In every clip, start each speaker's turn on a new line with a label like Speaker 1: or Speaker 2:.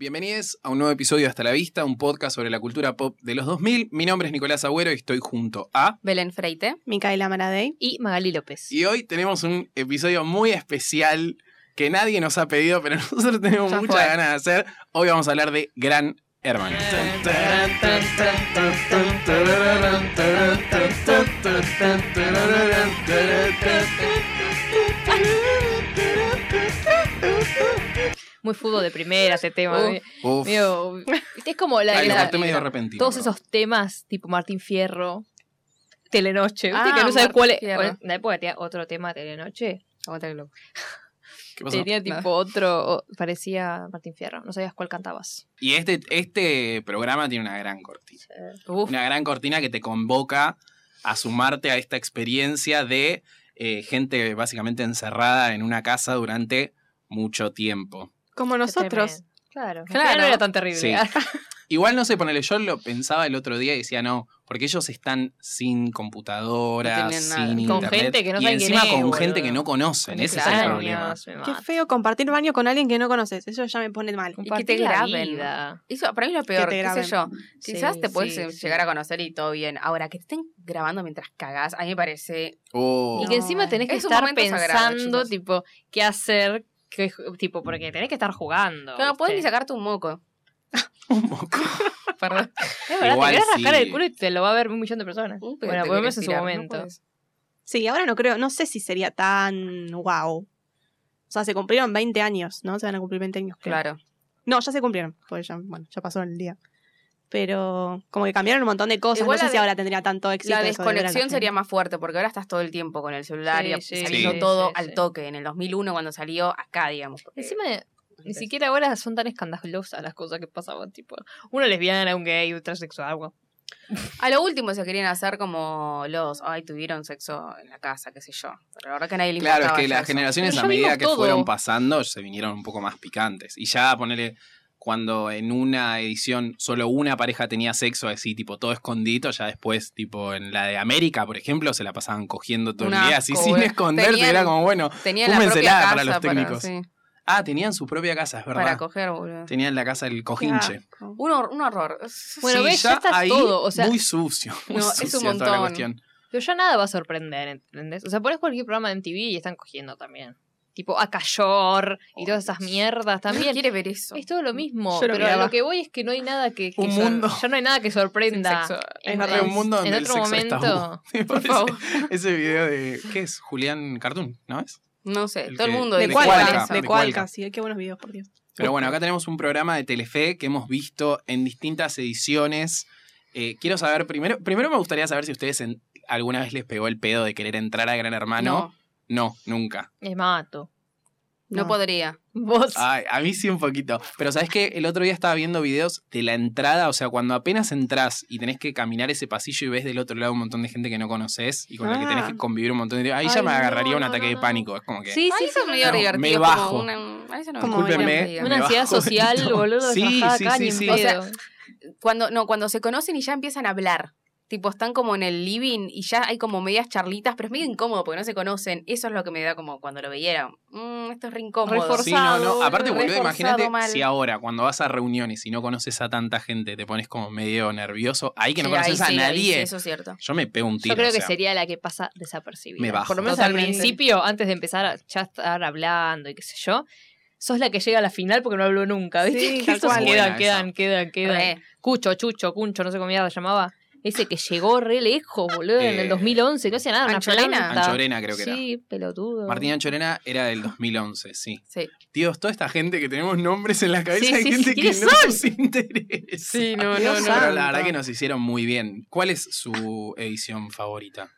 Speaker 1: Bienvenidos a un nuevo episodio de Hasta la Vista, un podcast sobre la cultura pop de los 2000. Mi nombre es Nicolás Agüero y estoy junto a...
Speaker 2: Belén Freite
Speaker 3: Micaela Maradei.
Speaker 2: y Magali López.
Speaker 1: Y hoy tenemos un episodio muy especial que nadie nos ha pedido, pero nosotros tenemos
Speaker 2: Ya
Speaker 1: muchas
Speaker 2: fue.
Speaker 1: ganas de hacer. Hoy vamos a hablar de Gran Hermano.
Speaker 4: Muy fútbol de primera ese tema.
Speaker 2: Uf.
Speaker 4: medio-
Speaker 1: Uf.
Speaker 4: medio- viste, es como la,
Speaker 1: Ay, lo
Speaker 4: la-
Speaker 1: corté medio repentino.
Speaker 4: todos
Speaker 1: perdón.
Speaker 4: esos temas tipo Martín Fierro, Telenoche. ¿Viste
Speaker 2: Ah,
Speaker 4: que no sabes
Speaker 2: Martín
Speaker 4: cuál es?
Speaker 2: Fierro.
Speaker 4: Eh, En la época tenía otro tema Telenoche. Aguanta el globo.
Speaker 1: ¿Qué pasó?
Speaker 4: Tenía tipo
Speaker 2: No.
Speaker 4: otro, o- parecía Martín Fierro. No sabías cuál cantabas.
Speaker 1: Y este, este programa tiene una gran cortina.
Speaker 4: Uf,
Speaker 1: Una gran cortina que te convoca a sumarte a esta experiencia de eh, gente básicamente encerrada en una casa durante mucho tiempo.
Speaker 3: Como
Speaker 4: qué
Speaker 3: nosotros.
Speaker 4: tremendo. Claro,
Speaker 2: Claro.
Speaker 4: claro. No era tan terrible.
Speaker 2: ¿eh?
Speaker 1: Sí. Igual no sé, ponele, yo lo pensaba el otro día y decía, no, porque ellos están sin computadora,
Speaker 2: No tienen nada.
Speaker 1: sin
Speaker 4: Con
Speaker 1: internet,
Speaker 4: gente que no
Speaker 1: y
Speaker 4: saben quién
Speaker 1: encima
Speaker 4: es,
Speaker 1: con
Speaker 4: boludo.
Speaker 1: gente que no conocen, ese es el
Speaker 4: Claro,
Speaker 1: problema.
Speaker 4: Dios, me
Speaker 3: Qué
Speaker 4: mata.
Speaker 3: feo compartir baño con alguien que no conoces. Eso ya me pone mal.
Speaker 4: Compartir
Speaker 2: te
Speaker 4: la
Speaker 2: graben.
Speaker 4: vida.
Speaker 2: Eso para mí es lo peor,
Speaker 3: te
Speaker 2: qué sé
Speaker 3: graben.
Speaker 2: yo. Quizás
Speaker 4: Sí,
Speaker 2: te puedes
Speaker 4: sí,
Speaker 2: eh,
Speaker 4: sí.
Speaker 2: llegar a conocer y todo bien. Ahora, que te estén grabando mientras cagás, a mí me parece...
Speaker 1: Oh,
Speaker 4: Y que encima
Speaker 3: No,
Speaker 4: tenés que
Speaker 2: es un
Speaker 4: estar
Speaker 2: momento sagrado,
Speaker 4: pensando,
Speaker 2: chicos.
Speaker 4: tipo, qué hacer, qué ju- tipo, porque tenés que estar jugando.
Speaker 2: Que no puedes ni
Speaker 4: ¿viste?
Speaker 2: sacarte un moco.
Speaker 1: un poco.
Speaker 2: Perdón.
Speaker 4: Es verdad,
Speaker 1: Igual
Speaker 4: te querés rascar
Speaker 1: sí.
Speaker 4: el culo y te lo va a ver un millón de personas.
Speaker 2: Uh, pero
Speaker 4: bueno,
Speaker 2: te
Speaker 4: por lo
Speaker 2: querés
Speaker 4: menos en su
Speaker 2: tirar, no
Speaker 4: momento.
Speaker 2: podés.
Speaker 3: Sí, ahora no creo. No sé si sería tan wow. O sea, se cumplieron 20 años, ¿no? Se van a cumplir 20 años. creo.
Speaker 2: Claro.
Speaker 3: No, ya se cumplieron. Porque ya, bueno, ya pasó el día. Pero como que cambiaron un montón de cosas.
Speaker 2: Igual
Speaker 3: no sé
Speaker 2: la
Speaker 3: si
Speaker 2: de-
Speaker 3: ahora tendría tanto éxito.
Speaker 2: La
Speaker 3: eso de ver a la
Speaker 2: desconexión
Speaker 3: gente.
Speaker 2: sería más fuerte porque ahora estás todo el tiempo con el celular y
Speaker 4: Sí, sí,
Speaker 2: saliendo
Speaker 1: sí,
Speaker 2: todo
Speaker 4: sí,
Speaker 2: al
Speaker 4: sí.
Speaker 2: toque. En el 2001 cuando salió acá, digamos. porque-
Speaker 4: Encima, ni
Speaker 2: Entonces,
Speaker 4: siquiera ahora son tan escandalosas las cosas que pasaban. Tipo, una lesbiana, un gay, un transexual, algo.
Speaker 2: A lo último se querían hacer como los, ay, tuvieron sexo en la casa, qué sé yo. Pero la verdad que a nadie le
Speaker 1: Claro, es
Speaker 2: importaba
Speaker 1: que
Speaker 2: ya
Speaker 1: las
Speaker 2: eso.
Speaker 1: generaciones
Speaker 4: Pero
Speaker 1: a
Speaker 4: ya
Speaker 1: medida
Speaker 4: vimos
Speaker 1: que
Speaker 4: todo.
Speaker 1: fueron pasando se vinieron un poco más picantes. Y ya ponerle cuando en una edición solo una pareja tenía sexo así, tipo todo escondido, ya después, tipo en la de América, por ejemplo, se la pasaban cogiendo todo
Speaker 2: Un
Speaker 1: el día
Speaker 2: asco,
Speaker 1: así sin
Speaker 2: eh.
Speaker 1: esconderse.
Speaker 2: Tenían-
Speaker 1: Era como, bueno,
Speaker 2: Tenían la propia
Speaker 1: Fúmenselá
Speaker 2: casa
Speaker 1: para los técnicos.
Speaker 2: sí,
Speaker 1: ah, tenían su propia casa, es
Speaker 2: para
Speaker 1: verdad.
Speaker 2: coger, boludo.
Speaker 1: Tenían la casa del
Speaker 3: Qué
Speaker 1: cojinche.
Speaker 3: asco.
Speaker 2: Un, hor- un horror.
Speaker 4: Bueno,
Speaker 1: Sí,
Speaker 4: ves, ya estás
Speaker 1: ahí,
Speaker 4: todo, o sea-
Speaker 1: muy sucio. Muy
Speaker 2: No, es
Speaker 1: sucio
Speaker 2: un
Speaker 1: toda la
Speaker 2: montón.
Speaker 1: cuestión.
Speaker 4: Pero ya nada va a sorprender, ¿entendés? O sea, pones cualquier programa en TV y están cogiendo también. Tipo, Acayor y todas esas
Speaker 2: También
Speaker 4: mierdas también.
Speaker 2: quiere ver eso.
Speaker 4: Es todo lo mismo.
Speaker 3: Yo lo
Speaker 4: pero a
Speaker 3: miraba.
Speaker 4: lo que voy es que no hay nada que. que
Speaker 1: Un
Speaker 4: sor-
Speaker 1: mundo
Speaker 4: Ya no hay nada que sorprenda.
Speaker 2: Sin sexo.
Speaker 3: Es
Speaker 4: En-
Speaker 3: verdad,
Speaker 4: en-
Speaker 1: un mundo donde
Speaker 4: En
Speaker 1: el
Speaker 4: otro
Speaker 1: sexo es tabú.
Speaker 4: momento.
Speaker 1: Me
Speaker 2: Por
Speaker 1: parece-
Speaker 2: favor.
Speaker 1: Ese video de. ¿Qué es? Julián Cartoon, ¿no es?
Speaker 2: No sé,
Speaker 1: El
Speaker 2: todo el
Speaker 1: que-
Speaker 2: mundo
Speaker 1: De
Speaker 3: De
Speaker 2: dice
Speaker 1: Cualca,
Speaker 2: igual
Speaker 3: Cualca,
Speaker 2: eso.
Speaker 1: de
Speaker 3: de
Speaker 1: Cualca.
Speaker 3: Cualca, sí, qué buenos videos, por Dios.
Speaker 1: Pero bueno, acá tenemos un programa de Telefe que hemos visto en distintas ediciones. Eh, quiero saber, primero, primero me gustaría saber si ustedes en- alguna vez les pegó el pedo de querer entrar a Gran Hermano.
Speaker 2: No,
Speaker 1: No, nunca.
Speaker 4: Es mato.
Speaker 2: no
Speaker 3: No.
Speaker 2: podría.
Speaker 4: Vos.
Speaker 1: Ay, a mí sí un poquito. Pero sabes que el otro día estaba viendo videos de la entrada, o sea, cuando apenas entras y tenés que caminar ese pasillo y ves del otro lado un montón de gente que no conoces y con la que
Speaker 3: Ah.
Speaker 1: tenés que convivir un montón de tiempo, ahí ya
Speaker 4: Ay,
Speaker 1: me
Speaker 4: no,
Speaker 1: agarraría un
Speaker 4: no,
Speaker 1: ataque
Speaker 4: no,
Speaker 1: de
Speaker 4: no.
Speaker 1: pánico. Es como que.
Speaker 4: Sí,
Speaker 2: Ay,
Speaker 4: sí,
Speaker 2: eso es
Speaker 4: sí,
Speaker 2: medio
Speaker 4: sí.
Speaker 1: No, me
Speaker 2: divertido. como
Speaker 1: bajo.
Speaker 2: una- a eso no me
Speaker 3: Como
Speaker 2: gusta,
Speaker 1: discúlpenme,
Speaker 2: digan.
Speaker 1: me
Speaker 4: Una ansiedad
Speaker 1: bajo de
Speaker 4: social,
Speaker 1: todo.
Speaker 4: boludo.
Speaker 1: Sí,
Speaker 4: bajada
Speaker 1: sí,
Speaker 4: acá,
Speaker 1: sí,
Speaker 4: ni en
Speaker 1: sí.
Speaker 4: pedo.
Speaker 2: O sea, cuando no cuando se conocen y ya empiezan a hablar tipo están como en el living y ya hay como medias charlitas pero es medio incómodo porque no se conocen eso es lo que me da como cuando lo veía "Mm, esto es re incómodo
Speaker 4: Reforzado,
Speaker 1: Sí, no, no. Aparte,
Speaker 2: boludo,
Speaker 1: boludo, imagínate
Speaker 2: mal.
Speaker 1: si ahora, cuando vas a reuniones y no conoces a tanta gente, te pones como medio nervioso. Ahí que no
Speaker 2: Sí,
Speaker 1: conoces
Speaker 2: ahí
Speaker 1: a
Speaker 2: sí, ahí sí,
Speaker 1: nadie.
Speaker 2: eso es cierto
Speaker 1: Yo me pego un tiro.
Speaker 4: Yo creo
Speaker 1: o
Speaker 4: que
Speaker 1: sea.
Speaker 4: sería la que pasa desapercibida.
Speaker 1: Me bajo.
Speaker 4: Por lo menos
Speaker 2: Totalmente.
Speaker 4: al principio, antes de empezar a ya estar hablando y qué sé yo, sos la que llega a la final porque no habló nunca. ¿viste?
Speaker 3: Sí,
Speaker 4: Que
Speaker 3: tal
Speaker 4: esos
Speaker 3: cual.
Speaker 1: Buena
Speaker 4: quedan,
Speaker 1: esa.
Speaker 4: quedan, quedan, quedan.
Speaker 2: Re.
Speaker 4: Cucho, Chucho, Cuncho, no sé cómo mierda se llamaba. Ese que llegó re lejos, boludo, en
Speaker 1: Eh,
Speaker 4: el 2011, que no hacía nada, una
Speaker 2: Anchorena.
Speaker 4: planta.
Speaker 1: Anchorena creo que era.
Speaker 4: Sí, pelotudo.
Speaker 1: Martín Anchorena era del 2011, sí.
Speaker 2: sí
Speaker 1: Dios, toda esta gente que tenemos nombres en la cabeza
Speaker 4: Sí,
Speaker 1: de
Speaker 4: sí,
Speaker 1: gente
Speaker 4: sí,
Speaker 1: que
Speaker 4: ¿quiénes
Speaker 1: no
Speaker 4: son?
Speaker 1: nos interesa.
Speaker 2: no
Speaker 3: no, no.
Speaker 1: Pero la
Speaker 3: Santo.
Speaker 1: verdad que nos hicieron muy bien. ¿Cuál es su edición favorita?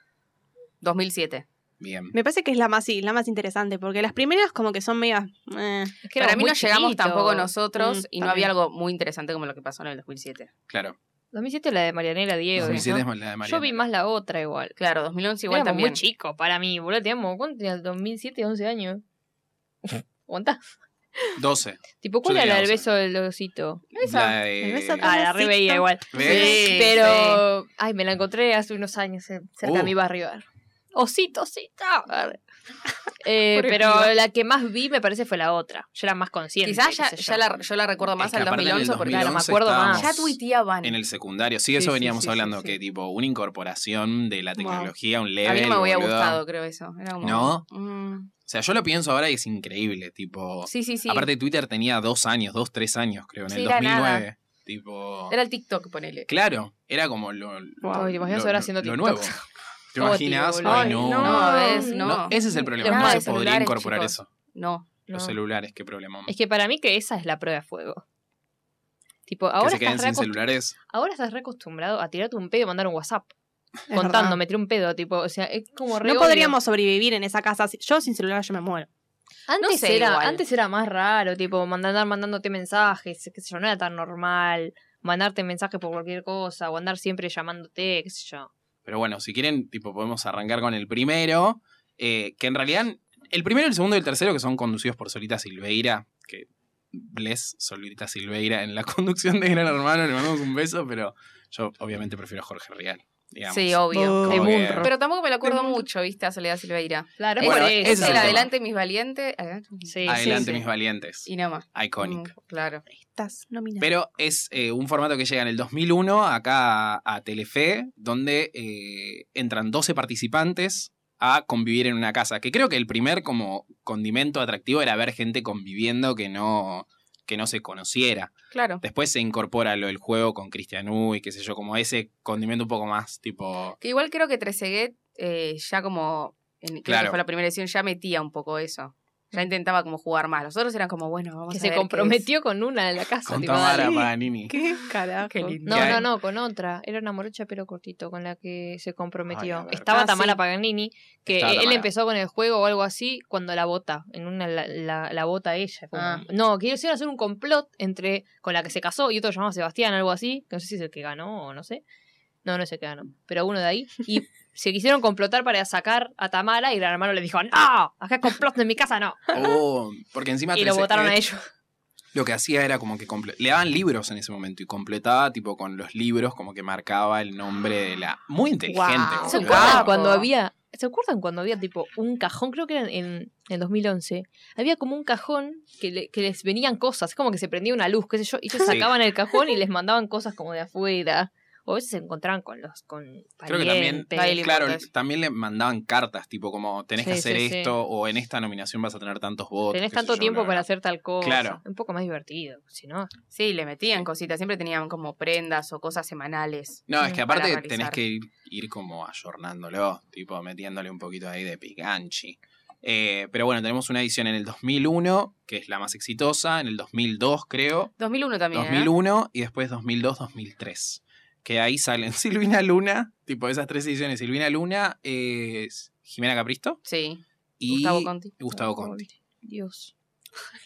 Speaker 2: 2007
Speaker 1: Bien.
Speaker 3: Me parece que es la más, sí, la más interesante, porque las primeras como que son medias... eh,
Speaker 4: Es que
Speaker 2: para
Speaker 4: éramos
Speaker 2: mí
Speaker 4: muy
Speaker 2: no llegamos
Speaker 4: chiquitos.
Speaker 2: tampoco nosotros
Speaker 3: Mm,
Speaker 2: y no
Speaker 3: también.
Speaker 2: había algo muy interesante como lo que pasó en el 2007
Speaker 1: Claro.
Speaker 4: 2007 la de Marianela Diego.
Speaker 1: 2007
Speaker 4: ¿no?
Speaker 1: es la de Mariana.
Speaker 4: Yo vi más la otra igual.
Speaker 2: claro 2011 igual
Speaker 4: Igual
Speaker 2: también
Speaker 4: muy chico para mí, boludo. Teníamos, ¿cuánto tenías? 2007, 11 años. ¿Aguantá?
Speaker 1: 12.
Speaker 4: Tipo, ¿cuál
Speaker 1: Yo
Speaker 4: era el
Speaker 1: tenía 11.
Speaker 4: beso del osito?
Speaker 2: Esa.
Speaker 1: La de-
Speaker 3: El beso de-
Speaker 4: Ah, la re veía igual.
Speaker 1: ¿Ves?
Speaker 2: Sí,
Speaker 4: Pero, ay, me la encontré hace unos años eh, cerca
Speaker 1: Uh.
Speaker 4: de mi barrio. Osito, osito. Eh,
Speaker 2: Pobre
Speaker 4: pero
Speaker 2: piba.
Speaker 4: la que más vi me parece fue la otra. Yo era más consciente.
Speaker 2: Quizás ya,
Speaker 4: qué sé
Speaker 2: ya
Speaker 4: yo.
Speaker 2: la, yo la recuerdo más
Speaker 1: Es que
Speaker 2: al
Speaker 1: aparte en el
Speaker 2: 2011 porque
Speaker 4: claro, me
Speaker 1: 2011
Speaker 4: acuerdo más.
Speaker 1: estábamos
Speaker 2: ya tuiteaban.
Speaker 1: En el secundario. Sí,
Speaker 4: Sí,
Speaker 1: eso
Speaker 4: sí,
Speaker 1: veníamos
Speaker 4: sí,
Speaker 1: hablando,
Speaker 4: sí, sí.
Speaker 1: que tipo, una incorporación de la tecnología, un level.
Speaker 2: a mí no me había
Speaker 1: boludo.
Speaker 2: gustado, creo, eso. Era como,
Speaker 1: ¿No?
Speaker 2: mm,
Speaker 1: O sea, yo lo pienso ahora y es increíble, tipo.
Speaker 2: sí, sí, sí.
Speaker 1: Aparte, Twitter tenía dos años, dos, tres años, creo, en
Speaker 2: Sí,
Speaker 1: el
Speaker 2: era nada.
Speaker 1: 2009. Tipo.
Speaker 2: Era el TikTok, ponele.
Speaker 1: Claro, era como lo. lo-
Speaker 4: Wow, ¿te imaginas
Speaker 1: lo-
Speaker 4: ahora
Speaker 1: lo- lo
Speaker 4: haciendo TikTok?
Speaker 1: nuevo. ¿Te
Speaker 4: Odio,
Speaker 1: imaginas?
Speaker 4: boludo.
Speaker 1: Ay,
Speaker 3: Ay,
Speaker 1: no.
Speaker 3: no.
Speaker 2: ves, no.
Speaker 1: No, ese es el problema.
Speaker 2: nada
Speaker 1: No
Speaker 2: de
Speaker 1: se podría
Speaker 2: celulares,
Speaker 1: incorporar
Speaker 2: chicos.
Speaker 1: eso.
Speaker 2: No.
Speaker 4: No.
Speaker 1: Los celulares, qué problema.
Speaker 4: Es que para mí que esa es la prueba de fuego. Tipo,
Speaker 1: que
Speaker 4: ahora
Speaker 1: se queden
Speaker 4: estás,
Speaker 1: sin
Speaker 4: reacostu-
Speaker 1: celulares.
Speaker 4: ahora estás reacostumbrado a tirarte un pedo y mandar un WhatsApp.
Speaker 3: Es
Speaker 4: contando,
Speaker 3: verdad.
Speaker 4: me tiré un pedo. Tipo, o sea, es como re
Speaker 3: No
Speaker 4: odio.
Speaker 3: podríamos sobrevivir en esa casa. si- Yo sin celular yo me muero.
Speaker 4: Antes,
Speaker 2: No sé,
Speaker 4: era,
Speaker 2: igual.
Speaker 4: antes era más raro, tipo, mandar, andar mandándote mensajes, qué sé yo, no era tan normal. Mandarte mensajes por cualquier cosa o andar siempre llamándote, qué sé yo.
Speaker 1: Pero bueno, si quieren, tipo, podemos arrancar con el primero. eh, que en realidad, el primero, el segundo y el tercero, que son conducidos por Solita Silveira. Que bless Solita Silveira en la conducción de Gran Hermano. Le mandamos un beso, pero yo obviamente prefiero a Jorge Rial. digamos.
Speaker 2: Sí, obvio.
Speaker 3: Oh.
Speaker 1: Como que-
Speaker 4: Munro.
Speaker 2: Pero tampoco me lo acuerdo
Speaker 3: De mundo.
Speaker 2: mucho, ¿viste? A Soledad Silveira.
Speaker 4: Claro,
Speaker 1: Bueno,
Speaker 4: por
Speaker 1: ese es
Speaker 4: eso.
Speaker 2: el
Speaker 1: el tema.
Speaker 2: adelante mis valientes. adelante mis-
Speaker 4: Sí, sí,
Speaker 1: Adelante,
Speaker 4: sí.
Speaker 1: mis valientes.
Speaker 2: Y nada más.
Speaker 1: Iconic.
Speaker 2: Mm, claro.
Speaker 3: Estás nominada.
Speaker 1: Pero es eh, un formato que llega en el 2001 acá a, a Telefe, donde eh, entran 12 participantes a convivir en una casa. Que creo que el primer como condimento atractivo era ver gente conviviendo que no, que no se conociera.
Speaker 2: Claro.
Speaker 1: Después se incorpora lo del juego con Cristian y qué sé yo, como ese condimento un poco más tipo...
Speaker 2: Que igual creo que Treseguet eh, ya como. En, creo
Speaker 1: Claro.
Speaker 2: que fue la primera edición, ya metía un poco eso. Ya intentaba como jugar más. Los otros eran como, bueno, vamos
Speaker 4: que
Speaker 2: a
Speaker 4: se
Speaker 2: ver qué
Speaker 4: comprometió con una de la casa.
Speaker 1: Con
Speaker 4: tipo,
Speaker 1: Tamara
Speaker 4: dale.
Speaker 1: Panini.
Speaker 3: ¿Qué carajo?
Speaker 2: Qué lindo.
Speaker 4: No,
Speaker 1: ¿Qué
Speaker 4: no,
Speaker 1: hay?
Speaker 4: no, con otra. Era una morocha pero cortito con la que se comprometió.
Speaker 1: Ay, a ver.
Speaker 4: Estaba
Speaker 3: Ah,
Speaker 4: Tamara
Speaker 3: sí.
Speaker 4: Paganini, que
Speaker 1: Estaba
Speaker 4: él
Speaker 1: Tamara.
Speaker 4: empezó con el juego o algo así cuando la bota. En una la, la- la bota ella. como-
Speaker 2: Ah.
Speaker 4: No, quisieron hacer un complot entre con la que se casó y otro llamado Sebastián, algo así. Que no sé si es el que ganó o no sé. No, no sé el que ganó. Pero uno de ahí. Y se quisieron complotar para sacar a Tamara y el hermano le dijo, ¡No! Acá complot en mi casa no.
Speaker 1: Oh, porque encima...
Speaker 4: Y lo
Speaker 1: Trezeguet-
Speaker 4: votaron a ellos.
Speaker 1: lo que hacía era como que comple- le daban libros en ese momento y completaba tipo con los libros como que marcaba el nombre de la muy inteligente
Speaker 3: Wow.
Speaker 4: ¿Se
Speaker 1: boludo.
Speaker 4: acuerdan
Speaker 2: Capo.
Speaker 4: cuando había, ¿se acuerdan cuando había tipo un cajón? Creo que era en el 2011. Había como un cajón que, le- que les venían cosas, como que se prendía una luz, qué sé yo, y ellos
Speaker 1: Sí.
Speaker 4: sacaban el cajón y les mandaban cosas como de afuera. O a veces se encontraban con los con
Speaker 1: Creo que también,
Speaker 4: parientes.
Speaker 2: Ahí le
Speaker 1: claro,
Speaker 2: importa eso.
Speaker 1: también le mandaban cartas, tipo como tenés que
Speaker 4: Sí,
Speaker 1: hacer
Speaker 4: sí, sí.
Speaker 1: esto o en esta nominación vas a tener tantos votos. qué
Speaker 4: Tenés
Speaker 1: sé
Speaker 4: tanto
Speaker 1: yo,
Speaker 4: tiempo
Speaker 1: bla,
Speaker 4: para
Speaker 1: bla.
Speaker 4: hacer tal cosa.
Speaker 1: Claro.
Speaker 4: Un poco más divertido, si no.
Speaker 2: es. Sí, le metían cositas. Siempre tenían como prendas o cosas semanales. mm,
Speaker 1: No, es que
Speaker 2: para
Speaker 1: aparte
Speaker 2: realizar.
Speaker 1: tenés que ir, ir como ayornándolo, tipo metiéndole un poquito ahí de picanchi. Eh, pero bueno, tenemos una edición en el 2001, que es la más exitosa, en el 2002 creo,
Speaker 2: 2001 también. ¿eh?
Speaker 1: 2001 y después 2002, 2003. Que ahí salen Silvina Luna, tipo esas tres ediciones, Silvina Luna, eh, Jimena Capristo
Speaker 2: Sí.
Speaker 1: y
Speaker 2: Gustavo Conti.
Speaker 1: Gustavo Conti.
Speaker 4: Dios.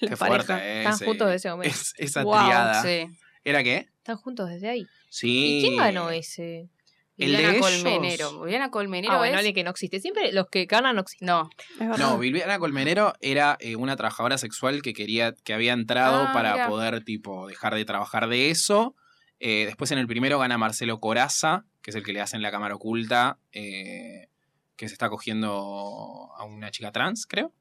Speaker 1: Qué
Speaker 3: La
Speaker 1: fuerte,
Speaker 3: pareja.
Speaker 1: eh,
Speaker 4: Están
Speaker 1: ese-
Speaker 4: juntos desde ese momento.
Speaker 1: es- esa
Speaker 3: Wow,
Speaker 1: triada.
Speaker 2: Sí.
Speaker 1: ¿Era qué?
Speaker 4: Están juntos desde ahí.
Speaker 1: Sí.
Speaker 4: ¿Y quién ganó ese?
Speaker 1: El de
Speaker 2: Viviana
Speaker 1: ellos-
Speaker 2: Colmenero. Viviana Colmenero
Speaker 4: ah, bueno,
Speaker 2: es-
Speaker 4: alguien que no existe. Siempre los que ganan no existen.
Speaker 2: No.
Speaker 3: Es verdad.
Speaker 1: No, Viviana Colmenero era eh, una trabajadora sexual que quería, que había entrado
Speaker 2: Ah,
Speaker 1: para
Speaker 2: mirá.
Speaker 1: poder tipo dejar de trabajar de eso. Eh, después en el primero gana Marcelo Coraza, que es el que le hacen la cámara oculta, eh, que se está cogiendo a una chica trans, creo.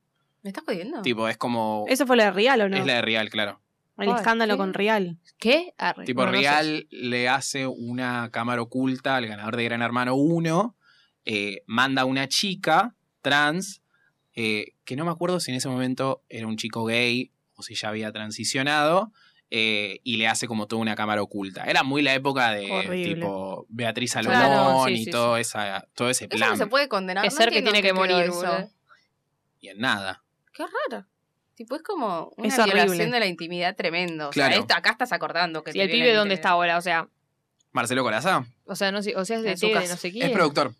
Speaker 2: ¿Me estás jodiendo?
Speaker 1: Tipo, es como. Es,
Speaker 3: ¿Eso fue lo de Rial o no?
Speaker 1: la de Real, claro.
Speaker 3: El
Speaker 4: Ay,
Speaker 3: escándalo
Speaker 4: ¿qué?
Speaker 3: con Rial.
Speaker 4: ¿Qué? Arre.
Speaker 1: Tipo,
Speaker 4: Bueno, no sé.
Speaker 1: Real le hace una cámara oculta al ganador de Gran Hermano 1, eh, manda a una chica trans, eh, que no me acuerdo si en ese momento era un chico gay o si ya había transicionado, eh, y le hace como toda una cámara oculta. Era muy la época de
Speaker 3: Horrible.
Speaker 1: tipo Beatriz Salomón
Speaker 4: Claro, sí,
Speaker 1: y
Speaker 4: sí,
Speaker 1: todo, esa, todo ese
Speaker 2: Eso no
Speaker 1: plan.
Speaker 2: se puede condenar.
Speaker 4: Que
Speaker 2: no
Speaker 4: ser que
Speaker 2: entiendo
Speaker 4: tiene
Speaker 2: qué
Speaker 4: que
Speaker 2: quedó
Speaker 4: morir,
Speaker 2: eso.
Speaker 4: boludo.
Speaker 1: Y en nada.
Speaker 2: ¿eh? Qué raro. Tipo, es como una
Speaker 3: Es horrible.
Speaker 2: violación de la intimidad tremendo. O sea,
Speaker 1: Claro.
Speaker 2: esto- acá estás acordando que
Speaker 4: ¿Y el
Speaker 2: te
Speaker 4: pibe
Speaker 2: violan
Speaker 4: dónde está
Speaker 2: intimidad.
Speaker 4: ahora? O sea,
Speaker 1: Marcelo Coraza
Speaker 4: o sea, no sé, o sea, es de
Speaker 2: En su
Speaker 4: T de
Speaker 2: casa.
Speaker 4: no sé quién.
Speaker 1: es productor.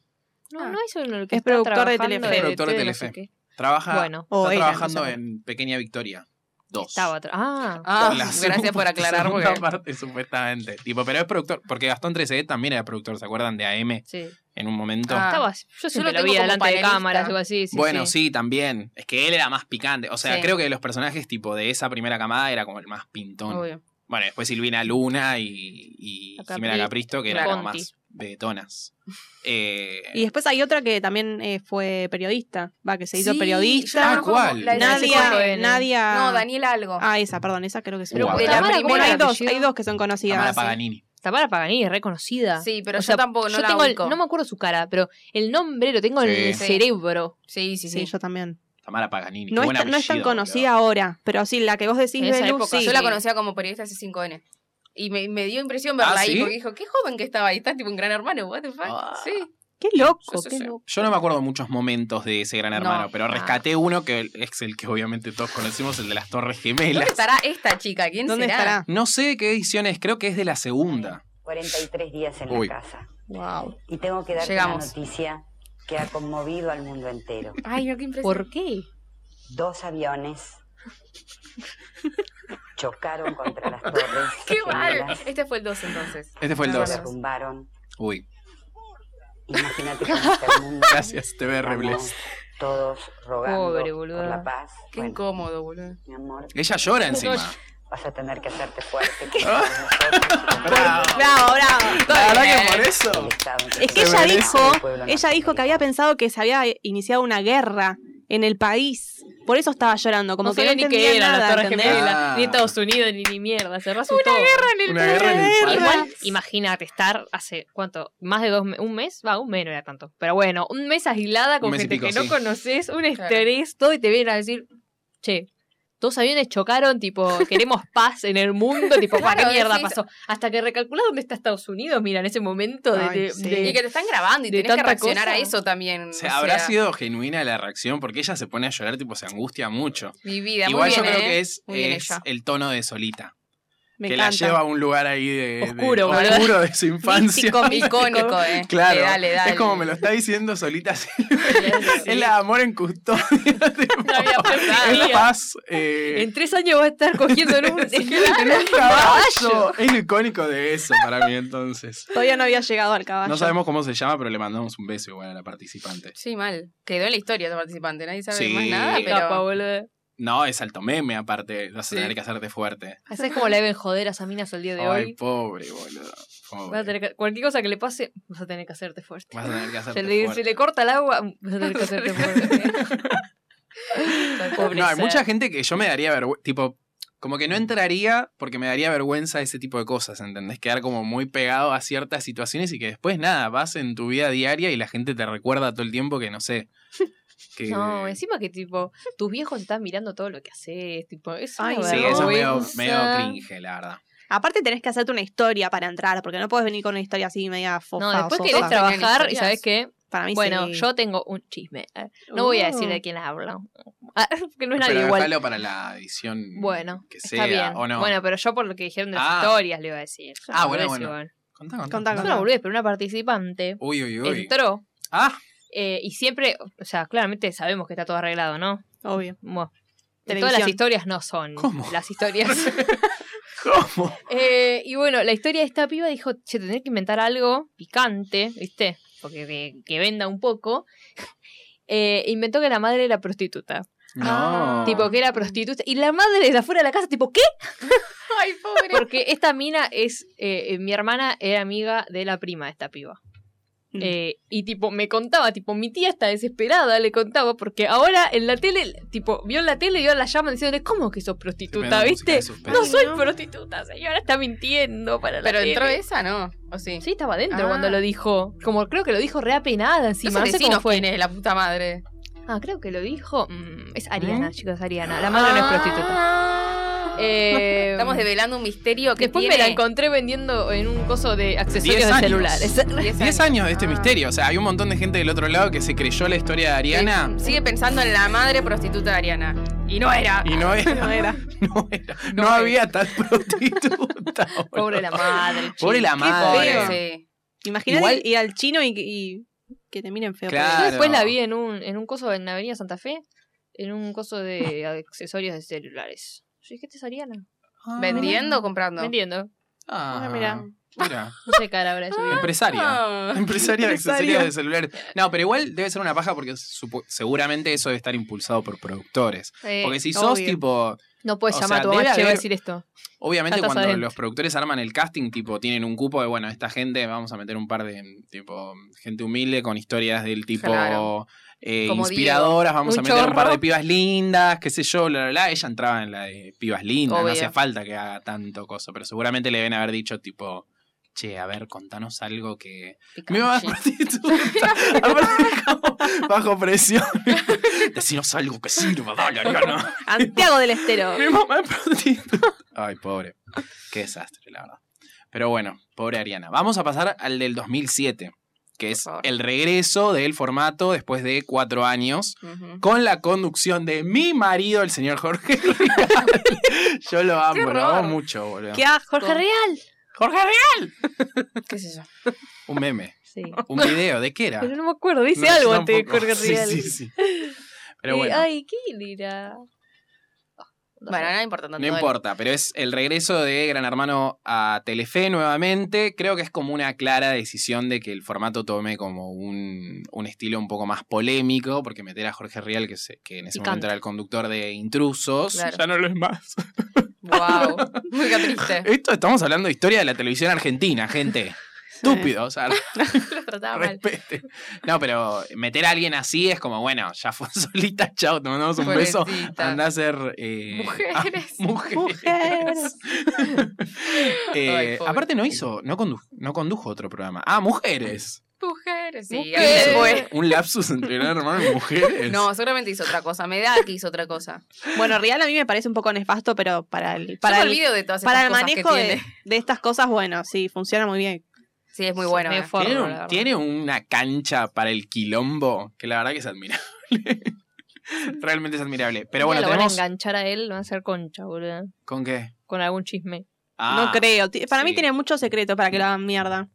Speaker 4: No, no es uno el que
Speaker 3: Es
Speaker 4: está
Speaker 3: productor de
Speaker 4: trabajando
Speaker 3: Telefe.
Speaker 1: Es productor de
Speaker 4: T no sé
Speaker 1: Telefe. Ah.
Speaker 4: qué.
Speaker 1: Trabaja,
Speaker 4: Bueno,
Speaker 3: O
Speaker 1: está
Speaker 3: era, no
Speaker 1: trabajando
Speaker 3: sé.
Speaker 1: en Pequeña Victoria 2.
Speaker 4: estaba tra- Ah,
Speaker 2: Ah,
Speaker 1: La
Speaker 2: gracias por
Speaker 1: segunda-
Speaker 2: aclarar.
Speaker 1: segunda
Speaker 2: porque-
Speaker 1: parte, supuestamente. Tipo, pero es productor, porque Gastón 13D también era productor, ¿se acuerdan? De AM
Speaker 4: sí.
Speaker 1: en un momento.
Speaker 2: Ah,
Speaker 4: Estaba, yo siempre
Speaker 2: lo
Speaker 4: lo, vi
Speaker 2: tengo como
Speaker 4: delante de
Speaker 2: panelista.
Speaker 4: cámaras o así. Sí,
Speaker 1: bueno,
Speaker 4: sí.
Speaker 1: sí. también. Es que él era más picante. O sea,
Speaker 2: Sí.
Speaker 1: creo que de los personajes tipo de esa primera camada era como el más pintón.
Speaker 2: Obvio.
Speaker 1: Bueno, después Silvina Luna y, y
Speaker 4: La Capri-
Speaker 1: Jimena Capristo, que era como
Speaker 4: Conti.
Speaker 1: más vedetonas. Eh,
Speaker 3: Y después hay otra que también eh, fue periodista, va, que se
Speaker 2: Sí, yo
Speaker 3: hizo
Speaker 1: Ah,
Speaker 2: la
Speaker 3: periodista.
Speaker 2: conozco
Speaker 1: ¿cuál?
Speaker 2: como la de Francisco
Speaker 3: Nadia,
Speaker 4: Cohen.
Speaker 3: Nadia.
Speaker 2: No, Daniela algo.
Speaker 3: Ah, esa, perdón, esa creo que sí.
Speaker 1: Pero
Speaker 3: de la
Speaker 4: Tamara, ¿cómo
Speaker 3: Bueno,
Speaker 4: era
Speaker 3: hay
Speaker 4: el
Speaker 3: dos,
Speaker 4: apellido?
Speaker 3: hay dos que son conocidas.
Speaker 1: Tamara
Speaker 3: sí.
Speaker 1: Paganini.
Speaker 4: Tamara Paganini es reconocida.
Speaker 2: Sí, pero
Speaker 4: Ah. O
Speaker 2: yo
Speaker 4: sea,
Speaker 2: tampoco no
Speaker 4: yo
Speaker 2: la
Speaker 4: tengo el-
Speaker 2: ubico.
Speaker 4: no me acuerdo su cara, pero el nombre lo tengo en
Speaker 1: Sí.
Speaker 4: el
Speaker 2: Sí.
Speaker 4: cerebro.
Speaker 2: Sí, sí,
Speaker 3: Sí,
Speaker 2: sí.
Speaker 3: yo también.
Speaker 1: Tamara Paganini. qué
Speaker 3: No es,
Speaker 1: buen
Speaker 3: tan, no es tan
Speaker 1: apellido,
Speaker 3: conocida ahora, pero sí, la que vos decís,
Speaker 4: En esa
Speaker 3: Belu,
Speaker 4: época,
Speaker 3: sí.
Speaker 2: Yo la conocía como periodista hace 5N. Y me, me dio impresión verla
Speaker 1: ¿Ah,
Speaker 2: ahí,
Speaker 1: sí?
Speaker 2: porque dijo, qué joven que estaba ahí, estás tipo un gran hermano, what the fuck.
Speaker 1: Ah.
Speaker 2: Sí.
Speaker 3: Qué loco,
Speaker 2: Sí, sí,
Speaker 3: qué
Speaker 2: sí.
Speaker 3: loco.
Speaker 1: Yo no me acuerdo muchos momentos de ese gran hermano,
Speaker 2: No.
Speaker 1: pero rescaté uno que es el que obviamente todos conocimos, el de las Torres
Speaker 2: ¿Dónde
Speaker 1: Gemelas.
Speaker 2: estará esta chica? ¿Quién
Speaker 3: ¿Dónde
Speaker 2: será?
Speaker 3: estará?
Speaker 1: No sé qué edición es, creo que es de la segunda.
Speaker 5: 43 días en
Speaker 1: Uy.
Speaker 5: la casa.
Speaker 4: Wow.
Speaker 5: Y tengo que darte
Speaker 2: Llegamos.
Speaker 5: una noticia que ha conmovido al mundo entero.
Speaker 2: Ay, no, qué impresión.
Speaker 4: ¿Por qué?
Speaker 5: Dos aviones chocaron contra las torres.
Speaker 2: Qué mal.
Speaker 5: gemelas,
Speaker 2: Este fue el 2 entonces.
Speaker 1: Este fue el
Speaker 5: se
Speaker 2: No,
Speaker 1: 2.
Speaker 2: no.
Speaker 5: derrumbaron.
Speaker 1: Uy,
Speaker 5: Imagínate cómo está el mundo.
Speaker 1: gracias, TBR
Speaker 5: Estamos
Speaker 1: Bless.
Speaker 5: Todos rogando
Speaker 4: Pobre,
Speaker 5: por
Speaker 4: boluda.
Speaker 5: la paz.
Speaker 2: Qué
Speaker 5: Bueno,
Speaker 2: incómodo, boludo.
Speaker 5: mi amor,
Speaker 1: Ella llora encima.
Speaker 5: vas a tener que hacerte fuerte. que nosotros-
Speaker 3: Bravo, bravo.
Speaker 1: La verdad que por Ah, eso.
Speaker 5: el Estado en
Speaker 3: Es
Speaker 1: Se
Speaker 3: que
Speaker 5: está
Speaker 3: ella
Speaker 1: merece.
Speaker 3: dijo,
Speaker 5: el pueblo
Speaker 3: ella dijo que había pensado que se había iniciado una guerra en el país. Por eso estaba llorando, como
Speaker 4: no
Speaker 3: que no
Speaker 4: sabía ni
Speaker 3: entendía
Speaker 4: qué era
Speaker 3: nada,
Speaker 4: la Torre
Speaker 3: ¿entendés?
Speaker 1: Gemelas.
Speaker 4: Gemela, ni Estados Unidos, ni, ni mierda. Cerrás Una todo. guerra
Speaker 2: en
Speaker 1: Una guerra en el
Speaker 3: Guerra.
Speaker 1: país.
Speaker 4: Igual, imagínate estar hace, ¿cuánto? Más de dos me- un mes, va, un mes no era tanto. Pero bueno, un mes aislada con
Speaker 1: Un mes y
Speaker 4: gente
Speaker 1: pico,
Speaker 4: que
Speaker 1: sí.
Speaker 4: no conoces, un
Speaker 2: Claro.
Speaker 4: estrés, todo, y te vienen a decir, che, dos aviones chocaron, tipo, queremos paz en el mundo, tipo, ¿para
Speaker 2: Claro,
Speaker 4: qué mierda
Speaker 2: decís-
Speaker 4: pasó? Hasta que recalculás dónde está Estados Unidos, mira, en ese momento de,
Speaker 3: Ay,
Speaker 4: de-
Speaker 3: sí.
Speaker 4: de-
Speaker 2: Y que te están grabando y
Speaker 4: De
Speaker 2: tenés que
Speaker 4: tanta
Speaker 2: reaccionar
Speaker 4: cosa.
Speaker 2: a eso también.
Speaker 1: O
Speaker 2: o
Speaker 1: sea, habrá
Speaker 2: sea,
Speaker 1: sido genuina la reacción porque ella se pone a llorar, tipo, se angustia mucho.
Speaker 2: Mi vida,
Speaker 1: Igual
Speaker 2: muy bien,
Speaker 1: yo creo
Speaker 2: ¿eh?
Speaker 1: que es,
Speaker 2: Muy bien
Speaker 1: es
Speaker 2: ella.
Speaker 1: el tono de Solita,
Speaker 3: Me
Speaker 1: que
Speaker 3: encanta.
Speaker 1: la lleva a un lugar ahí de, de-
Speaker 4: Oscuro, boludo.
Speaker 1: oscuro de su infancia.
Speaker 3: Místico,
Speaker 2: Icónico, ¿eh?
Speaker 1: Claro,
Speaker 2: Le da, le da
Speaker 1: es
Speaker 2: el-
Speaker 1: como me lo está diciendo Solita, sí.
Speaker 4: Sí.
Speaker 1: es la amor en custodia, tipo,
Speaker 4: No había pensado.
Speaker 1: es paz, eh,
Speaker 4: En tres años va a estar cogiendo en un...
Speaker 1: en un caballo, es lo icónico de eso para mí entonces.
Speaker 3: Todavía no había llegado al caballo.
Speaker 1: No sabemos cómo se llama, pero le mandamos un beso igual a la participante.
Speaker 2: Sí, mal. Quedó en la historia esa participante. Nadie sabe
Speaker 1: Sí.
Speaker 2: más nada,
Speaker 1: Qué
Speaker 4: Qué
Speaker 2: pero...
Speaker 4: capa, boludo.
Speaker 1: No, es alto meme aparte, vas a
Speaker 2: Sí.
Speaker 1: tener que hacerte fuerte.
Speaker 4: Así es como la deben joder a Saminas el día de
Speaker 1: Ay,
Speaker 4: hoy.
Speaker 1: pobre, boludo. pobre.
Speaker 4: Vas a tener que- cualquier cosa que le pase, vas a tener que hacerte fuerte.
Speaker 1: Vas a tener que hacerte
Speaker 4: Se le,
Speaker 1: fuerte.
Speaker 4: se le corta el agua, vas a tener que hacerte fuerte. Pobre
Speaker 1: No, hay
Speaker 4: ser.
Speaker 1: mucha gente que yo me daría vergüenza, tipo, como que no entraría porque me daría vergüenza ese tipo de cosas, ¿entendés? Quedar como muy pegado a ciertas situaciones y que después nada, vas en tu vida diaria y la gente te recuerda todo el tiempo que no sé. Que...
Speaker 4: No, encima que tipo, tus viejos están mirando todo lo que haces, tipo, es una
Speaker 3: Ay,
Speaker 1: Sí, eso es medio,
Speaker 4: vergüenza.
Speaker 1: medio cringe, la verdad.
Speaker 3: Aparte tenés que hacerte una historia para entrar, porque no podés venir con una historia así media fofa
Speaker 4: No,
Speaker 3: o
Speaker 4: después
Speaker 3: sosa.
Speaker 4: querés trabajar y
Speaker 2: historias.
Speaker 4: sabes qué,
Speaker 3: Para mí
Speaker 4: bueno,
Speaker 3: sí.
Speaker 4: yo tengo un chisme. Eh, No voy a decir de quién hablo. Ah, que no es nadie
Speaker 1: Pero
Speaker 4: igual.
Speaker 1: déjalo para la edición
Speaker 4: Bueno,
Speaker 1: que sea,
Speaker 4: está bien.
Speaker 1: o no.
Speaker 4: Bueno, pero yo por lo que dijeron de las
Speaker 1: Ah.
Speaker 4: historias le iba a decir.
Speaker 1: Ah, bueno,
Speaker 4: Boludez
Speaker 1: bueno.
Speaker 4: igual.
Speaker 1: contá, contá,
Speaker 3: Contá,
Speaker 4: Es
Speaker 1: contá.
Speaker 4: una boludez, pero una participante
Speaker 1: Uy, uy, uy.
Speaker 4: entró
Speaker 1: Ah,
Speaker 4: eh, y siempre, o sea, claramente sabemos que está todo arreglado, ¿no?
Speaker 3: Uh, Obvio.
Speaker 4: Bueno,
Speaker 3: Televisión.
Speaker 4: todas las historias no son
Speaker 1: ¿Cómo?
Speaker 4: las historias.
Speaker 1: ¿cómo?
Speaker 4: Eh, y bueno, la historia de esta piba dijo, che, tenés que inventar algo picante, ¿viste? Porque que, que venda un poco. Eh, inventó que la madre era prostituta.
Speaker 1: No.
Speaker 4: Ah, Tipo, que era prostituta. Y la madre desde afuera de la casa, tipo, ¿qué?
Speaker 2: Ay, pobre.
Speaker 4: Porque esta mina es, eh, eh, mi hermana era amiga de la prima de esta piba.
Speaker 3: Mm.
Speaker 4: Eh, y tipo, me contaba, tipo, mi tía está desesperada, le contaba, porque ahora en la tele, tipo, vio en la tele y ahora la llaman diciéndole, ¿cómo que sos
Speaker 1: Estoy
Speaker 4: prostituta,
Speaker 1: poniendo música de
Speaker 4: viste?
Speaker 1: suspenso.
Speaker 4: No
Speaker 3: Ay,
Speaker 4: soy
Speaker 3: no.
Speaker 4: prostituta, señora, está mintiendo para la
Speaker 2: Pero
Speaker 4: tele".
Speaker 2: entró esa, ¿no? ¿O sí?
Speaker 4: Sí, estaba adentro
Speaker 2: Ah.
Speaker 4: cuando lo dijo. Como creo que lo dijo re apenada encima. No sé cómo fue.
Speaker 2: quién es la puta madre.
Speaker 4: Ah, creo que lo dijo. mm, es
Speaker 2: ¿Eh?
Speaker 4: Ariana, chicos, Ariana. La madre no es prostituta.
Speaker 2: prostituta.
Speaker 4: Eh,
Speaker 2: Ah. Estamos develando un misterio que
Speaker 4: Después me la encontré vendiendo en un coso de accesorios
Speaker 1: Diez
Speaker 4: de
Speaker 1: años.
Speaker 4: celulares.
Speaker 2: 10
Speaker 1: 10 años de este
Speaker 2: Ah.
Speaker 1: misterio. O sea, hay un montón de gente del otro lado que se creyó la historia de Ariana
Speaker 2: Sigue pensando en la madre prostituta de Ariana. Y no era.
Speaker 1: y no era.
Speaker 3: No era.
Speaker 1: No, era- no
Speaker 4: No
Speaker 1: había tal prostituta. boludo.
Speaker 4: Pobre la madre. che.
Speaker 1: Pobre la madre.
Speaker 3: feo.
Speaker 2: Sí.
Speaker 3: Imagínate
Speaker 1: Igual-
Speaker 3: ir al chino y, y que te miren feo. por
Speaker 1: Claro.
Speaker 4: Yo
Speaker 3: eso.
Speaker 4: después la vi en un, en un coso en la Avenida Santa Fe, en un coso de accesorios de celulares. Yo dije, ¿qué es Ariana?
Speaker 1: Ah.
Speaker 2: ¿Vendiendo o comprando?
Speaker 4: Mm. Vendiendo.
Speaker 1: Ah.
Speaker 3: Ah, mira.
Speaker 1: Mira,
Speaker 4: No sé qué habrá subido.
Speaker 1: empresaria.
Speaker 4: Ah.
Speaker 1: Empresaria de accesorios
Speaker 3: Empresaria.
Speaker 1: de celular. No, pero igual debe ser una paja porque supo- seguramente eso debe estar impulsado por productores.
Speaker 4: Eh,
Speaker 1: Porque si sos
Speaker 3: obvio.
Speaker 1: tipo,
Speaker 4: no puedes
Speaker 1: o sea,
Speaker 4: llamar a tu mamá,
Speaker 1: debe
Speaker 4: che, voy a
Speaker 1: haber-
Speaker 4: decir esto.
Speaker 1: obviamente
Speaker 4: Estás
Speaker 1: cuando
Speaker 4: adentro.
Speaker 1: los productores arman el casting, tipo, tienen un cupo de, bueno, esta gente, vamos a meter un par de, tipo, gente humilde con historias del tipo
Speaker 2: Claro.
Speaker 1: eh,
Speaker 4: Como
Speaker 1: inspiradoras, vamos
Speaker 4: Un
Speaker 1: a meter un par
Speaker 4: chorro.
Speaker 1: de pibas lindas, qué sé yo, la, la, la. Ella entraba en la de pibas lindas,
Speaker 2: Obvio.
Speaker 1: no hacía falta que haga tanto coso, pero seguramente le deben haber dicho, tipo, che, a ver, contanos algo que... Mi mamá
Speaker 2: Picante.
Speaker 1: prostituta. Aparte, como bajo presión. Decinos algo que sirva, dale, Ariana.
Speaker 3: Santiago del Estero.
Speaker 1: Mi mamá es prostituta. Ay, pobre. Qué desastre, la verdad. Pero bueno, pobre Ariana. Vamos a pasar al del 2007, que es
Speaker 2: favor.
Speaker 1: el regreso del formato después de cuatro años.
Speaker 2: Ujú.
Speaker 1: Con la conducción de mi marido, el señor Jorge Rial. Yo lo
Speaker 2: Qué
Speaker 1: amo, lo amo
Speaker 2: horror.
Speaker 1: mucho, boludo.
Speaker 3: ¿Qué asco?
Speaker 4: Jorge Real.
Speaker 1: ¡Jorge Rial!
Speaker 2: ¿Qué es eso?
Speaker 1: Un meme,
Speaker 4: Sí.
Speaker 1: un video, ¿de qué era?
Speaker 4: Pero no me acuerdo, dice
Speaker 1: No, yo
Speaker 4: algo antes de
Speaker 1: tampoco.
Speaker 4: Jorge
Speaker 1: Sí,
Speaker 4: Real.
Speaker 1: Sí, sí, Pero
Speaker 4: Eh,
Speaker 1: bueno,
Speaker 4: Ay, ¿qué era? Ah, no
Speaker 2: Bueno,
Speaker 4: sé.
Speaker 2: no importa tanto.
Speaker 1: no
Speaker 2: dale.
Speaker 1: importa, pero es el regreso de Gran Hermano a Telefe nuevamente. Creo que es como una clara decisión de que el formato tome como un, un estilo un poco más polémico, porque meter a Jorge Rial, que, se- que en ese
Speaker 4: Y
Speaker 1: momento
Speaker 4: canta.
Speaker 1: era el conductor de Intrusos,
Speaker 2: Claro.
Speaker 1: ya no lo es más.
Speaker 2: Wow. Muy triste.
Speaker 1: Esto estamos hablando de historia de la televisión argentina, gente. Estúpido, o sea,
Speaker 2: Lo trataba mal.
Speaker 1: respete. No, pero meter a alguien así es como, bueno, ya fue solita, chao, te mandamos un beso.
Speaker 2: Pobrecita.
Speaker 1: Anda a ser. eh,
Speaker 2: Mujeres.
Speaker 1: ah, mujeres.
Speaker 3: Mujeres.
Speaker 1: Eh,
Speaker 2: Ay, pobre.
Speaker 1: aparte, no hizo. No, condu- no condujo otro programa. Ah, mujeres.
Speaker 2: Mujeres. Sí,
Speaker 4: Mujeres.
Speaker 2: ahí se fue.
Speaker 1: Un lapsus entre gran hermano y mujeres.
Speaker 2: No, seguramente hizo otra cosa. Me da que hizo otra cosa.
Speaker 3: Bueno, Real a mí me parece un poco nefasto, pero para el,
Speaker 2: Para
Speaker 3: para
Speaker 2: el
Speaker 3: el,
Speaker 2: video de todas estas
Speaker 3: para el
Speaker 2: cosas
Speaker 3: manejo
Speaker 2: que
Speaker 3: de,
Speaker 2: tiene.
Speaker 3: de estas cosas, bueno, sí, funciona muy bien.
Speaker 2: Sí, es muy
Speaker 4: Sí,
Speaker 2: bueno.
Speaker 4: medio
Speaker 2: eh.
Speaker 4: forro,
Speaker 1: tiene, un-
Speaker 4: la verdad.
Speaker 1: tiene una cancha para el quilombo que la verdad que es admirable. Realmente es admirable. Pero
Speaker 4: Un
Speaker 1: bueno,
Speaker 4: día lo
Speaker 1: tenemos.
Speaker 4: van a enganchar a él, lo van a hacer concha, boludo.
Speaker 1: ¿Con qué?
Speaker 4: Con algún chisme.
Speaker 1: Ah,
Speaker 3: no creo. Ti- Para mí
Speaker 1: sí.
Speaker 3: tiene mucho secreto para que lo hagan mierda.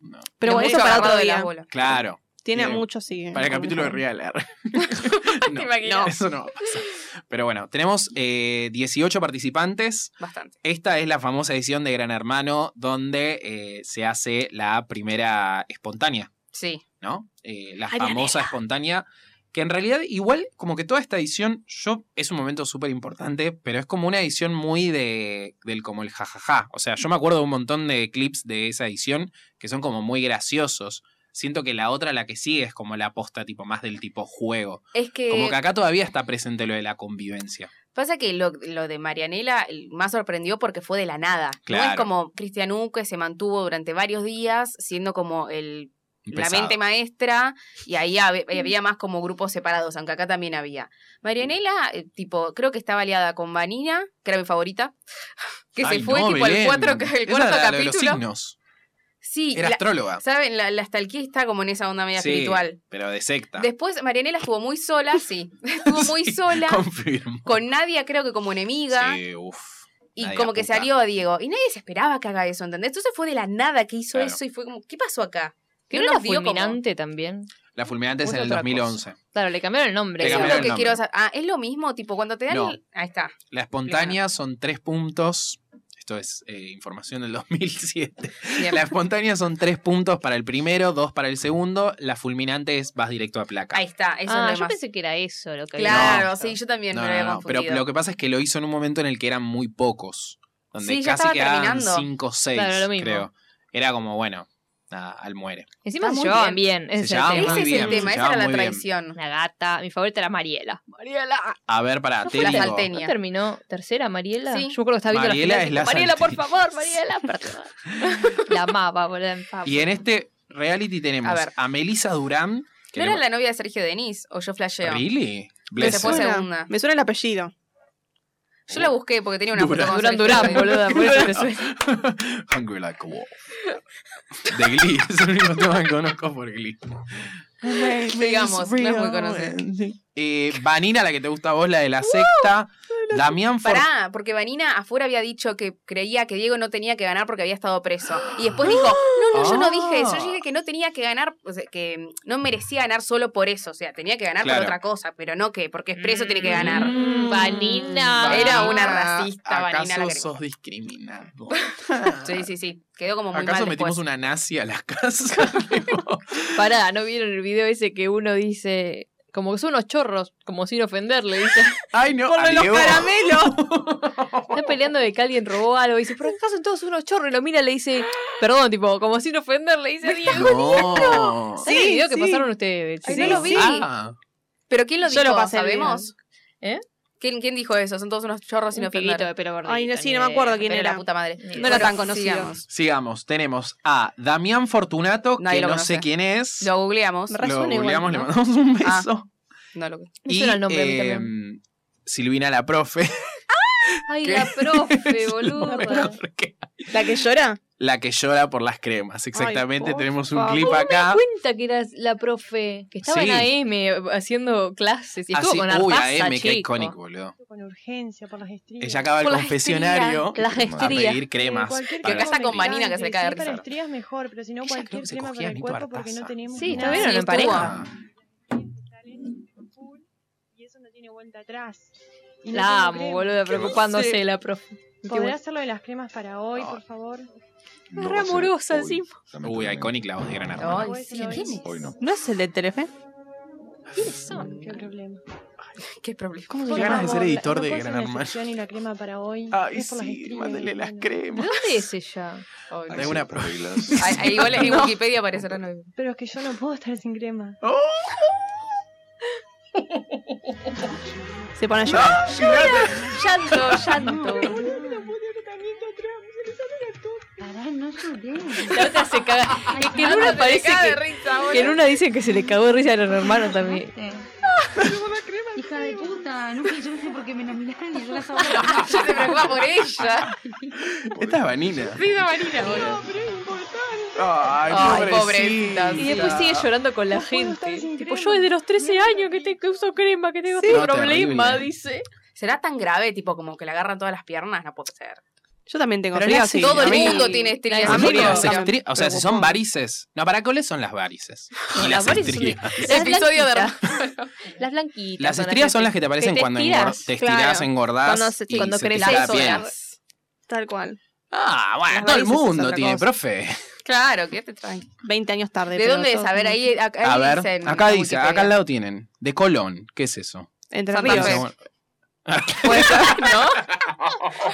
Speaker 1: no.
Speaker 3: Pero
Speaker 2: Es
Speaker 3: bueno, eso
Speaker 2: mucho
Speaker 3: para otro
Speaker 2: agarrado de
Speaker 3: día.
Speaker 2: las bolas.
Speaker 1: Claro.
Speaker 3: Tiene
Speaker 1: Tiene-
Speaker 3: mucho, sí.
Speaker 1: Para el capítulo de Real.
Speaker 2: ¿Te
Speaker 1: no,
Speaker 2: imaginas?
Speaker 1: eso no va a pasar. Pero bueno, tenemos eh, 18 participantes.
Speaker 2: Bastante.
Speaker 1: Esta es la famosa edición de Gran Hermano donde eh, se hace la primera espontánea,
Speaker 2: Sí.
Speaker 1: ¿no? Eh, la
Speaker 3: Ay, mi
Speaker 1: famosa espontánea, que en realidad igual como que toda esta edición, yo es un momento súper importante, pero es como una edición muy de, del como el jajaja. O sea, yo me acuerdo de un montón de clips de esa edición que son como muy graciosos. Siento que la otra, la que sigue, es como la aposta tipo más del tipo juego.
Speaker 2: Es que.
Speaker 1: Como que acá todavía está presente lo de la convivencia.
Speaker 2: Pasa que lo, lo de Marianela el- más sorprendió porque fue de la nada. No es
Speaker 1: Claro.
Speaker 2: como Cristian U, que se mantuvo durante varios días siendo como el, la
Speaker 1: Pesado.
Speaker 2: mente maestra y ahí habe- y había más como grupos separados, aunque acá también había. Marianela,
Speaker 1: Mm.
Speaker 2: eh, tipo, creo que estaba aliada con Vanina, que era mi favorita, que
Speaker 1: Ay,
Speaker 2: se fue
Speaker 1: no,
Speaker 2: tipo
Speaker 1: Belén.
Speaker 2: el, cuatro, el
Speaker 1: Esa
Speaker 2: cuarto
Speaker 1: era la de los
Speaker 2: capítulo.
Speaker 1: signos.
Speaker 2: sí,
Speaker 1: Era
Speaker 2: la-
Speaker 1: astróloga.
Speaker 2: ¿saben? La, la estalquía está como en esa onda media
Speaker 1: Sí.
Speaker 2: espiritual.
Speaker 1: Pero de secta.
Speaker 2: Después Marianela estuvo muy sola, sí. Estuvo muy
Speaker 1: Sí,
Speaker 2: sola. Con...
Speaker 1: Confirmo.
Speaker 2: Nadia creo que como enemiga.
Speaker 1: Sí, uf.
Speaker 2: Y
Speaker 1: Nadia
Speaker 2: como que
Speaker 1: puta.
Speaker 2: salió Diego. Y nadie se esperaba que haga eso, ¿entendés? Entonces fue de la nada que hizo
Speaker 1: Claro.
Speaker 2: eso y fue como, ¿qué pasó acá?
Speaker 4: Que
Speaker 2: No
Speaker 4: no era
Speaker 2: nos dio como-
Speaker 4: fulminante también.
Speaker 1: La fulminante es en
Speaker 4: Mucha
Speaker 1: el
Speaker 4: otra
Speaker 1: 2011.
Speaker 4: Claro, le cambiaron el nombre.
Speaker 1: Le
Speaker 2: Eso es
Speaker 1: cambiaron
Speaker 2: lo
Speaker 1: el
Speaker 2: que
Speaker 1: nombre.
Speaker 2: quiero saber. Ah, es lo mismo, tipo, cuando te dan
Speaker 1: No.
Speaker 2: el- Ahí está.
Speaker 1: La espontánea son tres puntos. Esto es eh, información del 2007.
Speaker 2: Bien.
Speaker 1: La espontánea son tres puntos para el primero, dos para el segundo. La fulminante es vas directo a placa.
Speaker 2: Ahí está, eso
Speaker 4: Ah,
Speaker 2: es
Speaker 4: yo
Speaker 2: lo demás.
Speaker 4: pensé que era eso lo que había
Speaker 2: Claro,
Speaker 4: dicho.
Speaker 2: sí, yo también
Speaker 1: No,
Speaker 2: me lo
Speaker 1: no,
Speaker 2: había
Speaker 1: no, Pero
Speaker 2: confundido.
Speaker 1: lo que pasa es que lo hizo en un momento en el que eran muy pocos. Donde
Speaker 2: Sí, ya
Speaker 1: casi
Speaker 2: estaba
Speaker 1: quedaban
Speaker 2: terminando.
Speaker 1: cinco o seis,
Speaker 4: Claro, lo mismo.
Speaker 1: creo. Era como, bueno, nada, al muere.
Speaker 4: Encima
Speaker 2: Está
Speaker 4: se
Speaker 2: muy
Speaker 4: llevaban
Speaker 2: bien.
Speaker 4: bien.
Speaker 1: Se
Speaker 4: Ese es el
Speaker 1: llevaban
Speaker 4: tema.
Speaker 2: Ese
Speaker 1: muy
Speaker 2: es
Speaker 1: bien,
Speaker 2: el
Speaker 1: se
Speaker 2: tema, esa
Speaker 1: llevaban
Speaker 2: era la
Speaker 1: muy bien.
Speaker 2: traición.
Speaker 4: Una gata. Mi favorita era Mariela. Mariela.
Speaker 1: A ver, para,
Speaker 4: No
Speaker 1: te
Speaker 4: fue la
Speaker 1: digo,
Speaker 2: salteña.
Speaker 4: ¿No
Speaker 2: Genia.
Speaker 4: terminó tercera Mariela?
Speaker 2: Sí.
Speaker 4: Yo me acuerdo que estaba viendo
Speaker 1: Mariela
Speaker 4: la
Speaker 1: es
Speaker 4: final,
Speaker 1: la
Speaker 4: tipo, Mariela, por
Speaker 1: salteña".
Speaker 4: favor, Mariela. perdón". la amaba, boludo. en favor.
Speaker 1: Y en este reality tenemos
Speaker 2: A
Speaker 1: a,
Speaker 2: ver.
Speaker 1: Melissa Durán. que
Speaker 2: ¿No era
Speaker 1: le-
Speaker 2: la novia de Sergio Denis? ¿O yo flasheo?
Speaker 1: ¿Really?
Speaker 2: Pero se
Speaker 1: Bless
Speaker 2: fue
Speaker 1: her.
Speaker 3: Suena-
Speaker 2: segunda.
Speaker 3: Me suena el apellido.
Speaker 2: Yo la busqué porque tenía una
Speaker 1: Durán.
Speaker 2: foto con
Speaker 4: Durán
Speaker 2: Sergio
Speaker 4: Durán,
Speaker 2: Denis.
Speaker 4: boluda. Por eso te suena.
Speaker 1: Hungry like a wolf. De Glee. Es el único tema que conozco por Glee.
Speaker 2: Digamos, no es muy conocido. Uh,
Speaker 1: Eh, Vanina, la que te gusta a vos, la de la secta. Damián Ford.
Speaker 2: Pará, porque Vanina afuera había dicho que creía que Diego no tenía que ganar porque había estado preso. Y después dijo, no, no,
Speaker 1: Ah.
Speaker 2: yo no dije eso. Yo dije que no tenía que ganar, o sea, que no merecía ganar solo por eso. O sea, tenía que ganar
Speaker 1: Claro.
Speaker 2: por otra cosa, pero no que porque es este preso tiene que ganar.
Speaker 3: Mm.
Speaker 4: Vanina.
Speaker 2: Era una
Speaker 1: Vanina,
Speaker 2: racista, Vanina
Speaker 1: ¿Acaso
Speaker 2: la crema.
Speaker 1: sos discriminado?
Speaker 2: Sí, sí, sí. Quedó como muy mal
Speaker 1: ¿Acaso metimos
Speaker 2: después.
Speaker 1: una nazi a la casa? Tipo,
Speaker 4: Pará, ¿no vieron el video ese que uno dice... Como que son unos chorros, como sin ofenderle, dice.
Speaker 1: Ay, no,
Speaker 3: Ponme los
Speaker 1: Diego.
Speaker 3: caramelos.
Speaker 4: Está peleando de que alguien robó algo. Y dice, pero acá son todos unos chorros. Y lo mira y le dice, perdón, tipo, como sin ofenderle, dice Diego.
Speaker 1: No.
Speaker 4: ¿Saben el
Speaker 3: Sí,
Speaker 4: video que
Speaker 3: sí.
Speaker 4: pasaron ustedes?
Speaker 2: Ay,
Speaker 4: Sí.
Speaker 2: no lo vi.
Speaker 1: Ah,
Speaker 2: Pero ¿quién lo
Speaker 3: Yo
Speaker 2: dijo?
Speaker 3: lo pasé
Speaker 2: ¿Sabemos?
Speaker 4: bien. ¿Eh?
Speaker 2: ¿Quién, quién dijo eso? Son todos unos chorros sin
Speaker 4: Un pibito
Speaker 2: ofender.
Speaker 4: de pelo gordito.
Speaker 3: Ay, no, sí,
Speaker 4: ni
Speaker 3: no me
Speaker 4: idea.
Speaker 3: acuerdo quién
Speaker 2: Pero
Speaker 3: era.
Speaker 2: la puta madre.
Speaker 4: Ni
Speaker 3: No era
Speaker 4: idea.
Speaker 3: tan conocido.
Speaker 2: Sigamos.
Speaker 1: sigamos, tenemos a Damián Fortunato,
Speaker 2: Nadie
Speaker 1: que
Speaker 2: lo
Speaker 1: no
Speaker 2: conoce.
Speaker 1: sé quién es.
Speaker 2: Lo googleamos.
Speaker 3: Me re-
Speaker 1: Lo
Speaker 3: resuena igual,
Speaker 1: googleamos, le
Speaker 3: ¿no?
Speaker 1: mandamos un beso.
Speaker 2: No lo
Speaker 4: Me
Speaker 1: y
Speaker 4: suena el nombre a mí
Speaker 1: eh, Silvina la profe.
Speaker 4: Ay,
Speaker 1: ¿Qué?
Speaker 4: la profe,
Speaker 1: Es lo
Speaker 4: boludo.
Speaker 1: mejor que-
Speaker 3: ¿La que llora?
Speaker 1: La que llora por las cremas, exactamente.
Speaker 3: por
Speaker 1: tenemos un
Speaker 3: favor.
Speaker 1: clip acá.
Speaker 4: cuenta que era la profe que estaba
Speaker 1: Sí.
Speaker 4: en AM haciendo clases y estuvo
Speaker 1: Así-
Speaker 4: con
Speaker 1: Ah, uy,
Speaker 4: Artaza,
Speaker 1: AM,
Speaker 4: chico.
Speaker 1: qué icónico, boludo.
Speaker 6: Con urgencia, por las estrías.
Speaker 1: Ella acaba el
Speaker 4: Por las
Speaker 1: confesionario
Speaker 4: estrías, las
Speaker 1: a
Speaker 4: estrías.
Speaker 1: pedir cremas.
Speaker 6: Cualquier
Speaker 1: para
Speaker 2: Que acá
Speaker 6: crema
Speaker 2: está con Vanina, que se le cae de risa.
Speaker 6: humectante, Sí, para estrías mejor, pero si no
Speaker 1: Ella creo
Speaker 6: cualquier
Speaker 1: que se
Speaker 6: crema
Speaker 1: cogía
Speaker 6: para
Speaker 1: a
Speaker 6: el
Speaker 1: Nito
Speaker 6: cuerpo porque
Speaker 1: Artaza.
Speaker 6: no tenemos
Speaker 4: Sí,
Speaker 6: nada.
Speaker 4: ¿vieron
Speaker 2: Sí,
Speaker 4: en pareja?
Speaker 1: Ah,
Speaker 6: Tiene salen full y eso no tiene vuelta atrás. Y no
Speaker 4: La
Speaker 6: tengo
Speaker 4: amo,
Speaker 6: crema.
Speaker 4: boludo, preocupándose de la profe.
Speaker 6: ¿Podrás hacer lo de las cremas para hoy,
Speaker 1: Ah.
Speaker 6: por favor?
Speaker 7: No
Speaker 4: Ah, Re
Speaker 7: va a ser
Speaker 4: amorosa
Speaker 7: hoy,
Speaker 4: encima.
Speaker 1: Uy,
Speaker 7: lamentablemente.
Speaker 1: icónica la voz de Gran Hermano.
Speaker 2: Ay,
Speaker 6: Puede
Speaker 2: sí,
Speaker 6: ser hoy.
Speaker 2: ¿quién es?
Speaker 7: Hoy no.
Speaker 3: ¿No es el de Telefe?
Speaker 6: Qué problema.
Speaker 2: ¿Qué problema?
Speaker 3: ¿Cómo
Speaker 1: Qué
Speaker 3: se
Speaker 6: Por
Speaker 1: ganas
Speaker 3: llama?
Speaker 1: de ser
Speaker 6: favor,
Speaker 1: editor
Speaker 6: la-
Speaker 1: de
Speaker 6: no puedo
Speaker 1: Gran
Speaker 6: hacer una
Speaker 1: Hermano.
Speaker 6: excepción Y la crema para hoy.
Speaker 1: Ay,
Speaker 6: es por las
Speaker 1: sí,
Speaker 6: estrías,
Speaker 1: mándele las
Speaker 6: bueno.
Speaker 4: ¿De
Speaker 1: cremas.
Speaker 4: dónde es ella?
Speaker 2: Ay,
Speaker 7: Hay
Speaker 1: De una
Speaker 7: ciertas
Speaker 1: pro-
Speaker 7: reglas.
Speaker 2: Ahí- ahí igual en Wikipedia aparecerá. no-
Speaker 6: Pero es que yo no puedo estar sin crema.
Speaker 1: ¡Oh!
Speaker 3: Se pone a llorar.
Speaker 4: Llanto, llanto.
Speaker 8: Pará, no lloré.
Speaker 4: La otra se caga. Es que en una parece
Speaker 2: Caga de
Speaker 4: que,
Speaker 2: risa, boludo.
Speaker 4: que en una dicen que se le cagó de risa a los hermanos también.
Speaker 8: Hija de puta, no que yo no sé por qué me nominaron y yo la estaba
Speaker 2: Ya se preocupa por ella.
Speaker 1: Esta es Vanina.
Speaker 2: Sí, esa Marina, boludo.
Speaker 1: Ay,
Speaker 2: Ay,
Speaker 1: pobrecita.
Speaker 2: pobrecita.
Speaker 4: Y después sigue llorando con la gente.
Speaker 6: sin
Speaker 4: Tipo,
Speaker 6: crema.
Speaker 4: yo desde los 13 años que, te, que uso crema, que tengo
Speaker 1: Sí.
Speaker 4: este
Speaker 1: No,
Speaker 4: problema,
Speaker 1: terrible.
Speaker 4: dice.
Speaker 2: ¿Será tan grave, tipo, como que le agarran todas las piernas? No puede ser.
Speaker 3: Yo también tengo
Speaker 1: Pero le
Speaker 3: frío,
Speaker 1: hace
Speaker 3: sí.
Speaker 2: Todo el
Speaker 1: a mí-
Speaker 2: mundo tiene este estrías.
Speaker 1: A
Speaker 3: A
Speaker 1: mí
Speaker 3: mí no.
Speaker 1: las
Speaker 3: Pero-
Speaker 1: estri- O sea, si son varices. No, ¿para cuáles son las varices? Y las,
Speaker 4: varices son-
Speaker 1: estrías.
Speaker 4: Las
Speaker 2: Episodio de-
Speaker 4: blanquitas. Las blanquitas.
Speaker 1: Las estrías son las que te aparecen
Speaker 4: te
Speaker 1: cuando
Speaker 4: estiras,
Speaker 1: engor- te estirás,
Speaker 3: claro.
Speaker 1: engordás
Speaker 3: Cuando se-
Speaker 1: y
Speaker 4: cuando
Speaker 1: se te
Speaker 4: creces.
Speaker 1: hincha la
Speaker 4: Las
Speaker 1: piel.
Speaker 2: horas.
Speaker 3: Tal cual.
Speaker 1: Ah, bueno,
Speaker 3: Las
Speaker 1: todo el
Speaker 3: varices es
Speaker 1: mundo
Speaker 3: otra
Speaker 1: tiene,
Speaker 3: cosa.
Speaker 1: profe.
Speaker 2: Claro, quédate tranqui.
Speaker 3: 20 años tarde.
Speaker 2: ¿De
Speaker 3: pero
Speaker 2: dónde es?
Speaker 3: todo-
Speaker 2: A ver, ahí, acá, ahí
Speaker 1: A ver,
Speaker 2: dicen
Speaker 1: acá
Speaker 2: en
Speaker 1: dice,
Speaker 2: Wikipedia.
Speaker 1: acá al lado tienen. De Colón, ¿qué es eso?
Speaker 3: Entre
Speaker 2: Santa
Speaker 3: ríos.
Speaker 2: Fe.
Speaker 1: Bueno,
Speaker 2: Puede ser, ¿no?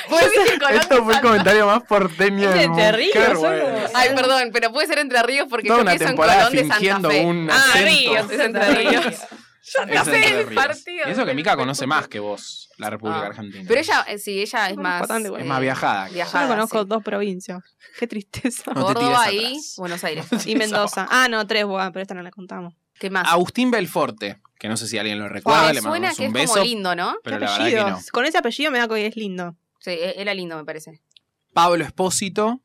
Speaker 2: Puede ser en Colón de Santa-
Speaker 1: comentario más porteño
Speaker 4: Es de Entre Ríos,
Speaker 1: Qué
Speaker 4: solo.
Speaker 1: vergüenza.
Speaker 2: Ay, perdón, pero puede ser Entre Ríos porque
Speaker 1: Toda
Speaker 2: yo
Speaker 1: una
Speaker 2: pienso en
Speaker 1: temporada
Speaker 2: Colón de Santa
Speaker 1: fingiendo
Speaker 2: Fe.
Speaker 1: un
Speaker 2: ah,
Speaker 1: acento.
Speaker 2: Ríos, es Entre Ríos.
Speaker 1: Es
Speaker 2: Santa Fe,
Speaker 1: Entre
Speaker 2: el
Speaker 1: Ríos.
Speaker 2: partido.
Speaker 1: Y eso que Mica conoce más que vos, la República
Speaker 2: Ah.
Speaker 1: Argentina.
Speaker 2: Pero ella, eh, sí, ella es
Speaker 3: Bueno,
Speaker 2: más...
Speaker 3: bastante buena.
Speaker 1: es más
Speaker 2: eh,
Speaker 1: viajada.
Speaker 3: Yo solo
Speaker 2: viajada,
Speaker 3: conozco
Speaker 2: sí.
Speaker 3: dos provincias. Qué tristeza.
Speaker 1: No te
Speaker 2: Córdoba
Speaker 1: tires
Speaker 2: y
Speaker 1: atrás.
Speaker 2: Buenos Aires.
Speaker 3: Y Mendoza. Ah, no, tres, bueno, pero esta no la contamos.
Speaker 2: ¿Qué más?
Speaker 1: Agustín Belforte, que no sé si alguien lo recuerda,
Speaker 2: Me
Speaker 1: le
Speaker 2: suena
Speaker 1: mandamos
Speaker 2: que
Speaker 1: un
Speaker 2: es
Speaker 1: beso,
Speaker 2: como lindo, ¿no?
Speaker 1: pero
Speaker 3: ¿Qué
Speaker 1: la verdad que no.
Speaker 3: apellidos? Con ese apellido me da que es lindo.
Speaker 2: Sí, e- era lindo, me parece.
Speaker 1: Pablo Espósito,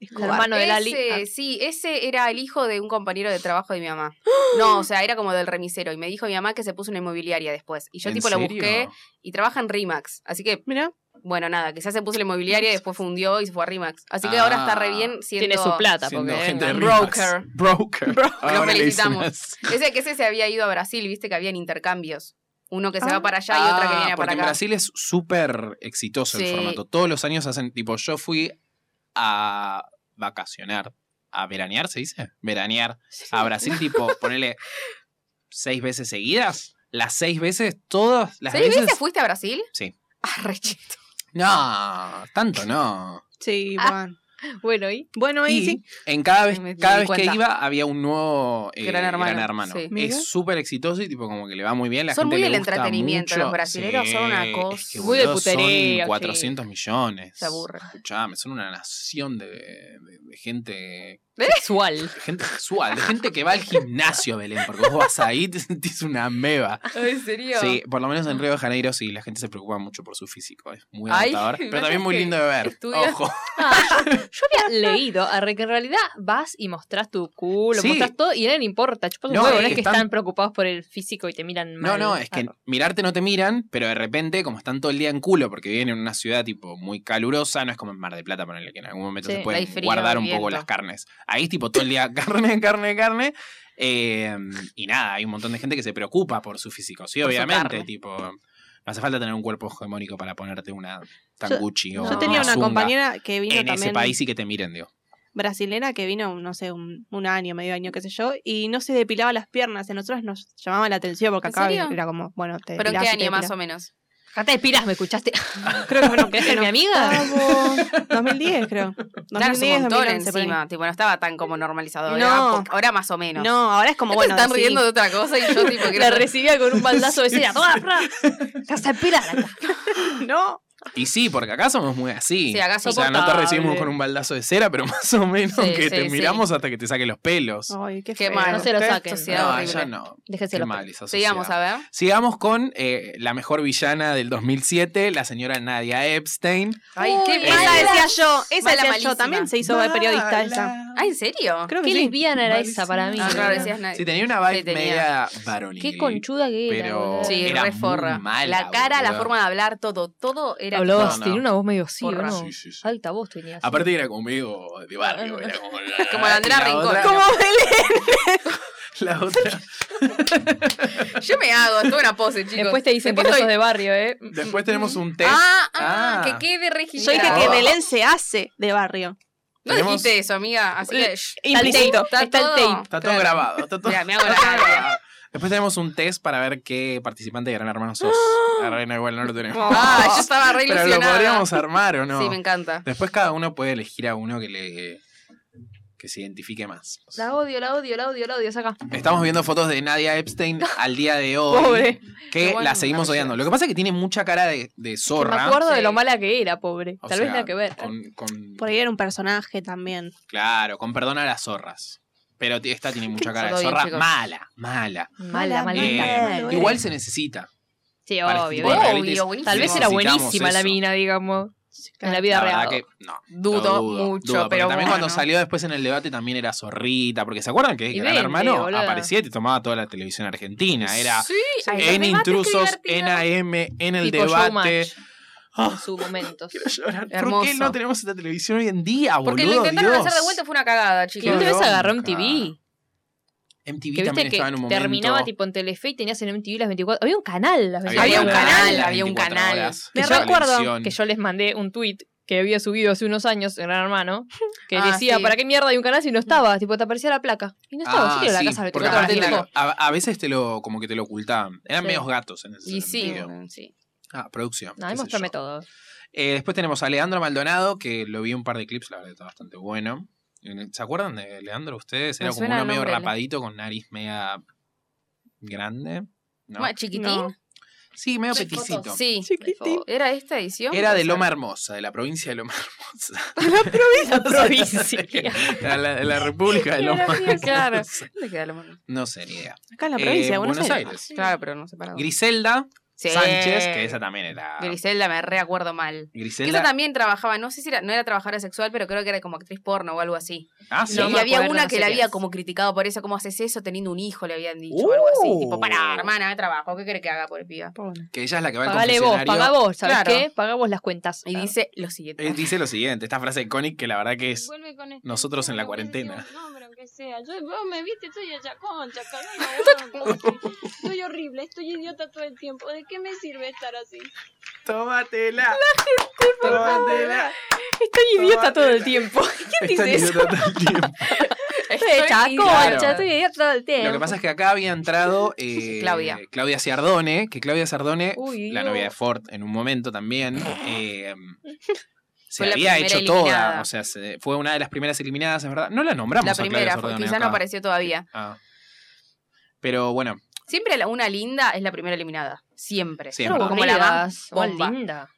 Speaker 4: El hermano de Lali. Ah.
Speaker 2: Ese, Sí, ese era el hijo de un compañero de trabajo de mi mamá.
Speaker 4: ¡Ah!
Speaker 2: No, o sea, era como del remisero. Y me dijo mi mamá que se puso una inmobiliaria después. Y yo,
Speaker 1: ¿En
Speaker 2: tipo, lo
Speaker 1: serio?
Speaker 2: busqué y trabaja en Rimax. Así que,
Speaker 3: Mira,
Speaker 2: bueno, nada, quizás se puso la inmobiliaria y después fundió y se fue a Rimax. Así que ahora está re bien siendo.
Speaker 4: Ah. Tiene su plata,
Speaker 1: siendo
Speaker 4: porque
Speaker 1: gente
Speaker 4: eh,
Speaker 1: de
Speaker 2: Broker.
Speaker 1: Rimax. Broker. Ahora
Speaker 2: Lo
Speaker 1: le dicen
Speaker 2: felicitamos.
Speaker 1: así.
Speaker 2: Ese que ese se había ido a Brasil, viste que habían intercambios. Uno que se va para allá y otra que
Speaker 1: Ah,
Speaker 2: viene
Speaker 1: porque
Speaker 2: para
Speaker 1: en
Speaker 2: acá.
Speaker 1: Brasil es súper exitoso
Speaker 2: Sí.
Speaker 1: el formato. Todos los años hacen, tipo, yo fui a vacacionar, a veranear, ¿se dice? Veranear a Brasil, tipo, ponele seis veces seguidas. Las seis veces, todas las
Speaker 2: ¿Seis
Speaker 1: veces.
Speaker 2: veces fuiste a Brasil?
Speaker 1: Sí.
Speaker 2: Ah, re chido.
Speaker 1: No, tanto no.
Speaker 3: sí,
Speaker 4: Ah.
Speaker 3: bueno.
Speaker 4: Bueno, y
Speaker 3: Bueno, y
Speaker 1: Y
Speaker 3: sí.
Speaker 1: en cada vez,
Speaker 2: Me- me
Speaker 1: cada
Speaker 2: di
Speaker 1: vez que
Speaker 2: cuenta.
Speaker 1: iba había un nuevo eh,
Speaker 2: Gran
Speaker 1: gran
Speaker 2: Hermano,
Speaker 1: hermano.
Speaker 2: sí.
Speaker 3: Mira.
Speaker 1: Es súper exitoso y tipo como que le va muy bien. La
Speaker 2: Son
Speaker 1: gente
Speaker 2: muy
Speaker 1: le
Speaker 2: del
Speaker 1: gusta
Speaker 2: entretenimiento,
Speaker 1: mucho.
Speaker 2: los brasileros son una cosa.
Speaker 1: es que,
Speaker 4: Muy de
Speaker 1: boludo, son
Speaker 4: putería, sí.
Speaker 1: 400 millones.
Speaker 2: Se aburre.
Speaker 1: Escuchame, son una nación de, de- de gente
Speaker 4: sexual.
Speaker 1: de gente sexual, de gente que va al gimnasio, Belén, porque vos vas ahí y te sentís una meba.
Speaker 4: Oh,
Speaker 2: ¿En serio?
Speaker 1: Sí, por lo menos en Río de Janeiro sí, la gente se preocupa mucho por su físico, es muy
Speaker 2: Ay,
Speaker 1: agotador, pero
Speaker 2: gracias
Speaker 1: también muy
Speaker 2: que
Speaker 1: lindo de ver.
Speaker 2: estudias.
Speaker 1: Ojo.
Speaker 4: Ah, yo, yo vi a leído. Arre que en realidad vas y mostrás tu culo,
Speaker 1: Sí.
Speaker 4: mostrás todo y a nadie le importa. Chupas un
Speaker 1: No,
Speaker 4: huevo,
Speaker 1: es
Speaker 4: no es
Speaker 1: que
Speaker 4: que
Speaker 1: están-
Speaker 4: están... preocupados por el físico y te miran
Speaker 1: No,
Speaker 4: mal. Ah,
Speaker 1: no, es que
Speaker 4: Arre.
Speaker 1: mirarte no te miran, pero de repente, como están todo el día en culo, porque viven en una ciudad tipo muy calurosa, no es como en Mar de Plata, ponerle que en algún momento
Speaker 4: Sí,
Speaker 1: se pueden
Speaker 2: hay frío,
Speaker 1: guardar un
Speaker 2: viento.
Speaker 1: poco las carnes. Ahí es tipo todo el día carne, carne, carne. eh, y nada, hay un montón de gente que se preocupa por su físico. Sí,
Speaker 2: Por su
Speaker 1: obviamente,
Speaker 2: carne.
Speaker 1: tipo. No hace falta tener un cuerpo hegemónico para ponerte una
Speaker 3: Yo-
Speaker 1: tanguchi o
Speaker 3: Yo tenía una
Speaker 1: zunga
Speaker 3: compañera que vino
Speaker 1: en ese
Speaker 3: también
Speaker 1: país y que te miren, digo.
Speaker 3: brasilera que vino, no sé, un, un año, medio año, qué sé yo, y no se depilaba las piernas. A nosotros nos llamaba la atención porque
Speaker 2: ¿En
Speaker 3: acá
Speaker 2: serio?
Speaker 3: era como, bueno, te
Speaker 2: ¿Pero en qué
Speaker 3: depilás y te
Speaker 2: año más
Speaker 3: depilás.
Speaker 2: o menos?
Speaker 4: Acá te despirás, ¿me escuchaste?
Speaker 3: Creo que bueno,
Speaker 4: ¿Querés ser mi amiga?
Speaker 3: octavo, 2010 creo. 2010,
Speaker 2: Claro, es un montón
Speaker 3: 2011, por ahí.
Speaker 2: encima. Tipo, no estaba tan como normalizado.
Speaker 3: No.
Speaker 2: era po- ahora más o menos.
Speaker 3: No, ahora es como,
Speaker 2: Ustedes
Speaker 3: bueno,
Speaker 2: están
Speaker 3: decidí.
Speaker 2: riendo de otra cosa y yo, tipo,
Speaker 4: La
Speaker 2: quiero-
Speaker 4: recibía con un baldazo de cera. ¡Toma, fra! ¡Casa de pirar acá!
Speaker 3: No,
Speaker 1: Y sí, porque acá somos muy así.
Speaker 2: Sí, acá
Speaker 1: o sea, no te
Speaker 4: soportable.
Speaker 1: recibimos con un baldazo de cera, pero más o menos
Speaker 2: Sí,
Speaker 1: que te
Speaker 2: sí, sí.
Speaker 1: miramos hasta que te saque los pelos.
Speaker 3: Ay, qué,
Speaker 2: Qué
Speaker 3: feo.
Speaker 2: mal.
Speaker 4: No se lo
Speaker 2: Qué
Speaker 4: saquen.
Speaker 2: sociedad
Speaker 1: no,
Speaker 2: horrible.
Speaker 1: ya no. Qué
Speaker 4: Déjenselo.
Speaker 1: mal esa
Speaker 2: Sigamos,
Speaker 1: sociedad.
Speaker 2: a ver.
Speaker 1: Sigamos con eh, la mejor villana del 2007, la señora Nadia Epstein.
Speaker 2: Ay, qué
Speaker 4: Uy,
Speaker 2: mala.
Speaker 3: Esa decía yo, esa
Speaker 2: Mala,
Speaker 3: decía
Speaker 2: malísima.
Speaker 3: yo, también se hizo periodista esa.
Speaker 2: Ay, ¿en serio?
Speaker 3: Creo que
Speaker 4: Qué
Speaker 3: sí.
Speaker 4: lesbiana era esa para mí.
Speaker 2: Ah, claro, decías nadie.
Speaker 1: Sí, tenía una vibe
Speaker 2: Sí, tenía.
Speaker 1: media varonil.
Speaker 4: Qué conchuda que era.
Speaker 1: Pero-
Speaker 4: boludo.
Speaker 2: Sí,
Speaker 1: Era
Speaker 2: re
Speaker 1: muy
Speaker 2: forra.
Speaker 1: mala,
Speaker 2: la cara, la
Speaker 1: boluda.
Speaker 2: forma de hablar, todo, todo era.
Speaker 4: Hablaba,
Speaker 1: No, no.
Speaker 4: tenía una voz medio así,
Speaker 2: Porra.
Speaker 4: ¿no?
Speaker 1: Sí, sí, sí.
Speaker 4: Alta voz tenía. así.
Speaker 1: Aparte era como medio de barrio. Era como,
Speaker 2: Como la Andrea
Speaker 1: y
Speaker 2: Rincón.
Speaker 1: otra-
Speaker 2: Como
Speaker 1: La otra.
Speaker 2: Yo me hago, toda una pose, chicos.
Speaker 4: Después te dicen que no
Speaker 2: estoy-
Speaker 4: sos de barrio, ¿eh?
Speaker 1: Después tenemos un test.
Speaker 2: Ah,
Speaker 1: Ah.
Speaker 2: ah, que quede
Speaker 3: Yo
Speaker 2: registrado.
Speaker 3: dije que
Speaker 1: Oh.
Speaker 3: Belén se hace de barrio.
Speaker 2: No
Speaker 1: Tenemos-
Speaker 2: dijiste eso, amiga. Así que. shh,
Speaker 3: Implícito.
Speaker 2: Está,
Speaker 4: Está el
Speaker 2: todo.
Speaker 4: tape.
Speaker 1: Está todo grabado. Está todo...
Speaker 2: Mira, me hago la
Speaker 1: está todo
Speaker 2: cara.
Speaker 1: grabado. Ah, Después tenemos un test para ver qué participante de Gran Hermano sos. La reina igual no lo tenemos.
Speaker 2: Ah, yo estaba re
Speaker 1: Pero
Speaker 2: ilusionada.
Speaker 1: lo podríamos armar o no.
Speaker 2: Sí, me encanta.
Speaker 1: Después cada uno puede elegir a uno que le que se identifique más.
Speaker 4: La odio, la odio, la odio, la odio. Saca.
Speaker 1: Estamos viendo fotos de Nadia Epstein al día de hoy.
Speaker 4: Pobre.
Speaker 1: Que
Speaker 2: Igual
Speaker 1: la
Speaker 2: no,
Speaker 1: seguimos
Speaker 2: no me
Speaker 1: odiando. Lo que pasa es que tiene mucha cara de, de
Speaker 4: Me
Speaker 1: zorra.
Speaker 4: acuerdo de lo
Speaker 2: Sí.
Speaker 4: mala que era, pobre.
Speaker 1: O
Speaker 4: Tal vez
Speaker 1: sea,
Speaker 4: nada que ver.
Speaker 1: Con, con-
Speaker 3: Por ahí era un personaje también.
Speaker 1: claro, con perdón a las zorras. Pero t- esta tiene mucha cara de
Speaker 2: Todo bien,
Speaker 1: zorra
Speaker 2: chicos.
Speaker 1: mala, mala.
Speaker 4: Mala, mala.
Speaker 1: Eh,
Speaker 4: mala.
Speaker 1: Igual se necesita.
Speaker 4: Sí,
Speaker 1: Para este
Speaker 4: obvio.
Speaker 1: tipo de
Speaker 4: ¿eh?
Speaker 1: realities
Speaker 2: buenísimo.
Speaker 4: Tal vez era
Speaker 1: necesitamos
Speaker 4: buenísima la
Speaker 1: eso.
Speaker 4: mina, digamos. En la vida
Speaker 1: La verdad
Speaker 4: real.
Speaker 1: que no.
Speaker 2: Dudo
Speaker 1: lo
Speaker 2: mucho,
Speaker 1: dudo, porque
Speaker 2: pero
Speaker 1: también
Speaker 2: bueno.
Speaker 1: cuando salió después en el debate también era zorrita, porque se acuerdan que
Speaker 4: Y
Speaker 1: Gran
Speaker 4: vende,
Speaker 1: Hermano
Speaker 4: boluda.
Speaker 1: aparecía y te tomaba toda la televisión argentina, era
Speaker 2: Sí, ay, los
Speaker 1: en
Speaker 2: debates qué
Speaker 1: intrusos,
Speaker 2: divertido.
Speaker 1: en AM, en el
Speaker 4: Tipo
Speaker 1: debate.
Speaker 4: showmatch en
Speaker 1: Ah,
Speaker 4: sus momentos.
Speaker 1: quiero llorar. ¿Por
Speaker 2: Hermoso.
Speaker 1: qué no tenemos esta televisión hoy en día, boludo?
Speaker 2: Porque lo intentaron
Speaker 1: Dios.
Speaker 2: hacer de vuelta fue una cagada,
Speaker 4: Que
Speaker 2: chicos.
Speaker 1: Qué
Speaker 4: otra vez agarró
Speaker 1: bronca.
Speaker 4: MTV.
Speaker 1: MTV
Speaker 4: Que
Speaker 1: también
Speaker 4: viste que
Speaker 1: estaba en un momento.
Speaker 4: terminaba tipo en Telefe y tenías en MTV las 24. Había un canal las 24
Speaker 2: Había un
Speaker 4: horas.
Speaker 2: canal,
Speaker 1: las
Speaker 2: había un
Speaker 1: 24
Speaker 2: canal.
Speaker 1: horas.
Speaker 4: Que
Speaker 1: Esa
Speaker 4: yo recuerdo
Speaker 1: televisión.
Speaker 4: que yo les mandé un tweet que había subido hace unos años en Gran Hermano que
Speaker 2: Ah,
Speaker 4: decía,
Speaker 2: sí. Mm.
Speaker 4: ¿para qué mierda hay un canal si no estaba? Tipo, te aparecía la placa. Y no estaba,
Speaker 1: Ah,
Speaker 4: sí, era
Speaker 1: sí,
Speaker 4: la casa de
Speaker 1: porque
Speaker 4: 24 horas.
Speaker 1: aparte
Speaker 4: tipo.
Speaker 1: la- a, a veces te lo, como que te lo ocultaban. Eran
Speaker 4: Sí.
Speaker 1: medios gatos en ese
Speaker 2: Y sí,
Speaker 1: sentido.
Speaker 2: sí.
Speaker 1: Ah, producción.
Speaker 4: No, ahí
Speaker 1: qué sé
Speaker 4: mostrame
Speaker 1: yo.
Speaker 4: todo.
Speaker 1: Eh, después tenemos a Leandro Maldonado, que lo vi un par de clips, la verdad está bastante bueno. En- ¿Se acuerdan de Leandro ustedes?
Speaker 2: Me
Speaker 1: Era como
Speaker 2: suena
Speaker 1: uno
Speaker 2: el
Speaker 1: medio
Speaker 2: nombre, Le-
Speaker 1: rapadito con nariz media grande. ¿no?
Speaker 2: Bueno, chiquitín.
Speaker 3: No.
Speaker 1: Sí, medio peticito.
Speaker 2: Sí.
Speaker 3: Chiquitín.
Speaker 2: ¿Era esta edición?
Speaker 1: Era de
Speaker 2: Puede
Speaker 1: Loma
Speaker 2: ser.
Speaker 1: Hermosa, de la provincia de Loma Hermosa.
Speaker 4: La provincia.
Speaker 1: la, la- la República de Loma Hermosa.
Speaker 2: Claro. ¿Dónde queda Loma Hermosa?
Speaker 1: No sé, ni idea.
Speaker 3: Acá en la
Speaker 1: Eh,
Speaker 3: provincia de Buenos, Aires.
Speaker 2: Claro, pero no sé para dónde.
Speaker 1: Griselda
Speaker 2: Sí.
Speaker 1: Sánchez, que esa también era.
Speaker 2: Griselda, me reacuerdo mal. Que esa
Speaker 1: Griselda.
Speaker 2: también trabajaba, no sé si era, no era trabajadora sexual, pero creo que era como actriz porno o algo así.
Speaker 1: Ah, sí.
Speaker 4: No
Speaker 2: y
Speaker 4: me
Speaker 2: había
Speaker 4: acuerdo,
Speaker 2: una
Speaker 4: no
Speaker 2: que
Speaker 4: sé
Speaker 2: la
Speaker 4: qué
Speaker 2: había
Speaker 4: es.
Speaker 2: como criticado por eso, cómo haces eso teniendo un hijo, le habían dicho, o algo así. Tipo, pará,
Speaker 1: Uh.
Speaker 2: hermana, de trabajo, ¿qué crees que haga por el piba?
Speaker 3: Pobre.
Speaker 1: que ella es la que va al
Speaker 4: Pagale vos,
Speaker 1: confesionario.
Speaker 4: pagá vos, ¿sabés
Speaker 2: Claro.
Speaker 4: qué? Pagá vos las cuentas.
Speaker 2: Y dice lo siguiente.
Speaker 1: Eh, dice lo siguiente, esta frase icónica que la verdad que es
Speaker 6: Vuelve con este
Speaker 1: nosotros en la
Speaker 6: aunque sea,
Speaker 1: cuarentena.
Speaker 6: No, pero aunque sea. Yo, vos me viste, soy el chacón, chacalón. Soy horrible, estoy idiota todo el tiempo. ¿De qué me sirve estar así?
Speaker 1: Tómatela. Tómatela.
Speaker 4: Estoy idiota todo el tiempo. ¿Quién
Speaker 1: Están
Speaker 4: dice eso?
Speaker 1: idiotando el tiempo.
Speaker 4: Estoy
Speaker 1: Claro.
Speaker 4: chacocha, estoy idiota todo el tiempo.
Speaker 1: Lo que pasa es que acá había entrado eh,
Speaker 2: Claudia.
Speaker 1: Claudia Ciardone, que Claudia Ciardone,
Speaker 4: Uy,
Speaker 1: la
Speaker 4: no.
Speaker 1: novia de Ford en un momento también, eh, se
Speaker 2: Fue la
Speaker 1: había
Speaker 2: primera
Speaker 1: hecho toda.
Speaker 2: eliminada.
Speaker 1: O sea, se- fue una de las primeras eliminadas, es verdad. No la nombramos
Speaker 2: La
Speaker 1: a Claudia
Speaker 2: primera,
Speaker 1: Ciardone
Speaker 2: quizás
Speaker 1: acá.
Speaker 2: no apareció todavía.
Speaker 1: Ah. Pero bueno,
Speaker 2: Siempre la- una linda es la primera eliminada. Siempre.
Speaker 1: Siempre.
Speaker 2: Como la más
Speaker 4: Aburridas, igual
Speaker 2: bomba.
Speaker 4: linda.